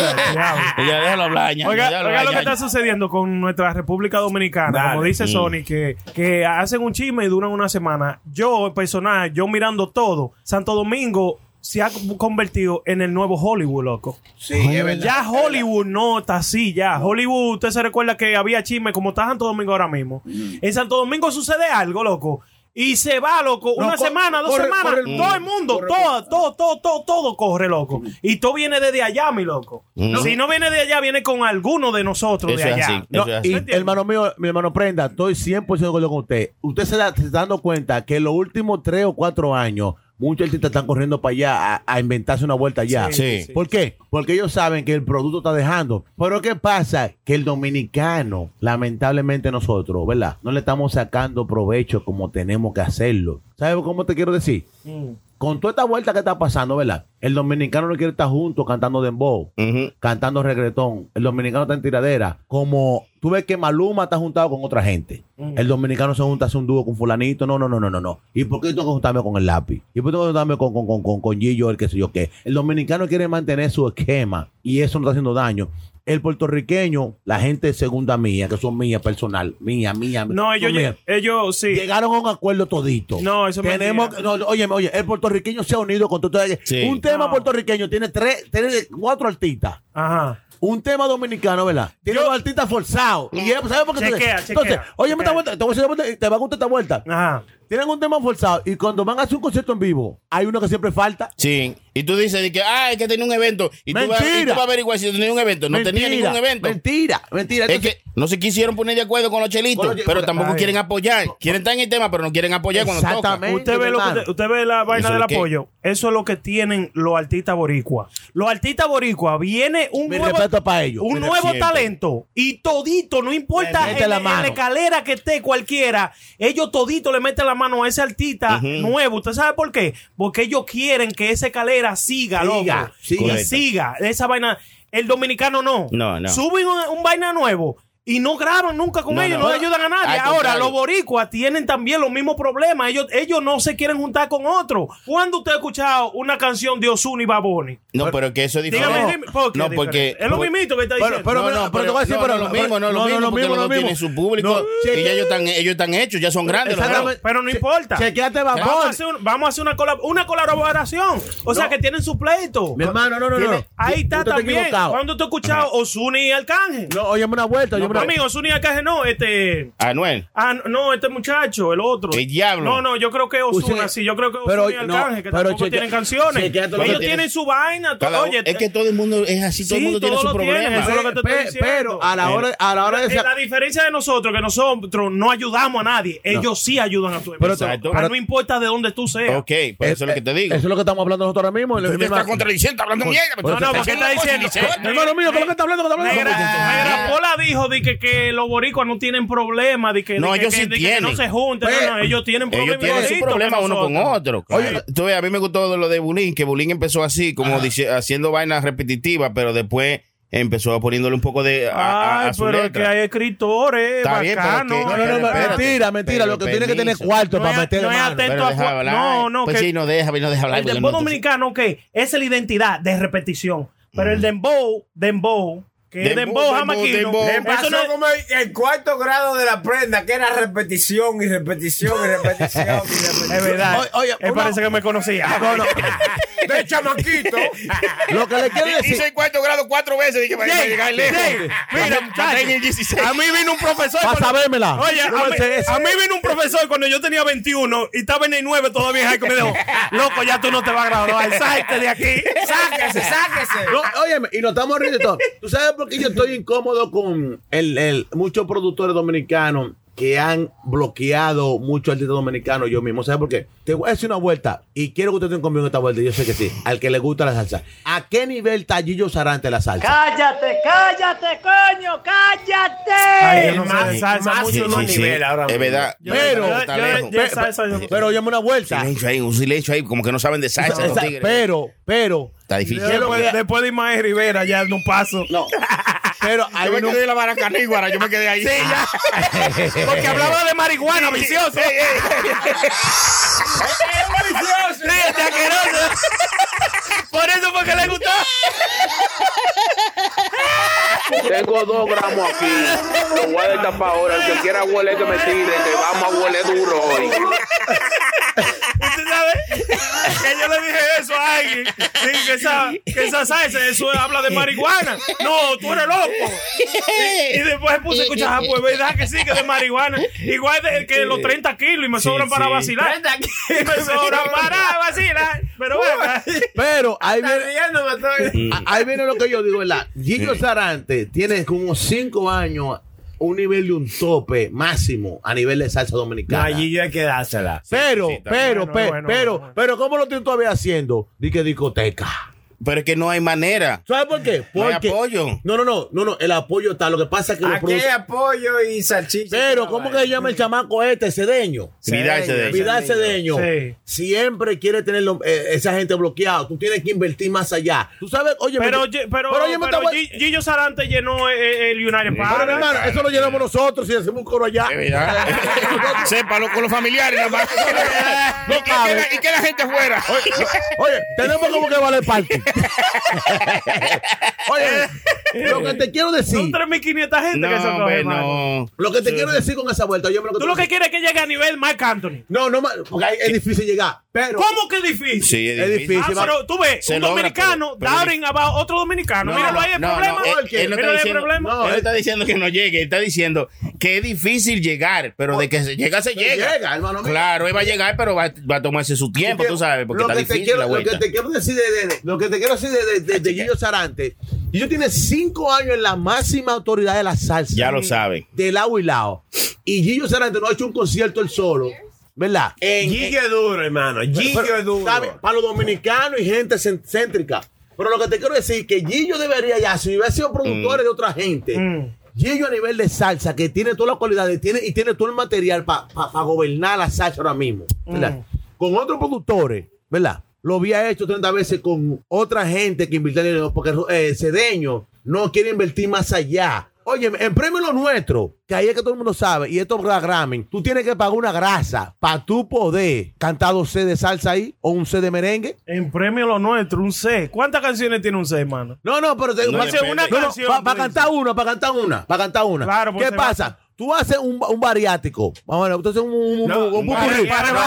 Speaker 2: Ya déjalo hablar, ñaño,
Speaker 4: Oiga,
Speaker 2: déjalo
Speaker 4: oiga
Speaker 2: hablar,
Speaker 4: lo que
Speaker 2: ñaño.
Speaker 4: está sucediendo con nuestra República Dominicana,
Speaker 6: Dale.
Speaker 4: como dice
Speaker 2: Mm.
Speaker 4: Sony, que, que hacen un chisme y duran una semana. Yo, personal, yo mirando todo, Santo Domingo se ha convertido en el nuevo Hollywood, loco.
Speaker 5: Sí,
Speaker 4: Ya Hollywood no está así, ya. Hollywood, usted se recuerda que había chisme como está Santo Domingo ahora mismo. En Santo Domingo sucede algo, loco. Y se va, loco,
Speaker 5: No,
Speaker 4: una
Speaker 5: co-
Speaker 4: semana, dos
Speaker 5: corre-
Speaker 4: semanas,
Speaker 5: corre el
Speaker 4: todo
Speaker 5: mundo,
Speaker 4: el mundo,
Speaker 5: corre el
Speaker 4: todo, todo, todo, todo, todo corre, loco. Y todo viene desde allá, mi loco.
Speaker 2: Mm.
Speaker 4: Si no viene de allá, viene con alguno de nosotros
Speaker 2: Eso
Speaker 4: de
Speaker 2: es
Speaker 4: allá.
Speaker 2: así.
Speaker 5: No,
Speaker 2: Eso es así.
Speaker 5: y hermano mío, mi hermano Prenda, estoy 100% de acuerdo con usted. Usted se, da, se está dando cuenta que en los últimos tres o cuatro años muchos artistas están corriendo para allá a, a inventarse una vuelta allá.
Speaker 2: Sí, sí.
Speaker 5: ¿Por qué? Porque ellos saben que el producto está dejando. Pero ¿qué pasa? Que el dominicano, lamentablemente nosotros, ¿verdad? No le estamos sacando provecho como tenemos que hacerlo. ¿Sabes cómo te quiero decir? con toda esta vuelta que está pasando, ¿verdad? El dominicano no quiere estar junto cantando dembow, cantando reggaetón. El dominicano está en tiradera. Como tú ves que Maluma está juntado con otra gente. El dominicano se junta, hace un dúo con fulanito. No, no, no, no, no, no. ¿Y por qué yo tengo que juntarme con el lápiz? ¿Y por qué tengo que juntarme con, con, con, con, con Gillo, el qué sé yo qué? El dominicano quiere mantener su esquema y eso no está haciendo daño. El puertorriqueño, la gente segunda mía, que son mía personal, mía, mía.
Speaker 4: No, ellos,
Speaker 5: son mía.
Speaker 4: ellos sí.
Speaker 5: Llegaron a un acuerdo todito.
Speaker 4: No, eso es
Speaker 5: Tenemos,
Speaker 4: mentira.
Speaker 5: no, no, óyeme, oye, el puertorriqueño se ha unido con todo.
Speaker 2: Sí.
Speaker 5: Un tema puertorriqueño tiene tres, tiene cuatro artistas.
Speaker 4: Ajá.
Speaker 5: Un tema dominicano, ¿verdad? Tiene dos artistas forzados. Y es- ¿sabes por qué?
Speaker 4: Chequea,
Speaker 5: Entonces,
Speaker 4: chequea,
Speaker 5: Entonces, oye, esta vuelta, te voy a decir esta vuelta, y te va a gustar esta vuelta.
Speaker 4: Ajá.
Speaker 5: Tienen un tema forzado y cuando van a hacer un concierto en vivo, hay uno que siempre falta.
Speaker 2: Sí. Y tú dices de que, ah, es que tenía un evento. Y tú, vas, y tú
Speaker 5: Mentira.
Speaker 2: vas a averiguar si tenía un evento. No tenía
Speaker 5: Mentira,
Speaker 2: ningún evento.
Speaker 5: Mentira, mentira.
Speaker 2: Es
Speaker 5: Entonces-
Speaker 2: que no se quisieron poner de acuerdo con los chelitos,
Speaker 5: Con los che-
Speaker 2: pero tampoco
Speaker 5: Ay.
Speaker 2: quieren apoyar. Quieren estar en el tema, pero no quieren apoyar cuando toca.
Speaker 5: Exactamente.
Speaker 4: Usted ve, lo que-
Speaker 5: hermano.
Speaker 4: usted ve la vaina
Speaker 2: ¿Eso
Speaker 4: del
Speaker 2: de qué?
Speaker 4: apoyo. Eso es lo que tienen los artistas boricua. Los artistas boricua viene un
Speaker 5: Mi
Speaker 4: nuevo,
Speaker 5: respeto para ellos.
Speaker 4: un
Speaker 5: Mi
Speaker 4: nuevo
Speaker 5: respeto.
Speaker 4: talento y todito, no importa
Speaker 5: Le
Speaker 4: en,
Speaker 5: mete la
Speaker 4: en
Speaker 5: mano.
Speaker 4: la escalera que esté cualquiera, ellos todito le meten la mano a ese artista nuevo. ¿Usted sabe por qué? Porque ellos quieren que esa escalera siga,
Speaker 5: Siga,
Speaker 4: loco. Y
Speaker 5: siga. Correcto.
Speaker 4: siga esa vaina. El dominicano no.
Speaker 2: No, no.
Speaker 4: Suben un, un vaina nuevo. Y no graban nunca con
Speaker 2: No,
Speaker 4: ellos,
Speaker 2: no.
Speaker 4: no, le ayudan a nadie.
Speaker 2: Al
Speaker 4: Ahora,
Speaker 2: contrario.
Speaker 4: los boricuas tienen también los mismos problemas. Ellos, ellos no se quieren juntar con otros. ¿Cuándo usted ha escuchado una canción de Ozuna y Baboni?
Speaker 2: No, pero que eso es
Speaker 4: Dígame,
Speaker 2: diferente.
Speaker 4: dime, ¿por qué
Speaker 2: no,
Speaker 4: es
Speaker 2: porque.
Speaker 4: diferente? Es lo
Speaker 2: por-
Speaker 4: mismito que está
Speaker 5: Pero,
Speaker 4: diciendo.
Speaker 5: pero,
Speaker 2: No,
Speaker 5: pero,
Speaker 2: no,
Speaker 5: pero te voy a decir,
Speaker 2: no,
Speaker 5: pero
Speaker 2: no lo mismo, no lo mismo, porque los dos tienen su público
Speaker 5: No,
Speaker 2: y ya
Speaker 5: cheque-
Speaker 2: ellos están, ellos están hechos, ya son grandes. los dos.
Speaker 5: Exactamente.
Speaker 4: pero no
Speaker 5: Che-
Speaker 4: importa.
Speaker 5: Chequeate,
Speaker 4: Vamos a
Speaker 5: babón.
Speaker 4: hacer, un- vamos a hacer una, colab- una colaboración. O sea, que tienen su pleito.
Speaker 5: Mi hermano, no, no, no.
Speaker 4: Tiene-
Speaker 5: no.
Speaker 4: Ahí está
Speaker 5: Usted
Speaker 4: también.
Speaker 5: equivocado.
Speaker 4: ¿Cuándo te has escuchado Ozuna y Arcángel?
Speaker 5: No, óyeme una vuelta.
Speaker 4: No,
Speaker 5: óyeme una-
Speaker 4: para mí, Ozuna y Arcángel no. Este...
Speaker 2: Anuel.
Speaker 4: Ah, no, este muchacho, el otro.
Speaker 2: El diablo.
Speaker 4: No, no, yo creo que Osuna,
Speaker 5: Usted-
Speaker 4: sí, yo creo que
Speaker 5: pero,
Speaker 4: Osuna y
Speaker 5: no,
Speaker 4: Arcángel, que
Speaker 5: pero
Speaker 4: tampoco
Speaker 5: chequea-
Speaker 4: tienen canciones.
Speaker 5: chequea todo lo
Speaker 4: Ellos
Speaker 5: que
Speaker 4: tienen,
Speaker 5: tiene.
Speaker 4: su vaina.
Speaker 2: Cada-
Speaker 4: oye, eh,
Speaker 2: es que todo el mundo es así, todo el
Speaker 4: sí,
Speaker 2: mundo tiene
Speaker 4: todo
Speaker 2: su
Speaker 4: lo tiene,
Speaker 2: problema.
Speaker 4: eso es lo que te estoy
Speaker 5: Pe-
Speaker 4: diciendo.
Speaker 5: pero a la hora, a la hora de
Speaker 4: Eh, la diferencia de nosotros que nosotros no ayudamos a nadie, ellos sí ayudan a tu
Speaker 5: Pero-
Speaker 4: empresa.
Speaker 2: Exacto.
Speaker 4: Ah, no importa de dónde tú seas.
Speaker 2: Ok, pues eso es lo que te digo.
Speaker 5: Eso es lo que estamos hablando nosotros ahora mismo.
Speaker 2: Tú
Speaker 5: Mi
Speaker 2: me estás
Speaker 5: hermano-
Speaker 2: contradiciendo, hablando mierda. pero
Speaker 4: No,
Speaker 2: tú
Speaker 4: no,
Speaker 2: estás
Speaker 4: porque está diciendo.
Speaker 2: cosas,
Speaker 5: Hermano mío, ¿qué es lo que está hablando? ¿Qué está hablando?
Speaker 4: Negra, Negra Pola dijo de que, que los boricuas no tienen problema, de que,
Speaker 2: No,
Speaker 4: de que-
Speaker 2: ellos sí
Speaker 4: de que
Speaker 2: tienen. Pues,
Speaker 4: no se junten,
Speaker 5: Pero-
Speaker 4: no, no, ellos tienen
Speaker 2: Ellos
Speaker 4: problemas.
Speaker 2: tienen su
Speaker 4: igualitos que
Speaker 2: problema uno con
Speaker 4: nosotros.
Speaker 2: otro. Oye, tú ves, a mí me gustó de lo de Bulín, que Bulín empezó así, como dice- haciendo vainas repetitivas, pero después empezó poniéndole un poco de. A, a-
Speaker 4: Ay,
Speaker 2: a su
Speaker 4: pero es
Speaker 2: letra.
Speaker 4: que hay escritores
Speaker 2: Está bien, pero
Speaker 4: bacanos.
Speaker 2: que-
Speaker 5: No, no, no, no,
Speaker 2: Espérate,
Speaker 5: mentira, mentira.
Speaker 2: pero
Speaker 5: Lo que tiene que
Speaker 2: permiso.
Speaker 5: tener es cuarto
Speaker 4: No
Speaker 5: para
Speaker 4: es-
Speaker 5: meter
Speaker 4: no es
Speaker 5: mano.
Speaker 4: atento
Speaker 2: Pero
Speaker 4: a
Speaker 2: deja
Speaker 4: cua-
Speaker 2: hablar.
Speaker 4: No, no,
Speaker 2: Pues
Speaker 4: que-
Speaker 2: sí, no deja, no deja hablar.
Speaker 4: El
Speaker 2: porque
Speaker 4: dembow
Speaker 2: no-
Speaker 4: dominicano, que es la identidad de repetición. Pero el dembow, dembow, que es
Speaker 2: Mm. Dembow,
Speaker 4: dembow
Speaker 2: dembow,
Speaker 4: jamaquino.
Speaker 2: dembow.
Speaker 6: Le
Speaker 4: eso
Speaker 6: pasó
Speaker 4: no es-
Speaker 6: como el, el cuarto grado de la prenda, que era repetición y repetición y repetición y repetición.
Speaker 4: Es verdad.
Speaker 5: Oye, oye,
Speaker 4: Él
Speaker 5: una-
Speaker 4: parece que me conocía.
Speaker 6: De
Speaker 4: [laughs]
Speaker 6: chamaquito.
Speaker 5: Lo que le quiero decir.
Speaker 2: Hice el cuarto grado cuatro veces. Dije, para para
Speaker 4: Jay,
Speaker 2: llegar lejos.
Speaker 4: Jay,
Speaker 2: [laughs]
Speaker 4: mira,
Speaker 2: Está en el 16.
Speaker 4: A mí vino un profesor.
Speaker 5: Para
Speaker 4: cuando-
Speaker 5: sabérmela.
Speaker 4: Oye, a
Speaker 5: Yo no
Speaker 4: mí,
Speaker 5: sé eso.
Speaker 4: a mí vino un profesor cuando yo tenía 21 y estaba en el 9 todavía. y me dijo, loco, ya tú no te vas a graduar. Salte de aquí.
Speaker 6: sáquese, sáquese.
Speaker 5: No, óyeme, y nos estamos riendo y todo. ¿Tú sabes por qué yo estoy incómodo con el, el- muchos productores dominicanos que han bloqueado muchos artistas dominicanos yo mismo? ¿Sabes por qué? Te voy a decir una vuelta y quiero que ustedes estén conmigo en esta vuelta. Yo sé que sí. Al que le gusta la salsa. ¿A qué nivel está Gillo Sarante la salsa?
Speaker 10: Cállate, cállate, coño, cállate.
Speaker 4: Ay, yo no sé de salsa,
Speaker 6: más
Speaker 4: mucho
Speaker 6: sí,
Speaker 4: no
Speaker 6: sí,
Speaker 4: ni-
Speaker 6: sí. nivel ahora
Speaker 2: Es
Speaker 6: mismo.
Speaker 2: verdad.
Speaker 4: Yo-
Speaker 5: Pero-
Speaker 4: yo-
Speaker 2: Está
Speaker 4: yo-
Speaker 2: lejos.
Speaker 4: yo de salsa, yo-
Speaker 5: Pero óyeme una vuelta.
Speaker 2: Silencio ahí, un silencio ahí, como que no saben de salsa
Speaker 5: Esa-
Speaker 2: los tigres.
Speaker 5: pero, pero,
Speaker 2: Está difícil.
Speaker 4: yo después, después de Ismael Rivera ya no paso.
Speaker 5: no. Pero hay uno-
Speaker 2: en la baracaníguara, yo me quedé ahí. [laughs]
Speaker 4: Porque hablaba de marihuana, vicioso. Sí, este asqueroso. Por eso porque le gustó.
Speaker 15: Tengo dos gramos aquí. Lo voy a destapar ahora. El que quiera huele que me tire, que vamos a huele duro hoy.
Speaker 4: Usted sabe que yo le dije eso a alguien. Dije que esa, que esa salsa, eso habla de marihuana. No, tú eres loco. Y, y después me puse a escuchar, ah, pues verdad que sí, que de marihuana. Igual de- que los 30 kilos y me sobran para
Speaker 2: sí.
Speaker 4: vacilar. [laughs] Y me sobran para vacilar. Pero bueno.
Speaker 5: pero ahí viene,
Speaker 6: Riéndome estoy.
Speaker 5: a- ahí viene lo que yo digo, ¿verdad? Gillo Sarante tiene como cinco años un nivel de un tope máximo a nivel de salsa
Speaker 6: No,
Speaker 5: dominicana.
Speaker 6: allí hay que dársela.
Speaker 5: Pero,
Speaker 6: Sí, sí, también.
Speaker 5: pero, pe-
Speaker 6: Bueno, bueno,
Speaker 5: pero,
Speaker 6: bueno.
Speaker 5: pero, ¿cómo lo estoy todavía haciendo? Di que discoteca.
Speaker 2: Pero es que no hay manera.
Speaker 5: ¿Sabes por qué?
Speaker 2: No hay
Speaker 5: Porque-
Speaker 2: apoyo.
Speaker 5: No, no, no, no, no, el apoyo está. Lo que pasa es que lo
Speaker 6: Aquí hay
Speaker 5: produce-
Speaker 6: apoyo y salchicha.
Speaker 5: Pero, ¿cómo que se llama el chamaco este, Cedeño?
Speaker 2: Vidal Cedeño.
Speaker 5: Vidal Cedeño.
Speaker 4: Sí.
Speaker 5: Siempre quiere tener lo- eh, esa gente bloqueada. Tú tienes que invertir más allá. Tú sabes, oye,
Speaker 4: Pero,
Speaker 5: oye,
Speaker 4: oye, pero,
Speaker 5: oye, me
Speaker 4: pero
Speaker 5: está-
Speaker 4: Gi- Gillo Sarante llenó eh, eh, el United
Speaker 2: Ah,
Speaker 5: Pero, mi
Speaker 4: Park.
Speaker 5: hermano, eso lo llenamos nosotros y hacemos un coro allá.
Speaker 2: [laughs] Sépalo con los familiares.
Speaker 4: [laughs]
Speaker 2: nomás.
Speaker 5: No
Speaker 2: y, que la,
Speaker 5: cabe.
Speaker 2: y que la gente fuera.
Speaker 5: [laughs] Oye, tenemos como que valer
Speaker 2: [laughs]
Speaker 5: parte.
Speaker 2: Eh.
Speaker 5: Oye, lo que te quiero decir.
Speaker 4: Son 3.500 gente que se
Speaker 2: No,
Speaker 4: coge,
Speaker 2: hombre,
Speaker 4: hermano.
Speaker 2: no.
Speaker 5: Lo que te quiero decir con esa vuelta, oye,
Speaker 4: Tú lo que quieres es que llegue a nivel Mike Anthony.
Speaker 5: No, no, ma- porque ahí es difícil llegar. Pero
Speaker 4: ¿Cómo que difícil?
Speaker 2: Sí,
Speaker 5: Es
Speaker 2: es
Speaker 5: difícil.
Speaker 2: difícil.
Speaker 4: Ah, pero tú ves,
Speaker 2: Se
Speaker 4: un
Speaker 2: logra,
Speaker 4: dominicano,
Speaker 2: pero- pero-
Speaker 4: Darren abajo, otro dominicano.
Speaker 2: No,
Speaker 4: Míralo
Speaker 2: no,
Speaker 4: ahí, el
Speaker 2: no,
Speaker 4: problema.
Speaker 2: no, él- él no está
Speaker 4: Míralo ahí, el
Speaker 2: diciendo-
Speaker 4: problema.
Speaker 2: no, él está diciendo que no llegue, él está diciendo que es difícil llegar, pero de que se llega, se llega.
Speaker 5: llega, hermano mío.
Speaker 2: Claro, él va a llegar, pero va, va a tomarse su tiempo, tú sabes, porque
Speaker 5: lo
Speaker 2: está
Speaker 5: que te
Speaker 2: difícil
Speaker 5: quiero,
Speaker 2: la
Speaker 5: lo que
Speaker 2: vuelta.
Speaker 5: te quiero decir de, de- de- lo que te quiero decir de, de- de- de Gillo Sarante. Gillo tiene cinco años en la máxima autoridad de la salsa.
Speaker 2: Ya lo saben.
Speaker 5: De lado y lado. Y Gillo Sarante no ha hecho un concierto él solo. ¿Verdad? En-
Speaker 6: Gillo es duro, hermano. Gillo
Speaker 5: pero,
Speaker 6: es duro.
Speaker 5: ¿sabe? Para los dominicanos y gente cen- céntrica. Pero lo que te quiero decir que Gillo debería ya, si hubiera sido
Speaker 6: Mm.
Speaker 5: productor de otra gente,
Speaker 4: Mm,
Speaker 5: Gillo a nivel de salsa, que tiene todas las cualidades tiene, y tiene todo el material para gobernar la salsa ahora mismo. ¿verdad? Con otros productores, ¿verdad? Lo había hecho 30 veces con otra gente que invirtió dinero, porque eh, Cedeño no quiere invertir más allá. Oye, en premio lo nuestro, que ahí es que todo el mundo sabe, y esto es la Grammy, tú tienes que pagar una grasa para tú poder cantar dos C de salsa ahí o un C de merengue.
Speaker 4: En premio lo nuestro, un C. ¿Cuántas canciones tiene un C, hermano?
Speaker 5: No, no, pero te,
Speaker 2: No,
Speaker 5: hace
Speaker 2: depende.
Speaker 5: una canción. Para
Speaker 4: tú
Speaker 5: cantar una, para cantar una, para cantar una.
Speaker 4: Claro, pues
Speaker 5: ¿Qué
Speaker 4: se
Speaker 5: pasa? Tú haces un, un bariátrico. Vamos a ver, tú haces un, un, un,
Speaker 6: No,
Speaker 5: un
Speaker 6: un
Speaker 5: pupurrí.
Speaker 6: bariátrico,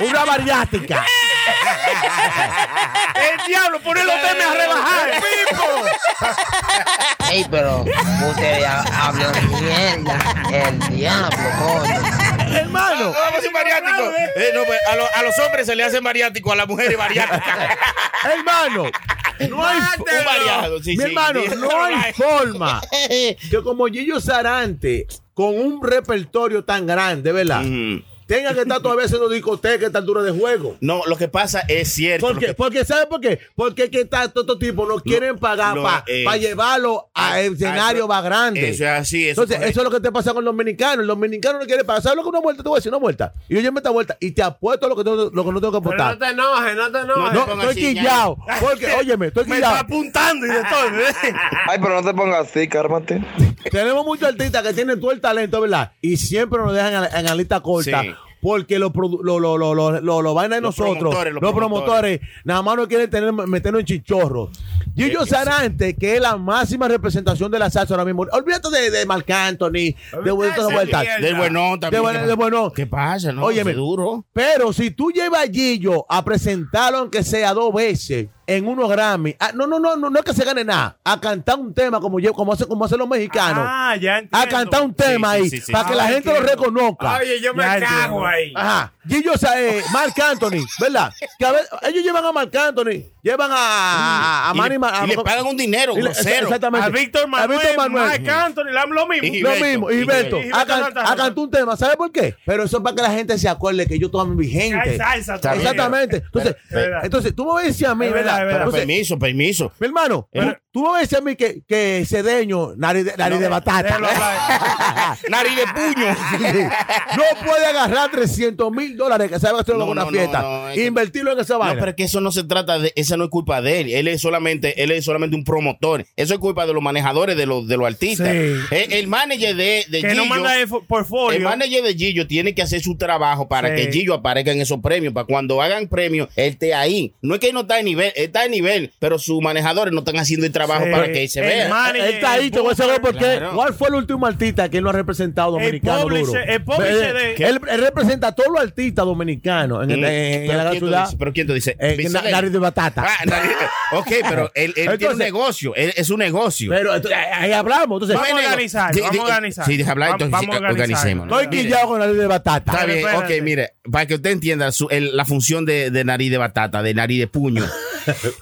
Speaker 5: Una bariátrica.
Speaker 4: El diablo, ponelo temas a rebajar.
Speaker 7: Ey, pero ustedes ha- hablan mierda. El diablo, coño.
Speaker 5: Hermano.
Speaker 2: Vamos a hacer mariático. Eh, no, pues, a, lo- a los hombres se le hace mariático, a las mujeres mariática.
Speaker 5: Hermano. No hay fo-
Speaker 2: Un variado, sí,
Speaker 5: Mi
Speaker 2: sí.
Speaker 5: hermano, no hay forma
Speaker 7: Eh,
Speaker 5: que como Gillo Sarante, con un repertorio tan grande, ¿verdad?
Speaker 2: [laughs] Mm.
Speaker 5: Tenga que estar todavía haciendo discotecas a esta altura de
Speaker 2: [laughs]
Speaker 5: juego.
Speaker 2: No, lo que pasa es cierto.
Speaker 5: Porque,
Speaker 2: lo que-
Speaker 5: porque ¿sabe por qué? Porque es que está, todos estos tipos no quieren pagar
Speaker 2: no,
Speaker 5: para
Speaker 2: eh,
Speaker 5: llevarlo a escenario
Speaker 2: eso-
Speaker 5: más grande.
Speaker 2: Eso es así. Eso
Speaker 5: Entonces, eso es lo que te pasa con los dominicanos. El dominicano no quiere pagar. ¿Sabes lo que una vuelta? Te voy a decir una vuelta. Y oye, esta vuelta. Y te apuesto lo que, no- lo que no tengo que
Speaker 6: Pero no
Speaker 5: apostar.
Speaker 6: te enojes, no te
Speaker 5: No,
Speaker 6: enojes.
Speaker 2: pongas
Speaker 5: estoy
Speaker 2: así, ya.
Speaker 5: quillado.
Speaker 2: [laughs]
Speaker 5: Porque, óyeme, estoy quillado.
Speaker 2: apuntando y de todo.
Speaker 5: ¿eh?
Speaker 15: Ay, pero no te pongas así, cármate.
Speaker 5: Tenemos muchos artistas que tienen todo el talento, ¿verdad? Y siempre nos dejan en la- en la lista corta.
Speaker 2: Sí.
Speaker 5: Porque los produ- lo, lo, lo, lo, lo- lo vaina de
Speaker 2: Los
Speaker 5: nosotros,
Speaker 2: promotores,
Speaker 5: los,
Speaker 2: los
Speaker 5: promotores, nada más no quieren tener, meternos en chichorro. Gillo Sarante, que es la máxima representación de la salsa ahora mismo. Olvídate de, de Marc Anthony, de vueltas a vueltas.
Speaker 6: mierda.
Speaker 2: [laughs] Del buenón
Speaker 5: De
Speaker 2: también.
Speaker 5: bueno, de bueno.
Speaker 2: ¿Qué pasa? No,
Speaker 5: Óyeme.
Speaker 2: Qué duro.
Speaker 5: Pero si tú llevas a Gillo a presentarlo, aunque sea dos veces, en unos Grammy, ah, no, no, no, no, no es que se gane nada, a cantar un tema como, lle- como, hace, como hacen los mexicanos,
Speaker 4: Ah, ya entiendo.
Speaker 5: a cantar un tema
Speaker 2: Sí, sí,
Speaker 5: ahí,
Speaker 2: sí, sí.
Speaker 5: para que la
Speaker 4: Ah,
Speaker 5: gente lo
Speaker 4: entiendo.
Speaker 5: reconozca.
Speaker 6: Oye, yo me
Speaker 4: Ya entiendo.
Speaker 6: cago ahí.
Speaker 5: Ajá. Gillo, Sa- eh, Marc Anthony, ¿verdad? Que a ver, ellos llevan a Marc Anthony, llevan a, a, a
Speaker 2: Y le-
Speaker 5: Manny Ma- a-
Speaker 2: y le pagan un dinero,
Speaker 5: y le-
Speaker 2: grosero.
Speaker 5: Exactamente.
Speaker 4: A Víctor Manuel,
Speaker 5: Víctor Manuel.
Speaker 4: Mike Anthony, le hablan lo mismo.
Speaker 2: Y-
Speaker 5: Lo
Speaker 2: Gilberto,
Speaker 5: mismo,
Speaker 2: y
Speaker 5: Gilberto.
Speaker 4: Gilberto.
Speaker 5: A, can- a cantar un tema, ¿sabe por qué? Pero eso es para que la gente se acuerde que yo todavía vigente.
Speaker 4: Hay salsa todavía.
Speaker 5: Exactamente. Entonces,
Speaker 4: Es verdad.
Speaker 5: entonces tú me ves a mí,
Speaker 4: Es verdad,
Speaker 5: ¿verdad?
Speaker 4: es verdad.
Speaker 5: Entonces,
Speaker 2: permiso, permiso.
Speaker 5: mi hermano, tú-
Speaker 2: Pero-
Speaker 5: tú me ves a mí que, que Cedeño, nariz de, nariz de batata,
Speaker 4: déjalo
Speaker 5: [laughs]
Speaker 4: hablar.
Speaker 2: Nariz de puño.
Speaker 5: no puede agarrar 300 mil dólares que se va a hacer
Speaker 2: No,
Speaker 5: en una
Speaker 2: no, no,
Speaker 5: fiesta
Speaker 2: no, es
Speaker 5: e
Speaker 2: que-
Speaker 5: invertirlo en esa
Speaker 2: No,
Speaker 5: vaina.
Speaker 2: pero es que eso no se trata de, esa no es culpa de él. Él es solamente, él es solamente un promotor. Eso es culpa de los manejadores de los, de los artistas.
Speaker 4: Sí.
Speaker 2: El, el manager de, de
Speaker 4: Que
Speaker 2: Gillo.
Speaker 4: no manda el fo- portfolio.
Speaker 2: El manager de Gillo tiene que hacer su trabajo para
Speaker 4: Sí.
Speaker 2: que Gillo aparezca en esos premios, para cuando hagan premios, él esté ahí. No es que él no está en nivel, él está en nivel, pero sus manejadores no están haciendo el trabajo
Speaker 4: Sí.
Speaker 2: para que se
Speaker 4: El
Speaker 2: vea.
Speaker 4: manager,
Speaker 5: Él está ahí,
Speaker 4: el
Speaker 5: te voy a saber por qué.
Speaker 2: Claro.
Speaker 5: ¿Cuál fue el último artista que él no ha representado
Speaker 4: El
Speaker 5: dominicano
Speaker 4: publisher-
Speaker 5: duro?
Speaker 4: el publisher
Speaker 5: Eh,
Speaker 4: de-
Speaker 5: él, él representa a todos los artistas dominicanos en, el-
Speaker 2: Mm.
Speaker 5: en- en
Speaker 2: Pero
Speaker 5: la gran
Speaker 2: ¿quién tú
Speaker 5: ciudad.
Speaker 2: dices? Pero ¿quién tú dices?
Speaker 5: Eh, que na-
Speaker 2: Vicente.
Speaker 5: nariz de batata.
Speaker 2: Ah, nariz- ok, pero
Speaker 4: [laughs]
Speaker 2: él, él tiene
Speaker 5: Entonces-
Speaker 2: un negocio, él- es un negocio.
Speaker 5: Pero entonces, ahí hablamos. Entonces,
Speaker 4: Vamos a organizar,
Speaker 2: Sí,
Speaker 4: vamos a
Speaker 2: sí,
Speaker 4: organizar.
Speaker 2: sí, deja hablar,
Speaker 4: Vamos-
Speaker 2: entonces,
Speaker 4: vamos a organizar.
Speaker 2: organicémonos.
Speaker 5: estoy
Speaker 2: Mire.
Speaker 5: quillado con nariz de batata.
Speaker 2: Está
Speaker 4: pues,
Speaker 2: bien,
Speaker 4: Espérate. [laughs]
Speaker 2: ok, mire, para que usted entienda su- el- la función de, de nariz de batata, de nariz de puño,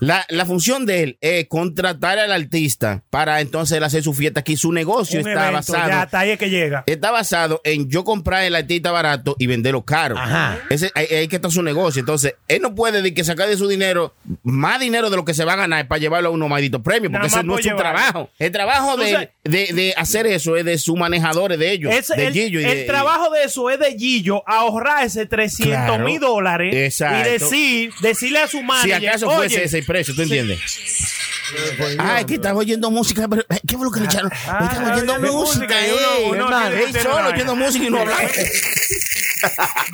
Speaker 2: La, la función de él es contratar al artista para entonces él hacer su fiesta aquí. Su negocio
Speaker 4: Un
Speaker 2: está
Speaker 4: evento,
Speaker 2: basado.
Speaker 4: ya, hasta ahí es que llega.
Speaker 2: Está basado en yo comprar el artista barato y venderlo caro.
Speaker 4: Ajá.
Speaker 2: Ese, ahí, ahí que está su negocio. Entonces, él no puede de que sacar de su dinero más dinero de lo que se va a ganar para llevarlo a unos malditos premios,
Speaker 4: Nada
Speaker 2: porque ese
Speaker 4: más
Speaker 2: no
Speaker 4: por
Speaker 2: es su
Speaker 4: llevarlo.
Speaker 2: trabajo. El trabajo
Speaker 4: Tú sabes-
Speaker 2: de, de, de hacer eso es de sus manejadores, de ellos,
Speaker 4: Ese-
Speaker 2: de
Speaker 4: el
Speaker 2: Gillo y
Speaker 4: el
Speaker 2: de- y-
Speaker 4: trabajo de eso es de Gillo ahorrarse 300 mil
Speaker 2: Claro.
Speaker 4: dólares
Speaker 2: Exacto.
Speaker 4: y decir, decirle a su madre.
Speaker 2: Si acaso fuese ese precio, ¿tú entiendes? Ah, es que estaba oyendo música, pero eh, ¿qué fue lo que le echaron? estaba oyendo
Speaker 4: oyendo
Speaker 2: música,
Speaker 4: Ah, música y
Speaker 2: eh,
Speaker 4: uno- uno
Speaker 2: hermano,
Speaker 4: tiene-
Speaker 2: eh,
Speaker 4: tiene
Speaker 2: solo
Speaker 4: una-
Speaker 2: oyendo música y no hablaba.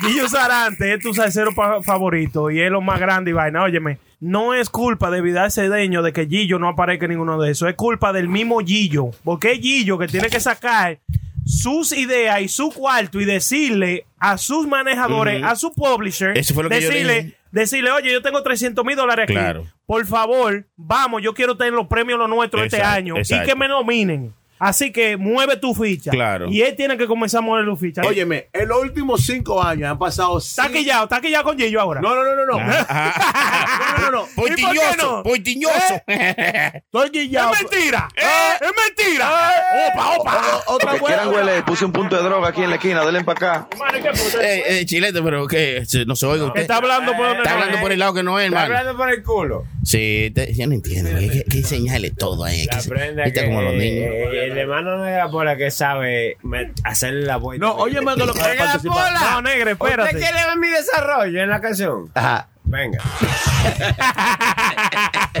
Speaker 4: Guillo Sarante este es tu salsero pa- favorito y es lo más grande y vaina. Óyeme, no es culpa de Vidal Cedeño de que Gillo no aparezca en ninguno de esos. Es culpa del mismo Gillo. Porque es Gillo que tiene que sacar sus ideas y su cuarto y decirle a sus manejadores,
Speaker 2: Ujú.
Speaker 4: a su publisher,
Speaker 2: Eso fue lo que yo
Speaker 4: decirle,
Speaker 2: dije.
Speaker 4: decirle, oye, yo tengo 300 mil dólares aquí.
Speaker 2: Claro.
Speaker 4: Por favor, vamos, yo quiero tener los premios los nuestros este
Speaker 2: Exacto,
Speaker 4: año
Speaker 2: exacto.
Speaker 4: y que me nominen. Así que mueve tu ficha.
Speaker 2: Claro.
Speaker 4: Y él tiene que comenzar a mover tu ficha.
Speaker 5: Óyeme, en los últimos cinco años han pasado.
Speaker 4: Está quillado, está quillado con Gillo ahora.
Speaker 5: No, no, no, no, no. no, no, no.
Speaker 4: Poitiñoso,
Speaker 2: poitiñoso.
Speaker 5: [laughs]
Speaker 4: ¿Eh?
Speaker 5: Estoy guillado.
Speaker 4: Es mentira, ¿eh? es mentira. Opa, opa.
Speaker 5: Otra
Speaker 16: Que quieran huele, le Eh, puse un punto de droga aquí en la esquina, denle para acá.
Speaker 2: [laughs] Eh, eh, chilete, pero que no se oiga usted.
Speaker 4: Está hablando por donde
Speaker 2: Está
Speaker 4: no
Speaker 2: hablando
Speaker 4: es.
Speaker 2: por el lado que no es,
Speaker 4: Está
Speaker 2: hermano.
Speaker 4: hablando por el culo.
Speaker 2: Sí, te- yo no entiendo. eh, ¿Qué, qué, qué señales todo ahí? ¿Qué se-
Speaker 6: Aprende
Speaker 2: Está
Speaker 6: que,
Speaker 2: como los niños.
Speaker 6: eh, el hermano no era por la que sabe me- hacerle la vuelta.
Speaker 5: No, oye, hermano, lo que-
Speaker 6: Oiga,
Speaker 5: participar.
Speaker 6: Pola,
Speaker 5: No, negro, espérate.
Speaker 6: ¿Usted quiere ver mi desarrollo en la canción?
Speaker 5: Ajá.
Speaker 6: Venga.
Speaker 17: [laughs]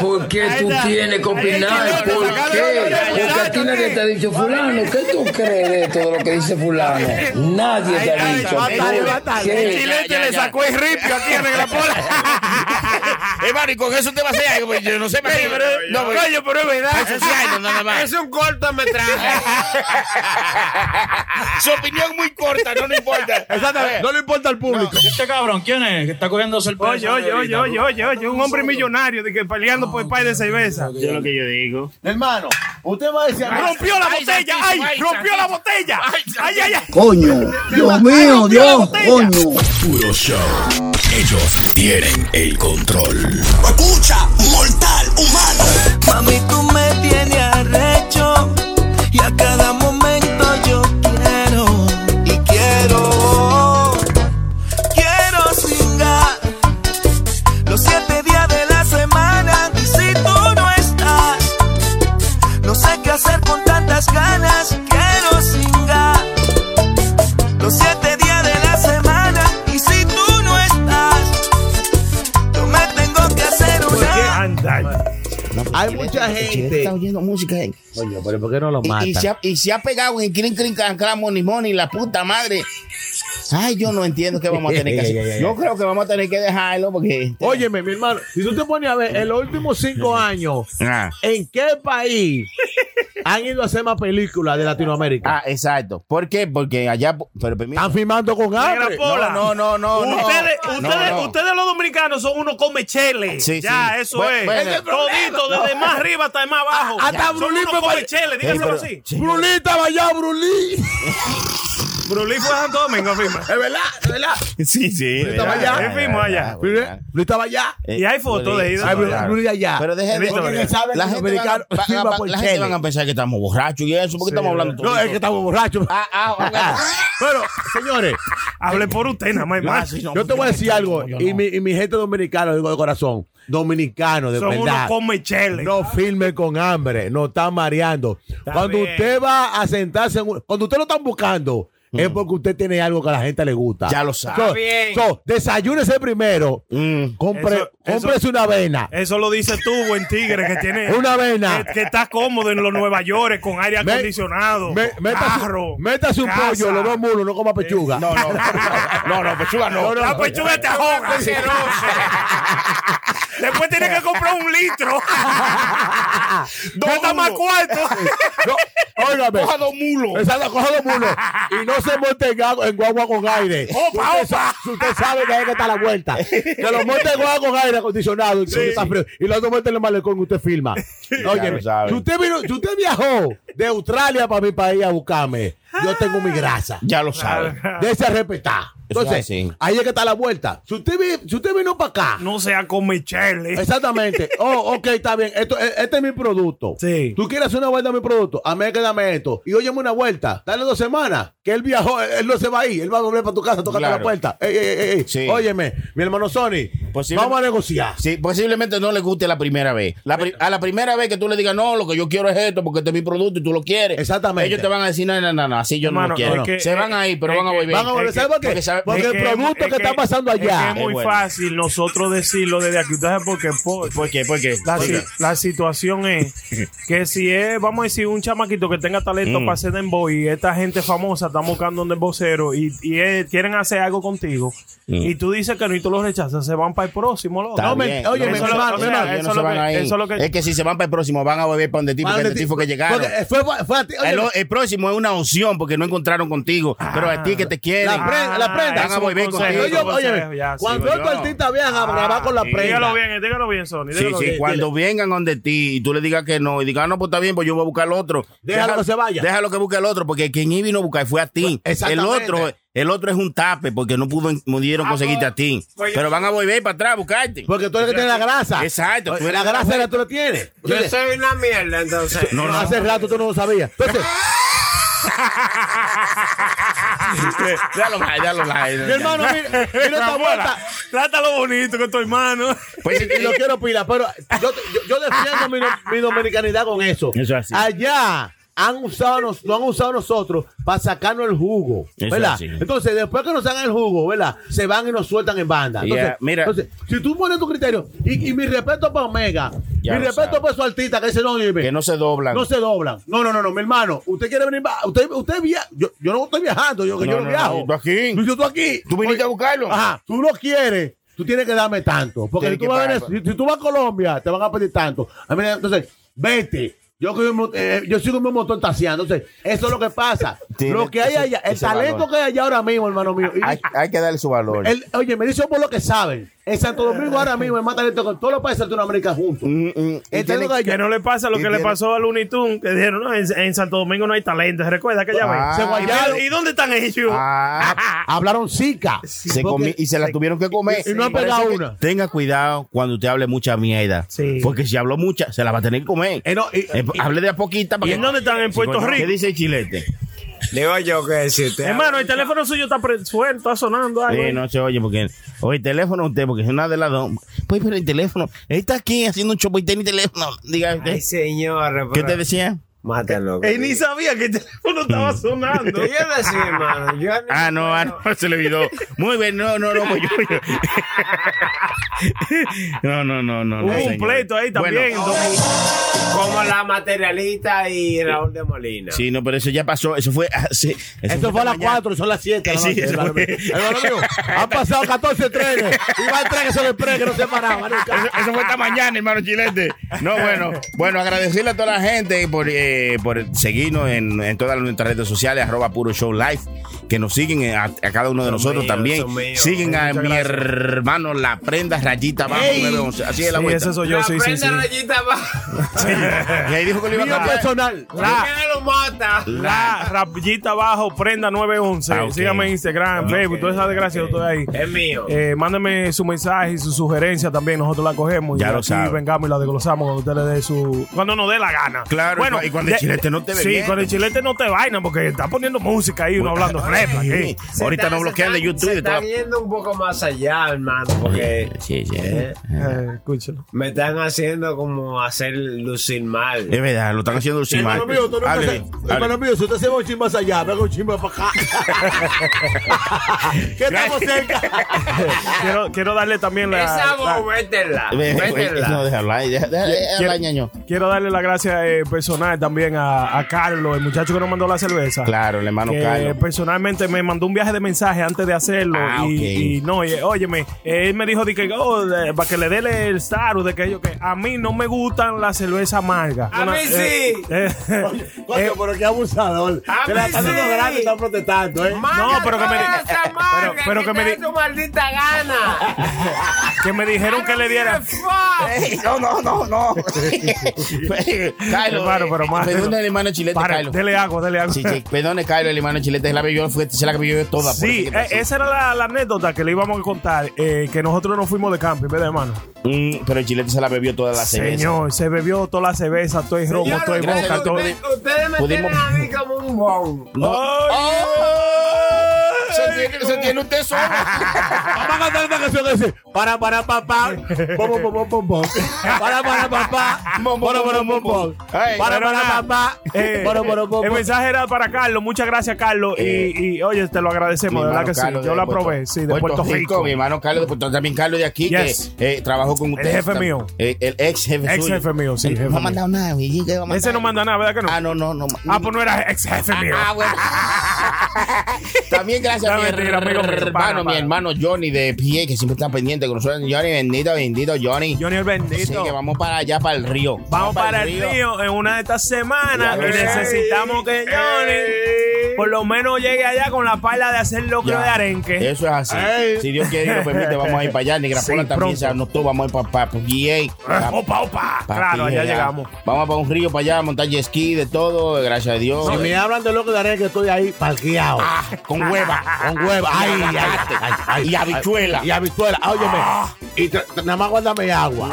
Speaker 17: ¿Por qué
Speaker 6: Ahí
Speaker 17: tú
Speaker 6: está.
Speaker 17: tienes que
Speaker 6: Ahí está,
Speaker 17: opinar?
Speaker 6: chilete,
Speaker 17: ¿Por
Speaker 6: sacalo,
Speaker 17: qué?
Speaker 6: sacalo,
Speaker 17: Porque a ti nadie te ha dicho, fulano, ¿qué tú crees de todo lo que dice fulano? Nadie te ha dicho. ¿Por qué?
Speaker 2: El chilete le sacó el ripio aquí
Speaker 5: [laughs]
Speaker 2: en la pola. Hermano, y Eh, con eso te va a hacer algo. pues, Yo no sé, pero. No, pues,
Speaker 6: Coño, pero es verdad.
Speaker 2: para ensuciarnos nada más.
Speaker 6: Es un cortometraje.
Speaker 2: [laughs] Su opinión muy corta, no le importa.
Speaker 5: Exactamente, no le importa al público.
Speaker 13: Este cabrón, ¿quién es? Que está cogiendo sorpresa.
Speaker 4: Oye, oye, oye, oye, oye, oye, un hombre millonario de que peleando por el pay de cerveza.
Speaker 13: Yo lo que yo digo.
Speaker 5: Hermano, usted va a decir.
Speaker 4: Rompió la botella, ay, rompió la botella. Ay, ay, ay.
Speaker 11: Coño, Dios mío, Dios, coño. Puro show. Ellos tienen el control.
Speaker 18: Escucha, mortal, humano. Mami, tú me tienes arrecho. Y a cada momento yo quiero. Y quiero. Quiero singar. Los siete días de la semana. Y si tú no estás. No sé qué hacer con tantas ganas. Quiero singar. Los siete días de la semana. Y si tú no estás. Yo me tengo que hacer una.
Speaker 5: Hay mucha gente.
Speaker 2: Está oyendo música. eh.
Speaker 5: Coño, pero ¿por qué no lo
Speaker 2: Y-
Speaker 5: mata?
Speaker 2: Y, se ha, y se ha pegado en Crin Crin Can Can Money Money, la puta madre. Ay, yo no entiendo qué vamos a tener que
Speaker 5: [laughs]
Speaker 2: hacer. Yo creo que vamos a tener que dejarlo porque. este
Speaker 5: Óyeme, mi hermano, si tú te pones a ver en los últimos cinco años, ¿en qué país han ido a hacer más películas de Latinoamérica?
Speaker 2: Ah, exacto. ¿Por qué? Porque allá. Pero permítame.
Speaker 5: Están filmando con hambre.
Speaker 4: Pola.
Speaker 2: No, no, no, no.
Speaker 4: Ustedes,
Speaker 2: no.
Speaker 4: ustedes,
Speaker 2: No, no.
Speaker 4: ustedes los dominicanos son unos comecheles.
Speaker 2: Sí,
Speaker 4: ya,
Speaker 2: sí.
Speaker 4: eso
Speaker 2: Bueno,
Speaker 4: es.
Speaker 2: bueno. Ese es el problema.
Speaker 4: Todito, desde
Speaker 2: No.
Speaker 4: más arriba hasta el más abajo.
Speaker 5: Hasta
Speaker 4: Son
Speaker 5: Brulí
Speaker 4: unos
Speaker 5: fue para-
Speaker 4: comecheles,
Speaker 5: Sí,
Speaker 4: díganlo
Speaker 5: pero-
Speaker 4: así.
Speaker 5: Brulí estaba allá, Brulí.
Speaker 4: Brulí fue a Santo Domingo, firma.
Speaker 5: Es verdad, es verdad.
Speaker 2: Sí, sí.
Speaker 5: Estaba allá.
Speaker 4: Es firmo allá.
Speaker 5: Brulí estaba allá.
Speaker 4: Y hay fotos de ida.
Speaker 5: Ay, Brulí Brulí allá.
Speaker 2: Pero dejen de.
Speaker 5: Porque
Speaker 2: La,
Speaker 5: saben que los
Speaker 2: gente van, a-
Speaker 5: [laughs] americanos
Speaker 2: va-
Speaker 5: filman
Speaker 2: va-
Speaker 5: por
Speaker 2: la gente
Speaker 5: tele.
Speaker 2: van a pensar que estamos borrachos y eso. ¿Por qué estamos hablando
Speaker 5: No,
Speaker 2: todo
Speaker 5: es
Speaker 2: eso?
Speaker 5: que estamos borrachos.
Speaker 2: Ah.
Speaker 5: Ah. Pero, señores,
Speaker 4: Hable por usted, nada más. hermano.
Speaker 5: yo te voy a decir algo. Y mi, y mi gente dominicana, digo de corazón, dominicano, de
Speaker 4: Son unos
Speaker 5: verdad.
Speaker 4: comecheles.
Speaker 5: No filme con hambre, no está mareando. cuando
Speaker 4: bien.
Speaker 5: usted va a sentarse, en un- cuando usted lo están buscando,
Speaker 4: Mm.
Speaker 5: es porque usted tiene algo que a la gente le gusta.
Speaker 2: Ya lo sabe. Mm.
Speaker 5: So,
Speaker 2: Está bien.
Speaker 5: so, desayúnese primero, compre,
Speaker 4: Eso-
Speaker 5: cómprese
Speaker 4: eso-
Speaker 5: una avena.
Speaker 4: Eso lo dices tú, buen tigre, que tiene.
Speaker 5: [laughs] Una avena.
Speaker 4: Que, que está cómodo en los Nueva York con aire
Speaker 5: Me-
Speaker 4: acondicionado.
Speaker 5: me- métase,
Speaker 4: carro,
Speaker 5: métase un
Speaker 4: casa. Eh,
Speaker 5: pollo, lo dos mulos, no coma pechuga.
Speaker 2: No, no, no, no, pechuga
Speaker 5: [laughs]
Speaker 2: no.
Speaker 4: La pechuga te ahoga. Después tiene que comprar un
Speaker 5: [laughs]
Speaker 4: litro. Gasta más cuarto.
Speaker 5: No, óigame.
Speaker 2: Coja dos mulos.
Speaker 5: Exacto, coja los mulos. Y no se monte en gua- en guagua con aire.
Speaker 1: Oh,
Speaker 4: Opa,
Speaker 5: usted, sa- usted sabe que hay que estar a la vuelta. Que lo monte en guagua con aire acondicionado. y que está frío. Y los dos monte en el malecón que
Speaker 1: [laughs]
Speaker 5: usted firma.
Speaker 2: Ya
Speaker 5: Óyeme,
Speaker 2: lo sabe.
Speaker 5: si usted, vino- si usted viajó de Australia para mi país a buscarme, yo tengo mi grasa.
Speaker 1: Ya lo sabe.
Speaker 5: De ese respetar.
Speaker 1: Eso es
Speaker 5: Entonces,
Speaker 1: así.
Speaker 5: ahí es que está la vuelta. Si usted, vi- si usted vino para acá.
Speaker 4: No sea con Michelle.
Speaker 5: Exactamente. Oh, ok, está bien. Esto, e- este es mi producto. Sí. Tú quieres hacer una vuelta a mi producto. A mí es que dame esto. Y óyeme una vuelta. Dale dos semanas. Que él viajó. Él él no se va a ir. Él va a volver para tu casa. Tócate
Speaker 1: Claro.
Speaker 5: la puerta. Ey, ey, ey, ey. Óyeme, mi hermano Sony. Vamos a negociar.
Speaker 1: Sí, posiblemente no le guste la primera vez. La pri- a la primera vez que tú le digas, no, lo que yo quiero es esto porque este es mi producto y tú lo quieres.
Speaker 5: Exactamente.
Speaker 1: Ellos te van a decir, no, no, no, no, así yo no
Speaker 5: Hermano,
Speaker 1: lo quiero.
Speaker 5: es que-
Speaker 1: Se van a ir, pero
Speaker 5: es
Speaker 1: van a
Speaker 5: que-
Speaker 1: volver.
Speaker 5: van a volver.
Speaker 1: Es
Speaker 5: ¿Sabe por qué?
Speaker 1: sabe-
Speaker 5: Porque el producto que está pasando
Speaker 4: es que
Speaker 5: allá.
Speaker 4: Es muy
Speaker 5: Es bueno.
Speaker 4: fácil nosotros decirlo desde aquí. ¿Ustedes por qué? Por,
Speaker 1: qué? ¿Por qué?
Speaker 4: La,
Speaker 1: ¿Por
Speaker 4: si-
Speaker 1: qué?
Speaker 4: la situación [laughs] es que si es, vamos a decir, un chamaquito que tenga talento
Speaker 1: Mm.
Speaker 4: para hacer dembow y esta gente famosa está buscando un dembocero y, y es- quieren hacer algo contigo y tú dices que no y tú lo rechazas, se van para el próximo. loco.
Speaker 1: Está bien.
Speaker 4: Eso es lo-
Speaker 1: no,
Speaker 4: o
Speaker 1: no, no,
Speaker 4: sea, eso
Speaker 1: no
Speaker 4: es
Speaker 1: se
Speaker 4: lo
Speaker 1: van
Speaker 4: que-
Speaker 1: a ir.
Speaker 4: eso es lo que-
Speaker 1: Es que si se van para el próximo, van a volver para donde ti, porque
Speaker 4: Para
Speaker 1: es
Speaker 4: donde ti,
Speaker 1: tipo que llegaron.
Speaker 5: eh,
Speaker 4: porque
Speaker 1: el, o- el próximo es una opción porque no encontraron contigo, pero a ti que te quieren.
Speaker 5: Ah. La prenda,
Speaker 4: Ah,
Speaker 5: la prenda.
Speaker 1: Van a volver contigo.
Speaker 5: Oye, óyeme,
Speaker 4: ya, sí,
Speaker 5: cuando
Speaker 4: voy
Speaker 5: otro
Speaker 4: yo.
Speaker 5: artista viaja a grabar con la
Speaker 4: sí.
Speaker 5: prenda.
Speaker 4: Dígalo bien, dígalo bien, Sony.
Speaker 1: Sí,
Speaker 4: dígalo
Speaker 1: sí,
Speaker 4: bien.
Speaker 1: cuando vengan donde ti y tú le digas que no y digas, "Ah, no, pues está bien, pues yo voy a buscar al otro.
Speaker 5: Déjalo que se vaya. Pues,
Speaker 1: Déjalo que busque al otro, porque quien él vino a buscar fue a ti. el
Speaker 5: exactamente. Ah,
Speaker 1: otro el otro es un tape porque no pudo, pudieron conseguirte a ti.
Speaker 5: pues yo-
Speaker 1: Pero van a volver para atrás a buscarte.
Speaker 5: [laughs] Porque tú eres el que tiene la grasa.
Speaker 1: Exacto. tú
Speaker 5: Oye,
Speaker 1: eres
Speaker 5: La
Speaker 1: el que
Speaker 5: grasa
Speaker 1: la-
Speaker 5: era tú la tienes.
Speaker 6: Yo
Speaker 5: Oye,
Speaker 6: soy una mierda, entonces.
Speaker 5: No, hace rato tú no lo sabías.
Speaker 1: [laughs]
Speaker 5: Entonces,
Speaker 1: Déjalo, bajar, déjalo, bajar.
Speaker 5: mi hermano, mira, mira esta vuelta.
Speaker 4: Trátalo bonito con tu hermano.
Speaker 1: Pues,
Speaker 5: y lo quiero pila, pero yo, yo- yo defiendo mi, no- mi dominicanidad con eso.
Speaker 1: Eso es así.
Speaker 5: Allá han usado, nos, lo han usado nosotros para sacarnos el jugo,
Speaker 1: Eso es
Speaker 5: ¿verdad?
Speaker 1: así.
Speaker 5: Entonces, después que nos sacan el jugo, ¿verdad? Se van y nos sueltan en banda. Entonces,
Speaker 1: Yeah, mira.
Speaker 5: entonces, si tú pones tu criterio, y, y mi respeto para Omega,
Speaker 1: Ya
Speaker 5: mi
Speaker 1: lo
Speaker 5: respeto
Speaker 1: sabe.
Speaker 5: para su artista que dice, no, dime,
Speaker 1: Que no se doblan.
Speaker 5: No se doblan. No, no, no, no, mi hermano. Usted quiere venir. pa- Usted, usted viaja. Yo, yo no estoy viajando. Yo,
Speaker 1: No,
Speaker 5: yo no,
Speaker 1: no,
Speaker 5: viajo.
Speaker 1: no, tú aquí.
Speaker 5: Yo estoy aquí.
Speaker 1: Tú viniste
Speaker 5: Oye,
Speaker 1: a buscarlo.
Speaker 5: Ajá. Tú lo quieres. Tú tienes que darme tanto. Porque si
Speaker 1: Tienes
Speaker 5: tú,
Speaker 1: que
Speaker 5: vas a
Speaker 1: pagar.
Speaker 5: Venez- si- si tú vas a Colombia, te van a pedir tanto. A mí, entonces, vete. Yo, que- eh, yo sigo un montón taseando. Entonces, eso es lo que pasa.
Speaker 1: [laughs] Tiene
Speaker 5: lo que hay
Speaker 1: ese-
Speaker 5: allá, el
Speaker 1: ese
Speaker 5: talento
Speaker 1: valor.
Speaker 5: que hay allá ahora mismo, hermano mío. Y-
Speaker 1: Hay, hay que darle su valor.
Speaker 5: el- oye, me dicen por lo que saben. En Santo Domingo ahora mismo es más talento que en todos los países de Latinoamérica juntos.
Speaker 1: Mm,
Speaker 5: El talento que hay-
Speaker 4: Que no le pasa lo
Speaker 5: y
Speaker 4: que le
Speaker 5: tiene-
Speaker 4: pasó a Looney Tunes, que dijeron, no, en, en Santo Domingo no hay talento. ¿Se recuerda que ya
Speaker 1: Ah.
Speaker 4: ven?
Speaker 1: Se guayaron.
Speaker 4: ¿Y, ¿Y dónde están ellos?
Speaker 2: Ah,
Speaker 5: Hablaron zika.
Speaker 1: Ah, Se comi- y se la tuvieron que comer.
Speaker 5: Y no han
Speaker 1: Pues, Parece
Speaker 5: pegado
Speaker 1: que
Speaker 5: una.
Speaker 1: Tenga cuidado cuando usted hable mucha mierda. Porque si habló mucha, se la va a tener que comer. Eh, hable de a poquita. para
Speaker 4: ¿Y
Speaker 1: que-
Speaker 4: en dónde están? ¿En
Speaker 1: Sí,
Speaker 4: Puerto
Speaker 1: coño, ¿Qué
Speaker 4: Rico?
Speaker 1: dice el chilete?
Speaker 6: Digo yo que decirte.
Speaker 4: Hermano, el teléfono suyo está pre- suelto, está sonando. algo.
Speaker 1: Sí, no se oye porque. O el teléfono usted, porque es una de las dos. Pues, pero el teléfono. Él está aquí haciendo un chopo y tiene teléfono. Diga usted.
Speaker 6: Ay, señor.
Speaker 1: ¿Qué eh, te decía?
Speaker 6: Mátalo.
Speaker 4: Él ni sabía que el teléfono estaba
Speaker 1: Mm. [laughs]
Speaker 4: sonando.
Speaker 6: Yo no sé, hermano. Yo no-
Speaker 1: Ah, no, [laughs] ah, no, se le olvidó. Muy bien, no, no, no, pues yo- yo- [laughs] No, no, no, no. no,
Speaker 6: Hubo un
Speaker 1: señor.
Speaker 6: pleito
Speaker 4: ahí también,
Speaker 1: Bueno, Oh,
Speaker 6: Como la materialista y Raúl de Molina.
Speaker 1: Sí, no, pero eso ya pasó. Eso fue. hace- eso
Speaker 5: Esto
Speaker 1: fue
Speaker 5: fue a las
Speaker 1: mañana.
Speaker 5: 4 y son las 7.
Speaker 1: Sí, eso fue-
Speaker 5: Han pasado 14 trenes. Y va el tren que se desprende, que no se paraba. nunca.
Speaker 1: Eso, eso fue esta mañana, hermano Chilete. No, bueno, bueno, agradecerle a toda la gente por, eh, por seguirnos en, en todas nuestras redes sociales, arroba puro show live, que nos siguen eh, a, a cada uno de nosotros
Speaker 6: míos,
Speaker 1: también.
Speaker 6: son míos.
Speaker 1: Siguen a
Speaker 6: Muchas
Speaker 1: mi
Speaker 6: gracias.
Speaker 1: hermano La Prenda Rayita Abajo
Speaker 6: Ey.
Speaker 1: 911. Así es la
Speaker 4: Sí,
Speaker 1: vuelta.
Speaker 4: ese soy yo,
Speaker 6: La
Speaker 4: sí, sí, sí.
Speaker 6: prenda rayita va.
Speaker 1: Y ahí dijo que lo iba a
Speaker 5: Mío
Speaker 1: cambiar.
Speaker 5: personal.
Speaker 4: La-
Speaker 6: ¿Quién lo mata?
Speaker 4: La rapillita abajo, prenda 911.
Speaker 1: Ah, ok.
Speaker 4: Sígame en Instagram, Facebook, toda esa desgracia, yo estoy ahí.
Speaker 6: Es mío.
Speaker 4: Eh, mándeme su mensaje y su sugerencia también. Nosotros la cogemos
Speaker 1: Ya
Speaker 4: y
Speaker 1: lo
Speaker 4: aquí
Speaker 1: sabe.
Speaker 4: vengamos y la desglosamos cuando usted le dé su. Cuando nos dé la gana.
Speaker 1: Claro, y cuando el
Speaker 4: de-
Speaker 1: chilete no te ve
Speaker 4: Sí,
Speaker 1: bien.
Speaker 4: cuando el chilete no te vaina, porque está poniendo música ahí, uno hablando
Speaker 1: [laughs]
Speaker 4: fresca. aquí. Eh,
Speaker 1: Sí. Ahorita no bloquean de YouTube.
Speaker 6: Se
Speaker 1: y toda-
Speaker 6: están yendo un poco más allá, hermano, porque
Speaker 1: Sí, sí.
Speaker 6: Eh,
Speaker 4: Eh, escúchalo.
Speaker 6: me están haciendo como hacer lucir mal.
Speaker 2: Eh,
Speaker 1: Es verdad, lo están haciendo sin mal.
Speaker 5: Hermano mío, tú no
Speaker 1: Hable,
Speaker 5: estás-
Speaker 1: hable.
Speaker 5: hermano mío, si usted se va un chin más allá, venga un chin más para acá. [laughs] que estamos cerca. [laughs]
Speaker 4: quiero, quiero darle también la.
Speaker 6: Esa
Speaker 4: la-
Speaker 6: voz, vétela,
Speaker 1: Ve, ve, [laughs] No,
Speaker 6: vétela.
Speaker 1: déjalo ahí, deja- deja- deja
Speaker 4: Quiero-
Speaker 1: hablar, ñaño.
Speaker 4: Quiero darle la gracia eh, personal también a, a Carlos, el muchacho que nos mandó la cerveza.
Speaker 1: Claro, el hermano
Speaker 4: que
Speaker 5: [laughs]
Speaker 1: Carlos.
Speaker 4: personalmente me mandó un viaje de mensaje antes de hacerlo.
Speaker 1: Ah,
Speaker 4: y,
Speaker 1: ok.
Speaker 4: y no, y, óyeme, él me dijo de que oh, de- para que le dé el status de que yo que a mí no me gustan las cervezas amargas.
Speaker 6: A mí sí.
Speaker 4: eh, [laughs]
Speaker 5: Coño, pero qué abusador.
Speaker 6: A
Speaker 5: Se la
Speaker 6: mí
Speaker 5: están dando
Speaker 6: sí.
Speaker 5: grande, están protestando, ¿eh?
Speaker 4: No, pero que me-
Speaker 6: pero,
Speaker 4: pero
Speaker 6: que,
Speaker 4: que me
Speaker 6: te
Speaker 4: di-
Speaker 6: dé tu maldita gana.
Speaker 4: que me dijeron que le diera.
Speaker 6: Fuck.
Speaker 1: Ey, No, no, no, no. [laughs] Carlos,
Speaker 4: Hermano, pero
Speaker 1: eh,
Speaker 4: mano.
Speaker 2: Perdona el hermano chilete,
Speaker 4: Para,
Speaker 2: Carlos.
Speaker 4: Dele hago, dele hago.
Speaker 2: Sí,
Speaker 4: [laughs]
Speaker 2: sí, perdone, Carlos, el hermano chilete. Se la bebió, fue- se la bebió toda. por
Speaker 4: Sí,
Speaker 2: eso que
Speaker 4: eh,
Speaker 2: pasó.
Speaker 4: esa era la, la anécdota que le íbamos a contar, eh, que nosotros nos fuimos de camping, ¿verdad, hermano?
Speaker 2: Mm, pero el chilete se la bebió toda la cerveza.
Speaker 4: Señor, se bebió toda la cerveza, todo el romo, todo el
Speaker 2: gracias,
Speaker 4: boca, todo
Speaker 2: usted-
Speaker 6: Ustedes me
Speaker 2: Pudimos-
Speaker 6: tienen a mí como un bon.
Speaker 2: No. Se tiene, se tiene usted solo.
Speaker 4: Ah,
Speaker 5: Vamos a cantar esta canción que dice para para papá. Bom, bom, bom, bom, bom. Para para papá. Bom, bom, bom, bom, bom.
Speaker 2: Ay,
Speaker 5: Para
Speaker 4: pero
Speaker 5: para
Speaker 4: nada.
Speaker 5: papá. [laughs]
Speaker 4: Eh,
Speaker 5: Para para
Speaker 4: el
Speaker 5: papá.
Speaker 4: mensaje era para Carlos. Muchas gracias, Carlos. Y- y, oye, te lo agradecemos,
Speaker 2: Mi
Speaker 4: de verdad
Speaker 2: hermano
Speaker 4: que
Speaker 2: Carlos
Speaker 4: sí. Yo
Speaker 2: de
Speaker 4: lo
Speaker 2: Puerto-
Speaker 4: aprobé, sí, de Puerto, Rico.
Speaker 2: Mi hermano Carlos de Puerto También Carlos de aquí,
Speaker 4: Yes.
Speaker 2: que eh, trabajó con ustedes.
Speaker 4: jefe
Speaker 2: tam-
Speaker 4: mío.
Speaker 2: eh, el ex jefe
Speaker 4: Ex
Speaker 2: suyo.
Speaker 4: jefe mío, sí.
Speaker 2: Él
Speaker 4: jefe
Speaker 2: no ha
Speaker 4: mío.
Speaker 2: mandado nada, güey, que va a mandar.
Speaker 4: Ese no manda nada, ¿verdad que no?
Speaker 2: Ah, no, no, no.
Speaker 4: Ah, pues no era ex jefe mío.
Speaker 2: Ah,
Speaker 4: [laughs]
Speaker 2: bueno. También gracias a
Speaker 4: No,
Speaker 2: mi
Speaker 4: mentira, amigo mío,
Speaker 2: hermano,
Speaker 4: pana,
Speaker 2: mi
Speaker 4: pana.
Speaker 2: hermano Johnny de PA, que siempre está pendiente con nosotros. Johnny, bendito, bendito, Johnny.
Speaker 4: Johnny el
Speaker 2: Así
Speaker 4: bendito.
Speaker 2: que vamos para allá, para el río.
Speaker 4: Vamos para el río en una de estas semanas
Speaker 2: Ya
Speaker 4: y
Speaker 2: lo sé. Eh.
Speaker 4: necesitamos que Johnny por lo menos llegue allá con la pala de hacer locro
Speaker 2: Ya. Eh.
Speaker 4: de arenque.
Speaker 2: Eso es así. Si Dios quiere y lo permite, vamos a ir para allá. Negrapola
Speaker 4: Sí,
Speaker 2: también
Speaker 4: pronto. Eh,
Speaker 2: se anotó. Vamos a ir para, para, PA.
Speaker 4: Opa, opa.
Speaker 2: Pa'
Speaker 4: Claro,
Speaker 2: Tijera.
Speaker 4: allá llegamos.
Speaker 2: Vamos para un río para allá, montar jet ski, de todo, gracias a Dios.
Speaker 5: Si me hablan de loco de arena que estoy ahí parqueado.
Speaker 2: Ah, con hueva.
Speaker 5: Con hueva. Ay,
Speaker 2: Y
Speaker 5: ay,
Speaker 2: aguacate.
Speaker 5: ay,
Speaker 2: Y
Speaker 5: ay,
Speaker 4: [laughs]
Speaker 5: ay.
Speaker 2: habichuela.
Speaker 5: Y habichuela. Ah, Óyeme. Y tra- tra- nada más guárdame agua.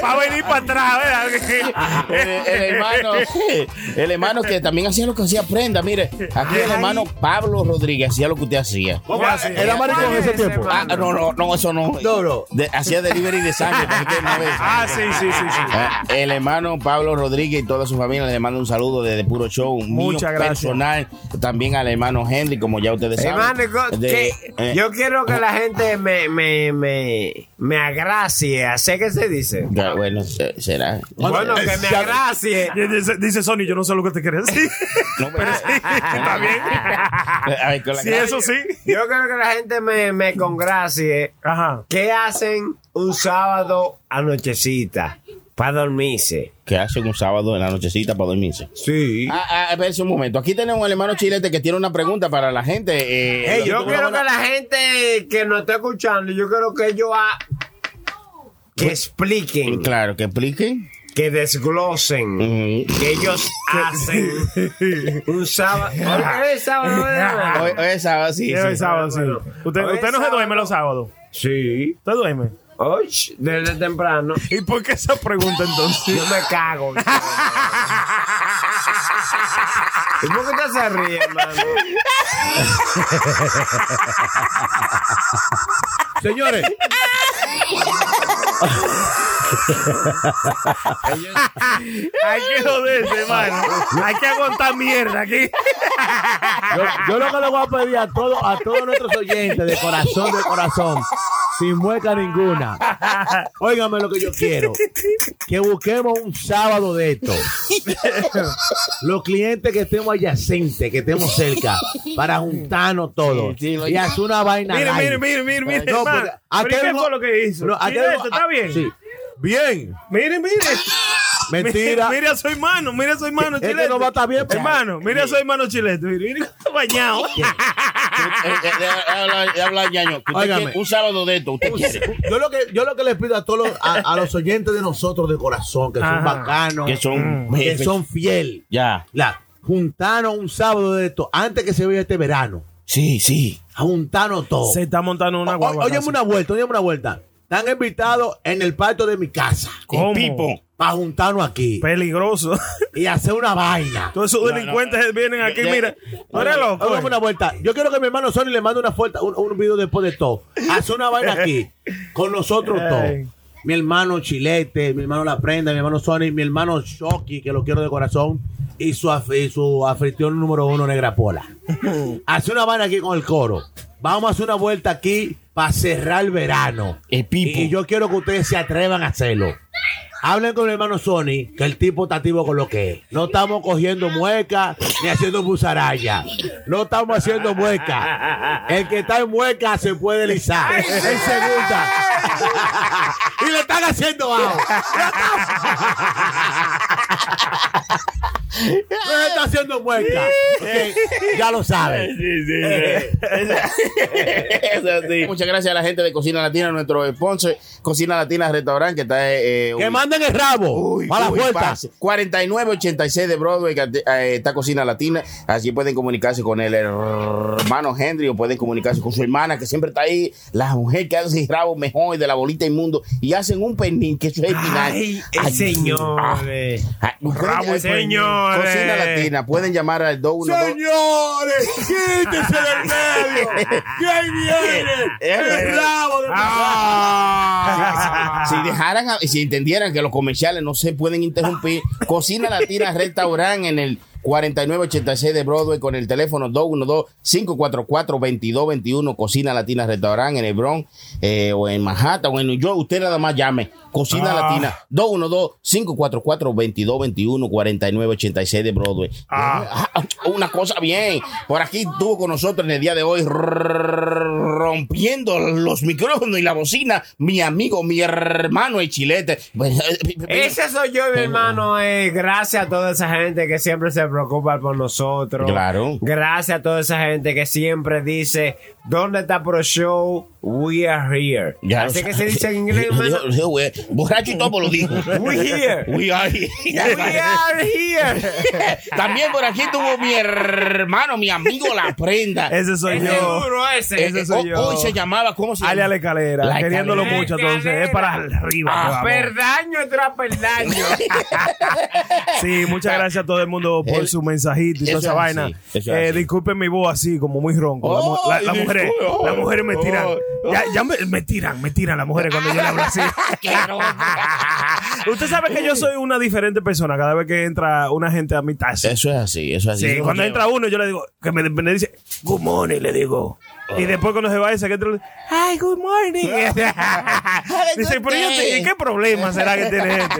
Speaker 4: Va a venir para atrás,
Speaker 2: El,
Speaker 4: ¿verdad?
Speaker 2: el hermano, [laughs] el hermano que también hacía lo que hacía prenda. Mire, aquí el hermano Pablo Rodríguez hacía lo que usted hacía.
Speaker 5: ¿Cómo así? Era maricón en ese tiempo.
Speaker 2: Ah, no, no, no, eso no.
Speaker 5: No, no.
Speaker 2: De- hacía delivery de sangre. pero es que no es.
Speaker 4: Ah, sí, sí, sí, sí.
Speaker 2: Ah, el hermano Pablo Rodríguez y toda su familia le mando un saludo desde Puro Show.
Speaker 4: Muchas
Speaker 2: mío
Speaker 4: gracias.
Speaker 2: Personal. También al hermano Henry, como ya ustedes
Speaker 6: Hermano,
Speaker 2: saben.
Speaker 6: co-
Speaker 2: De-
Speaker 6: Eh, que-
Speaker 2: eh,
Speaker 6: yo quiero que la gente me, me, me, me agracie. ¿Sé qué se dice?
Speaker 2: ya, bueno, se- será.
Speaker 6: Bueno, que me agracie.
Speaker 4: Dice, dice Sony, yo no sé lo que te quieres decir.
Speaker 2: No,
Speaker 4: [laughs] Pero sí, está
Speaker 2: [laughs]
Speaker 4: bien.
Speaker 2: A ver, con la
Speaker 4: Sí,
Speaker 2: cara-
Speaker 4: eso sí.
Speaker 6: Yo quiero que la gente me, me congracie.
Speaker 4: Ajá.
Speaker 6: ¿Qué hacen un sábado a nochecita para dormirse?
Speaker 2: ¿Qué hacen un sábado en la nochecita para dormirse?
Speaker 6: Sí.
Speaker 2: Ah, ah, espérese un momento. Aquí tenemos al hermano Chilete que tiene una pregunta para la gente. eh,
Speaker 6: Ey, yo
Speaker 2: una
Speaker 6: quiero
Speaker 2: buena-
Speaker 6: que la gente que nos está escuchando, yo quiero que ellos a- que expliquen,
Speaker 2: Claro, que
Speaker 4: [laughs]
Speaker 2: Eh, expliquen.
Speaker 6: que desglosen,
Speaker 2: Ujú.
Speaker 6: que ellos hacen un sábado. Hoy es sábado, ¿verdad?
Speaker 2: Hoy, hoy es sábado, sí.
Speaker 4: Lleva
Speaker 2: sí.
Speaker 4: el sábado, sí.
Speaker 6: bueno.
Speaker 4: Usted,
Speaker 6: Hoy es
Speaker 4: usted no se
Speaker 6: sábado.
Speaker 4: duerme los sábados.
Speaker 6: Sí.
Speaker 4: Usted duerme.
Speaker 6: Hoy, desde temprano.
Speaker 4: ¿Y por qué esa pregunta entonces?
Speaker 6: Yo me
Speaker 4: [laughs]
Speaker 6: cago. ¿Y por qué usted se ríe, hermano?
Speaker 5: Señores,
Speaker 4: Hay que joderse, hermano. Hay que aguantar mierda aquí.
Speaker 5: yo, yo lo que le voy a pedir a todos, a todos nuestros oyentes, de corazón, de corazón, sin mueca ninguna. Óigame lo que yo quiero. Que busquemos un sábado de esto. Los clientes que estemos adyacentes, que estemos cerca, para juntarnos todos.
Speaker 2: Sí, sí, lo-
Speaker 5: y hacer una vaina.
Speaker 4: Mire,
Speaker 5: light.
Speaker 4: mire, mire, mire, mire. Eh,
Speaker 5: No,
Speaker 4: hermano.
Speaker 5: porque
Speaker 4: Pero
Speaker 5: aquel
Speaker 4: ¿y ¿Qué
Speaker 5: mo-
Speaker 4: fue lo que hizo?
Speaker 5: No, aquel
Speaker 4: Mire
Speaker 5: mo-
Speaker 4: esto, ¿Está
Speaker 5: ah,
Speaker 4: bien?
Speaker 5: sí.
Speaker 4: [laughs]
Speaker 5: Bien.
Speaker 4: Mire, mire.
Speaker 5: Mentira.
Speaker 4: Mire a su hermano, mire a su hermano
Speaker 5: Es que
Speaker 4: chilete.
Speaker 5: no va a estar bien, pues.
Speaker 4: Hermano, mire a su hermano chilete. Mire, mire cómo está bañado.
Speaker 2: Eh, eh, eh, habla- habla, ñaño. que usted
Speaker 5: Óigame.
Speaker 2: quiere Un sábado de esto, usted quiere.
Speaker 5: Yo lo que yo lo que les pido a todos los, a, a los oyentes de nosotros de corazón, que
Speaker 4: Ajá.
Speaker 5: son bacanos,
Speaker 2: Que son.
Speaker 5: que son fiel.
Speaker 2: Ya.
Speaker 5: La, juntanos un sábado de esto, antes que se vaya este verano.
Speaker 2: Sí, sí.
Speaker 5: A juntanos todos.
Speaker 4: Se está montando una
Speaker 5: O-
Speaker 4: guagua.
Speaker 5: óyeme una vuelta, óyeme una vuelta. Están invitados en el patio de mi casa.
Speaker 4: ¿Cómo?
Speaker 2: Pipo.
Speaker 5: Para juntarnos aquí
Speaker 4: Peligroso.
Speaker 5: y hacer una vaina.
Speaker 4: Todos esos delincuentes vienen aquí,
Speaker 2: Ya-
Speaker 4: mira. No eres
Speaker 5: Oye,
Speaker 4: loco.
Speaker 5: Óigame una vuelta. Yo quiero que mi hermano Sony le mande una vuelta, un, un video después de todo. Hace una vaina aquí. Con nosotros
Speaker 4: Ey.
Speaker 5: todos. Mi hermano Chilete, mi hermano La Prenda, mi hermano Sony, mi hermano Shoki, que lo quiero de corazón, y su, af- y su anfitrión número uno, Negra Pola. Hace una vaina aquí con el coro. Vamos a hacer una vuelta aquí para cerrar el verano.
Speaker 2: El Pipo.
Speaker 5: Y, y yo quiero que ustedes se atrevan a hacerlo. Hablen con mi hermano Sony, que el tipo está activo con lo que es. No estamos cogiendo mueca ni haciendo busaraya. No estamos haciendo mueca. El que está en mueca se puede lisar. En segunda. y le están haciendo ajo. Le
Speaker 19: está haciendo mueca. Ok, Ya lo sabes.
Speaker 2: Muchas gracias a la gente de Cocina Latina, nuestro sponsor, Cocina Latina Restaurant, que está. eh, eh,
Speaker 19: Que
Speaker 2: ubi-
Speaker 19: manden el rabo.
Speaker 2: Uy,
Speaker 19: a la
Speaker 2: uy,
Speaker 19: vuelta.
Speaker 2: pase. 4986 de Broadway, que, eh, está Cocina Latina. Así pueden comunicarse con el hermano Henry o pueden comunicarse con su hermana, que siempre está ahí, la mujer que hace el rabo mejor de la bolita inmundo. Y hacen un pernil, que eso es el final.
Speaker 6: Ay, eh.
Speaker 2: Ay,
Speaker 6: señores.
Speaker 2: ah, ah,
Speaker 6: Rabo, señores.
Speaker 2: Cocina Latina, pueden llamar al 212.
Speaker 19: Señores, quítese del medio. Que ahí viene el rabo de
Speaker 2: Si dejaran, a- si entendieran que los comerciales no se pueden interrumpir, Cocina Latina Restaurant en el 4986 de Broadway con el teléfono 212-544-2221, Cocina Latina Restaurant en el Bronx eh, o en Manhattan o en New York. Usted nada más llame Cocina
Speaker 4: Ah.
Speaker 2: Latina 212-544-2221, 4986 de Broadway. Ah, Una cosa bien, por aquí estuvo con nosotros en el día de hoy rompiendo los micrófonos y la bocina mi amigo, mi hermano el chilete. Pues, eh,
Speaker 6: Ese soy yo,
Speaker 2: Oh.
Speaker 6: mi hermano. eh, gracias a toda esa gente que siempre se preocupa por nosotros.
Speaker 2: Claro.
Speaker 6: Gracias a toda esa gente que siempre dice, ¿dónde está Pro Show? We are here.
Speaker 2: Ya
Speaker 6: Así
Speaker 2: lo
Speaker 6: que se
Speaker 2: sabe.
Speaker 6: dice en inglés,
Speaker 2: [laughs]
Speaker 6: hermano.
Speaker 2: Dijo- dijo, güey, borracho y todo pues lo dijo.
Speaker 6: We here.
Speaker 2: We are here.
Speaker 6: We are here.
Speaker 2: También por aquí tuvo mi hermano, mi amigo La Prenda.
Speaker 4: Ese soy
Speaker 2: Ese
Speaker 4: yo.
Speaker 6: duro ese.
Speaker 4: Ese
Speaker 2: Eh,
Speaker 4: soy
Speaker 2: hoy-
Speaker 4: yo.
Speaker 2: Hoy se llamaba, ¿cómo se
Speaker 4: Ale a
Speaker 2: llama?
Speaker 4: la escalera.
Speaker 2: La
Speaker 4: queriéndolo
Speaker 2: escalera.
Speaker 4: mucho, entonces. Es para arriba. que
Speaker 6: Ah,
Speaker 4: vamos.
Speaker 6: Perdaño tras perdaño.
Speaker 4: [laughs] Sí, muchas gracias a todo el mundo por su mensajito y
Speaker 2: Ah. eso
Speaker 4: toda esa
Speaker 2: es
Speaker 4: vaina.
Speaker 2: así, eso es
Speaker 4: Eh,
Speaker 2: así.
Speaker 4: disculpen mi voz así, como muy ronco. La mu-
Speaker 2: Oh,
Speaker 4: la- Las
Speaker 2: disculpe,
Speaker 4: mujeres
Speaker 2: oh,
Speaker 4: las mujeres me
Speaker 2: oh,
Speaker 4: tiran.
Speaker 2: oh.
Speaker 4: Ya, ya me, me tiran, me tiran las mujeres cuando yo le hablo
Speaker 2: [laughs]
Speaker 4: así. Usted sabe que yo soy una diferente persona cada vez que entra una gente a mi taxi.
Speaker 2: Eso es así, eso es así.
Speaker 4: Sí,
Speaker 2: Eso
Speaker 4: cuando
Speaker 2: es-
Speaker 4: entra uno, yo le digo, que me, me dice, good morning, le digo.
Speaker 2: Ah.
Speaker 4: Y después cuando se va ese que entra, le- ay, good
Speaker 2: [laughs]
Speaker 4: morning. [laughs] Dice, pero yo te- ¿qué problema será que tiene gente?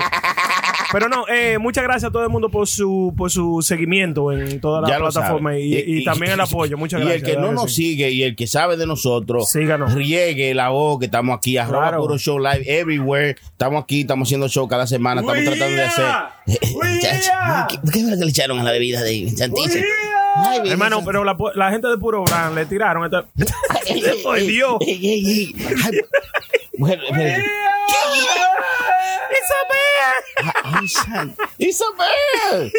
Speaker 4: Pero no, eh, muchas gracias a todo el mundo por su por su seguimiento en todas las
Speaker 2: Ya lo
Speaker 4: plataformas
Speaker 2: sabe.
Speaker 4: y, y también el apoyo. Muchas gracias.
Speaker 2: Y el que no
Speaker 4: claro
Speaker 2: nos
Speaker 4: sí.
Speaker 2: sigue y el que sabe de nosotros, riegue la voz que estamos aquí, arroba
Speaker 4: Claro.
Speaker 2: puro show live everywhere. Estamos aquí, estamos haciendo show cada semana, estamos tratando de hacer. [laughs] ¿Qué, qué fue lo que le echaron a la bebida de Santice?
Speaker 4: Hermano, pero la, pu- la gente de Puro Brand le tiraron. esto- [laughs]
Speaker 2: [laughs]
Speaker 4: ¡Ay, Dios! [laughs]
Speaker 2: Bueno, espérate.
Speaker 4: ¡It's a bear! [laughs]
Speaker 2: Isabel.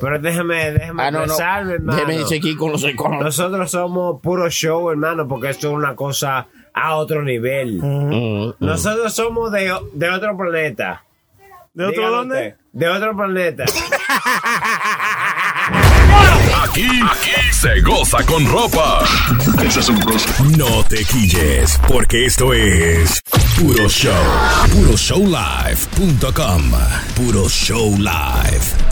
Speaker 6: Pero déjame, déjame
Speaker 2: Ah, no, no.
Speaker 6: expresarme, hermano.
Speaker 2: Déjeme chequear con los psicólogos.
Speaker 6: Nosotros somos puro show, hermano, porque esto es una cosa a otro nivel.
Speaker 2: Mm,
Speaker 6: Nosotros somos de, de otro planeta.
Speaker 4: ¿De otro
Speaker 6: Dígalo
Speaker 4: dónde?
Speaker 6: usted. De otro planeta.
Speaker 5: Aquí, aquí se goza con ropa. No te quilles, porque esto es Puro Show. PuroShowLive.com. Puro Show Live.